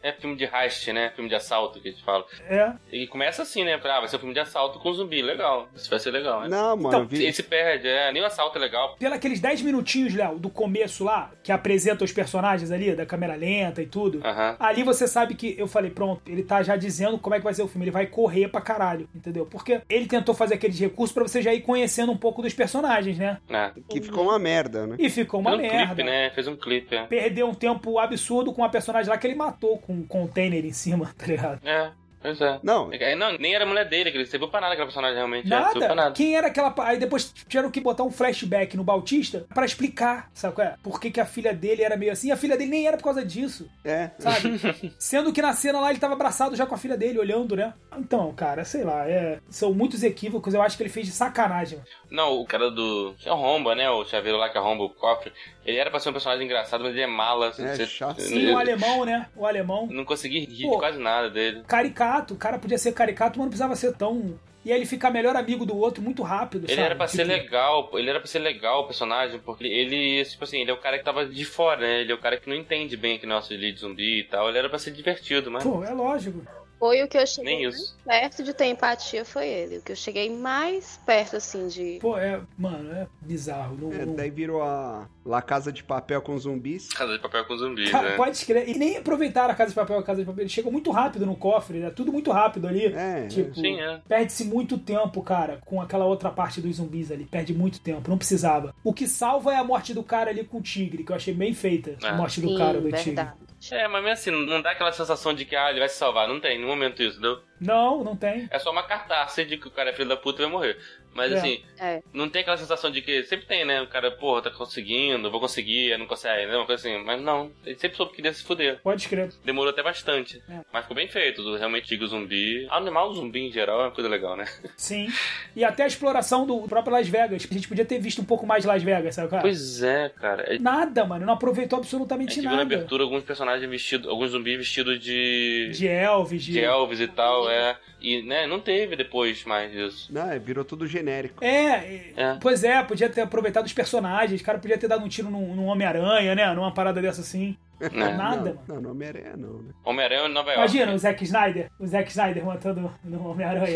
É filme de heist, né? Filme de assalto que a gente fala.
É.
E começa assim, né? Pra, ah, vai ser um filme de assalto com zumbi. Legal. Isso vai ser legal, né?
Não, mano,
Então,
eu vi.
Ele se perde, é. Nem o assalto é legal.
Pela aqueles 10 minutinhos, Léo, do começo lá, que apresenta os personagens ali, da câmera lenta e tudo.
Aham.
Ali você sabe que eu falei, pronto, ele tá já dizendo como é que vai ser o filme. Ele vai correr pra caralho, entendeu? Porque ele tentou fazer aqueles recursos pra você já ir conhecendo um pouco dos personagens, né?
É.
Que ficou uma merda, né?
E ficou uma
Fez um
merda.
clipe, né? Fez um clipe, é.
Perdeu um tempo absurdo com uma personagem lá que ele matou com um container em cima, tá ligado?
É, pois é.
Não,
É, Não, nem era a mulher dele, que ele serviu pra nada aquela personagem realmente. É, serviu pra
Nada.
nada.
Quem era aquela. pa- Aí depois tiveram que botar um flashback no Bautista pra explicar, sabe qual é? Por que, que a filha dele era meio assim? E a filha dele nem era por causa disso,
é.
sabe? Sendo que na cena lá ele tava abraçado já com a filha dele, olhando, né? Então, cara, sei lá, é- são muitos equívocos. Eu acho que ele fez de sacanagem.
Não, o cara do. É o Romba, né? O chaveiro lá que arromba o cofre. Ele era pra ser um personagem engraçado, mas ele é mala. assim,
É,
você-
chato.
Sim, o alemão, né? O alemão.
Não consegui rir
Pô.
de quase nada dele.
Caricato, o cara podia ser caricato, mas não precisava ser tão. E aí ele fica melhor amigo do outro muito rápido,
Ele
sabe?
era pra ser
Tipo,
legal, pô. ele era pra ser legal o personagem, porque ele, tipo assim, ele é o cara que tava de fora, né? Ele é o cara que não entende bem aqui nosso de zumbi e tal. Ele era pra ser divertido, mas
Pô, é lógico.
Foi o que eu cheguei
nem
mais
isso.
perto de ter empatia, foi ele. O que eu cheguei mais perto, assim, de.
Pô, é. Mano, é bizarro. Não,
É,
não-
daí virou a La Casa de Papel com zumbis.
Casa de papel com zumbi,
Cara,
né?
pode escrever. E nem aproveitaram a Casa de Papel, a Casa de Papel. Ele chega muito rápido no cofre, né? Tudo muito rápido ali.
É,
tipo,
Sim, é.
perde-se muito tempo, cara, com aquela outra parte dos zumbis ali. Perde muito tempo, não precisava. O que salva é a morte do cara ali com o tigre, que eu achei bem feita.
Ah.
A morte do
Sim,
cara do tigre.
verdade.
É, mas mesmo assim, não dá aquela sensação de que, ah, ele vai se salvar. Não tem, no momento isso, entendeu?
Não, não tem.
É só uma cartaça de que o cara é filho da puta e vai morrer. Mas
É.
assim,
É.
não tem aquela sensação de que sempre tem, né? O cara, porra, tá conseguindo, vou conseguir, não consegue, né? Uma coisa assim. Mas não, ele sempre soube que queria se fuder.
Pode escrever.
Demorou até bastante.
É.
Mas ficou bem feito. do- Realmente digo zumbi. Animal zumbi em geral é uma coisa legal, né?
Sim. E até a exploração do próprio Las Vegas. A gente podia ter visto um pouco mais Las Vegas, sabe, cara?
Pois é, cara. A gente
Nada, mano. Não aproveitou
a
absolutamente
gente viu na
nada.
abertura alguns personagens vestidos, alguns zumbis vestidos de.
De Elvis,
de Elvis e tal, é. E, né, não teve depois mais disso.
Não, é, virou tudo genérico.
É,
É.
pois é, podia ter aproveitado os personagens, cara podia ter dado um tiro num, num Homem-Aranha, né? Numa parada dessa assim.
Né?
Nada,
não,
mano.
não, no Homem-Aranha não, né?
Homem-Aranha em Nova York.
Imagina o Zack Snyder, o Zack Snyder matando no Homem-Aranha.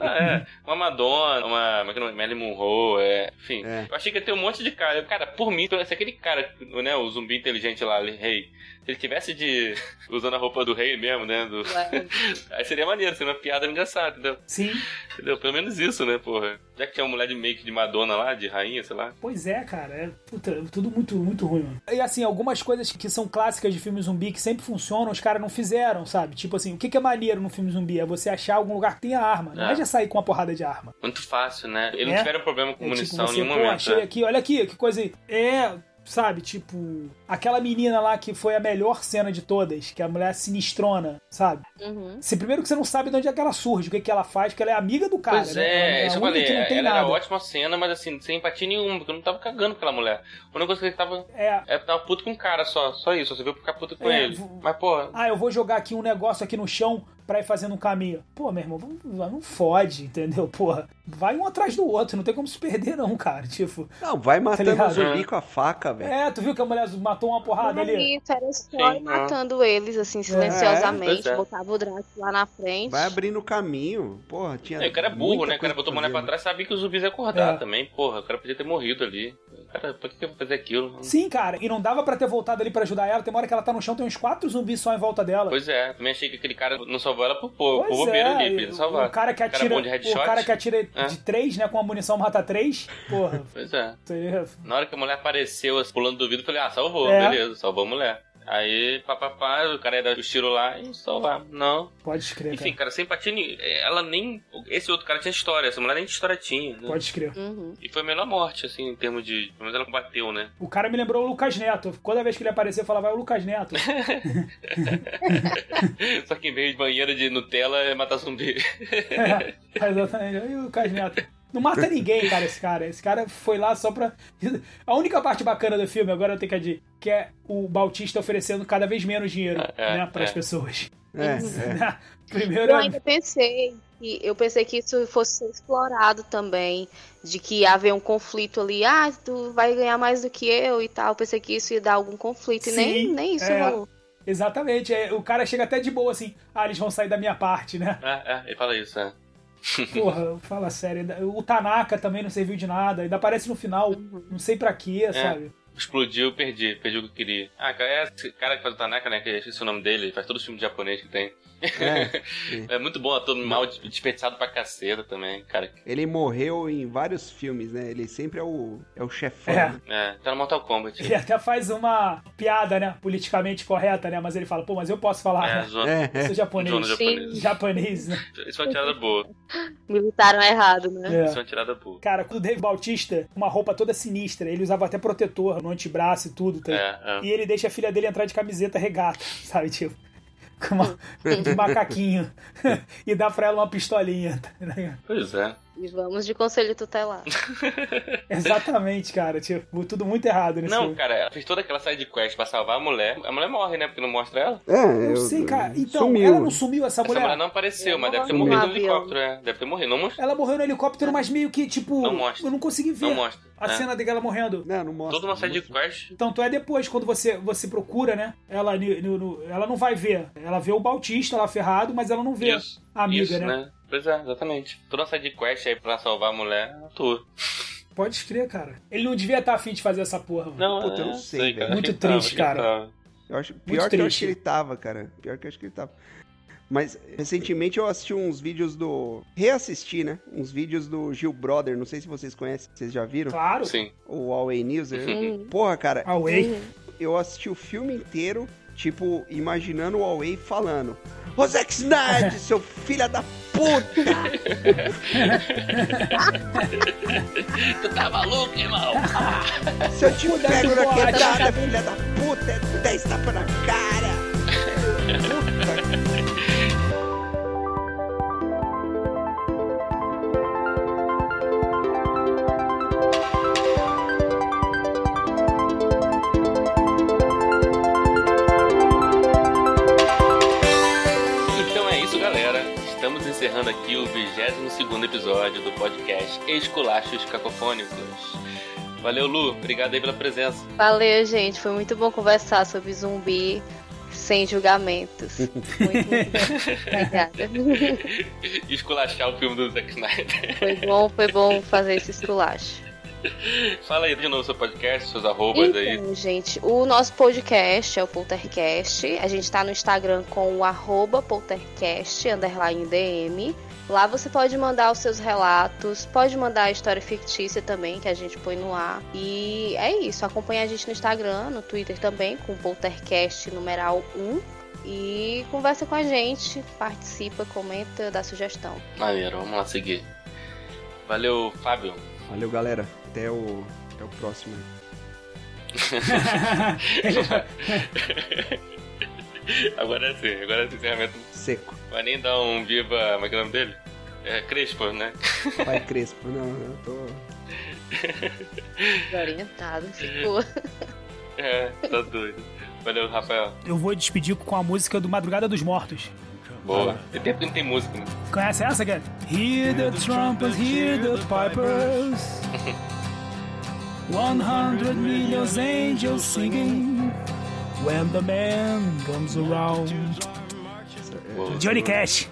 Ah, é. Uma Madonna, uma. Como é que é o nome? Marilyn Monroe, é. Enfim.
É.
Eu achei que ia ter um monte de cara. Cara, por mim, se aquele cara, né, o zumbi inteligente lá, ele, rei, se ele tivesse de. usando a roupa do rei mesmo, né? do- Aí seria maneiro, seria uma piada engraçada, entendeu?
Sim,
entendeu? Pelo menos isso, né, porra? Já que tinha uma mulher de make de Madonna lá, de rainha, sei lá.
pois é, cara. É, puta, tudo muito, muito ruim, mano. E assim, algumas coisas que são clássicas de filme zumbi que sempre funcionam, os caras não fizeram, sabe? Tipo assim, o que que é maneiro no filme zumbi? É você achar algum lugar que tenha arma. Não
É.
é já sair com uma porrada de arma.
Muito fácil, né? Eles não
É.
tiveram problema com
É
munição
tipo,
em
você,
nenhum
pô,
momento.
achei
né?
aqui, olha aqui, que coisa. É, sabe, tipo, aquela menina lá que foi a melhor cena de todas, que é a mulher sinistrona, sabe?
Uhum.
Se primeiro que você não sabe de onde é que ela surge, o que, é que ela faz, que ela é amiga do cara.
Pois
né? Ela
é,
a
isso eu
única
falei.
que não
Ela
tem
era
nada.
ótima cena, mas assim, sem empatia nenhuma, porque eu não tava cagando pela mulher. A única coisa que ele tava
É.
É, tava puto com o cara só, só isso, você veio ficar puto com
É,
ele.
vo-
Mas, porra,
Ah, eu vou jogar aqui um negócio aqui no chão pra ir fazendo um caminho. Pô, meu irmão, vamos- não fode, entendeu? Porra, vai um atrás do outro, não tem como se perder, não, cara. Tipo,
Não, vai matando
ligado?
o zumbi
É.
com a faca, velho.
é, tu viu que a mulher matou uma porrada ali?
é Isso, era só
Sim,
ir matando eles,
É.
assim, silenciosamente.
pois é.
Botava o Drax lá na frente.
Vai abrindo o caminho. Porra, tinha.
é, o cara é burro,
muita
né? O cara
coisa
botou a
pra
mulher pra
fazer,
trás, sabia que os zumbis iam acordar
É.
também, porra. O cara podia ter morrido ali. Cara, por que que eu vou fazer aquilo?
Sim, cara, e não dava pra ter voltado ali pra ajudar ela. Tem uma hora que ela tá no chão, tem uns quatro zumbis só em volta dela.
Pois é, também achei que aquele cara não salvou ela por pouco, por
Pois
bobeira
é,
ali, pra ele salvar.
O cara que
O cara
atira,
bom de headshot.
o cara que atira
É.
de três, né, com a munição mata três. Porra,
Pois é.
seria
Na hora que a mulher apareceu, assim, pulando do vidro, eu falei, ah, salvou,
É.
beleza, salvou a mulher. Aí, papapá, o cara ia dar o tiro lá e salvar. Não.
pode escrever.
Enfim,
Cara.
cara, sem patine, ela nem. Esse outro cara tinha história, essa mulher nem história tinha. né?
Pode escrever.
Uhum.
E foi a melhor morte, assim, em termos de. Pelo menos ela combateu, né?
O cara me lembrou o Lucas Neto. Toda vez que ele aparecer, eu falava, é o Lucas Neto.
Só que em vez de banheiro de Nutella é matar zumbi.
É, exatamente. E o Lucas Neto. Não mata ninguém, cara, esse cara. Esse cara foi lá só pra. A única parte bacana do filme, agora eu tenho que admitir, que é o Bautista oferecendo cada vez menos dinheiro,
É,
né, pras
é.
pessoas.
né? É, é.
Primeiro
Eu
é
ainda pensei que eu pensei que isso fosse ser explorado também, de que ia haver um conflito ali, ah, tu vai ganhar mais do que eu e tal. Pensei que isso ia dar algum conflito e
Sim,
nem, nem isso
é.
rolou.
Exatamente. é, o cara chega até de boa assim, ah, eles vão sair da minha parte, né?
É, é, ele fala isso, né?
Porra, fala sério. O Tanaka também não serviu de nada. Ainda aparece no final, não sei pra quê, sabe?
Explodiu, perdi, perdi o que eu queria. Ah, cara, é esse cara que faz o Tanaka, né? Que eu esqueci o nome dele, ele faz todo o filme japonês que tem.
É, sim.
É, muito bom ator, mal des- desperdiçado pra caceta também, cara.
Ele morreu em vários filmes, né? Ele sempre é o, é o chefão.
É.
É,
né?
tá no Mortal Kombat.
Ele até faz uma piada, né? Politicamente correta, né? Mas ele fala, pô, mas eu
É,
posso
Então,
falar, né?
zona,
É,
Sou
zona
japonês.
japonesa.
Japonês, né?
Isso é uma tirada boa.
Militaram errado, né?
É.
Isso é uma tirada boa.
Cara, quando o Dave Bautista, uma roupa toda sinistra, ele usava até protetor no antebraço e tudo, tá?
É, é.
E ele deixa a filha dele entrar de camiseta regata, sabe, tipo? Com uma, de macaquinho. e dá pra ela uma pistolinha. tá ligado?
Pois é.
E vamos de conselho tutelar.
Exatamente, cara. Tipo, tudo muito errado nesse
Não,
filme.
cara, ela fez toda aquela side quest pra salvar a mulher. A mulher morre, né? Porque não mostra ela.
É,
Eu
eu-
sei, cara. Então,
sumiu.
ela não sumiu, essa
Essa
mulher. É,
mulher não apareceu, mas deve ter
morreu
morrido
no
no helicóptero, é. Deve ter morrido. Não mostra.
Ela morreu no helicóptero, mas meio que, tipo,
Não mostra.
eu não consegui ver
Não mostra.
a
né?
cena dela morrendo.
Não, não mostra.
Toda uma side
não mostra.
quest.
Tanto é depois, quando você, você procura, né? Ela, ni- no- no- ela não vai ver. Ela vê o Bautista lá ferrado, mas ela não vê
Isso.
a amiga,
isso,
né?
Pois é, exatamente. Toda essa de quest aí pra salvar a mulher, é tu.
Pode crer, cara. Ele não devia estar afim de fazer essa porra, mano.
Não,
Puta,
é, Então,
eu não sei, cara.
acho
Muito
que tava,
triste,
acho que
cara.
tava.
Eu acho, pior que eu
triste.
acho que ele tava, cara. Pior que eu acho que ele tava. Mas recentemente eu assisti uns vídeos do. Reassisti, né? Uns vídeos do Gil Brother. Não sei se vocês conhecem, vocês já viram?
Claro.
Sim.
O Huawei News. eu-
Uhum.
Porra, cara,
Away.
eu assisti o filme inteiro, tipo, imaginando o Huawei falando. Ô Zack Snyder, seu filho da puta!
Tu tá maluco, irmão?
Se eu te
Puta
pego
que
na
pariu.
quebrada, filha da puta, é 10 tapas na cara!
Então é isso, galera. Estamos encerrando aqui o 22 episódio do podcast Esculachos Cacofônicos. Valeu, Lu. Obrigado aí pela presença.
Valeu, gente. Foi muito bom conversar sobre zumbi sem julgamentos. Muito, muito bom. Obrigada.
Esculachar o filme do Zack Snyder.
Foi bom, foi bom fazer esse esculacho.
Fala aí de novo seu podcast, seus arrobas aí.
Então, gente, o nosso podcast é o Poltercast. A gente tá no Instagram com o arroba poltercast, underline DM. Lá você pode mandar os seus relatos, pode mandar a história fictícia também, que a gente põe no ar. E é isso, acompanha a gente no Instagram, no Twitter também, com poltercast numeral 1. E conversa com a gente, participa, comenta, dá sugestão.
Maneiro, vamos lá seguir. Valeu, Fábio.
Valeu, galera. Até o, até o próximo.
Agora sim, agora esse encerramento.
Seco.
Vai nem dar um viva. Como é que é o nome dele? É Crespo, né?
Pai Crespo. Não, eu tô.
Orientado, ficou.
É, tá doido. Valeu, Rafael.
Eu vou despedir com a música do Madrugada dos Mortos.
Boa. Tem tempo que não tem música, né?
Conhece essa, cara? Hear the trumpets, hear the pipers. 100 million angels singing. When the man comes around.
Boa.
Johnny Cash.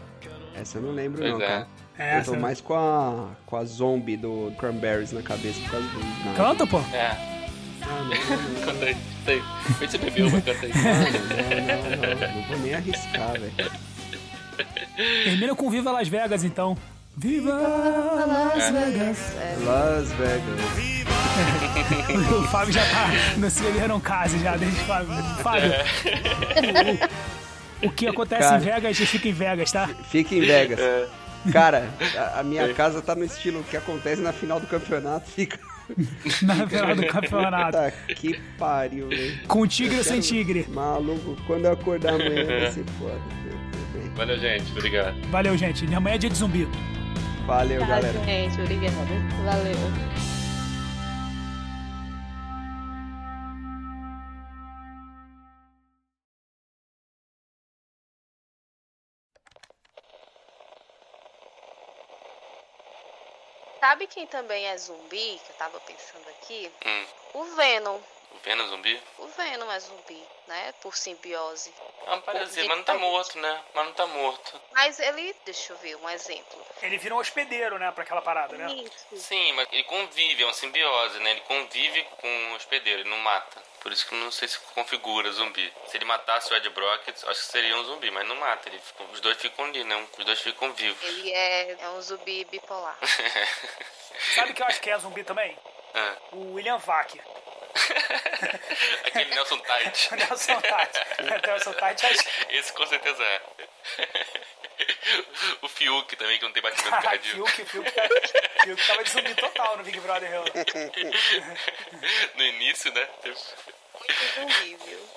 Essa eu não lembro,
Pois
não.
é.
Cara.
É
Eu tô
essa.
mais com a, com a zombie do Cranberries na cabeça por causa do. Snyder.
Canta, pô.
É. Canta aí, canta aí. Vê se você bebeu, mas canta aí.
Não, não, não vou nem arriscar, velho.
Termina com Viva Las Vegas, então. Viva Las Vegas.
Las Vegas.
O Fábio já tá no Celeron Case já, desde o Fábio. Fábio. O que acontece
Cara.
em Vegas e fica em Vegas, tá?
Fica em Vegas.
É.
Cara, a, a minha casa tá no estilo que acontece na final do campeonato. Fica.
Na final do campeonato.
Tá, que pariu, velho.
Com tigre ou sem tigre.
Maluco, quando eu acordar amanhã vai ser foda.
Valeu, gente. Obrigado.
Valeu, gente. Amanhã é dia de zumbi.
Valeu,
Tá,
galera.
gente, obrigada. Valeu. Sabe quem também é zumbi, que eu tava pensando aqui? O Venom.
O Venom zumbi?
O Venom é zumbi, né? Por simbiose.
É uma parasita, mas não tá morto, né? Mas não tá morto.
Mas ele, deixa eu ver um exemplo.
Ele vira um hospedeiro, né, pra aquela parada, né?
Isso.
Sim, mas ele convive, é uma simbiose, né? Ele convive com o hospedeiro, ele não mata. Por isso que eu não sei se configura zumbi. Se ele matasse o Ed Brock, acho que seria um zumbi, mas não mata. Ele, fica- os dois ficam ali, né? Os dois ficam vivos.
Ele é, é um zumbi bipolar.
Sabe que eu acho que é zumbi também?
Ah.
O William Vac.
Aquele Nelson Tate.
O Nelson Tati. O Nelson Tati acho que
Esse com certeza é. O Fiuk também, que não tem batimento
Ah,
cardíaco.
Fiuk, Fiuk, tá- Fiuk tava de zumbi total no Big Brother Hill.
No início, né?
Muito zumbi, viu?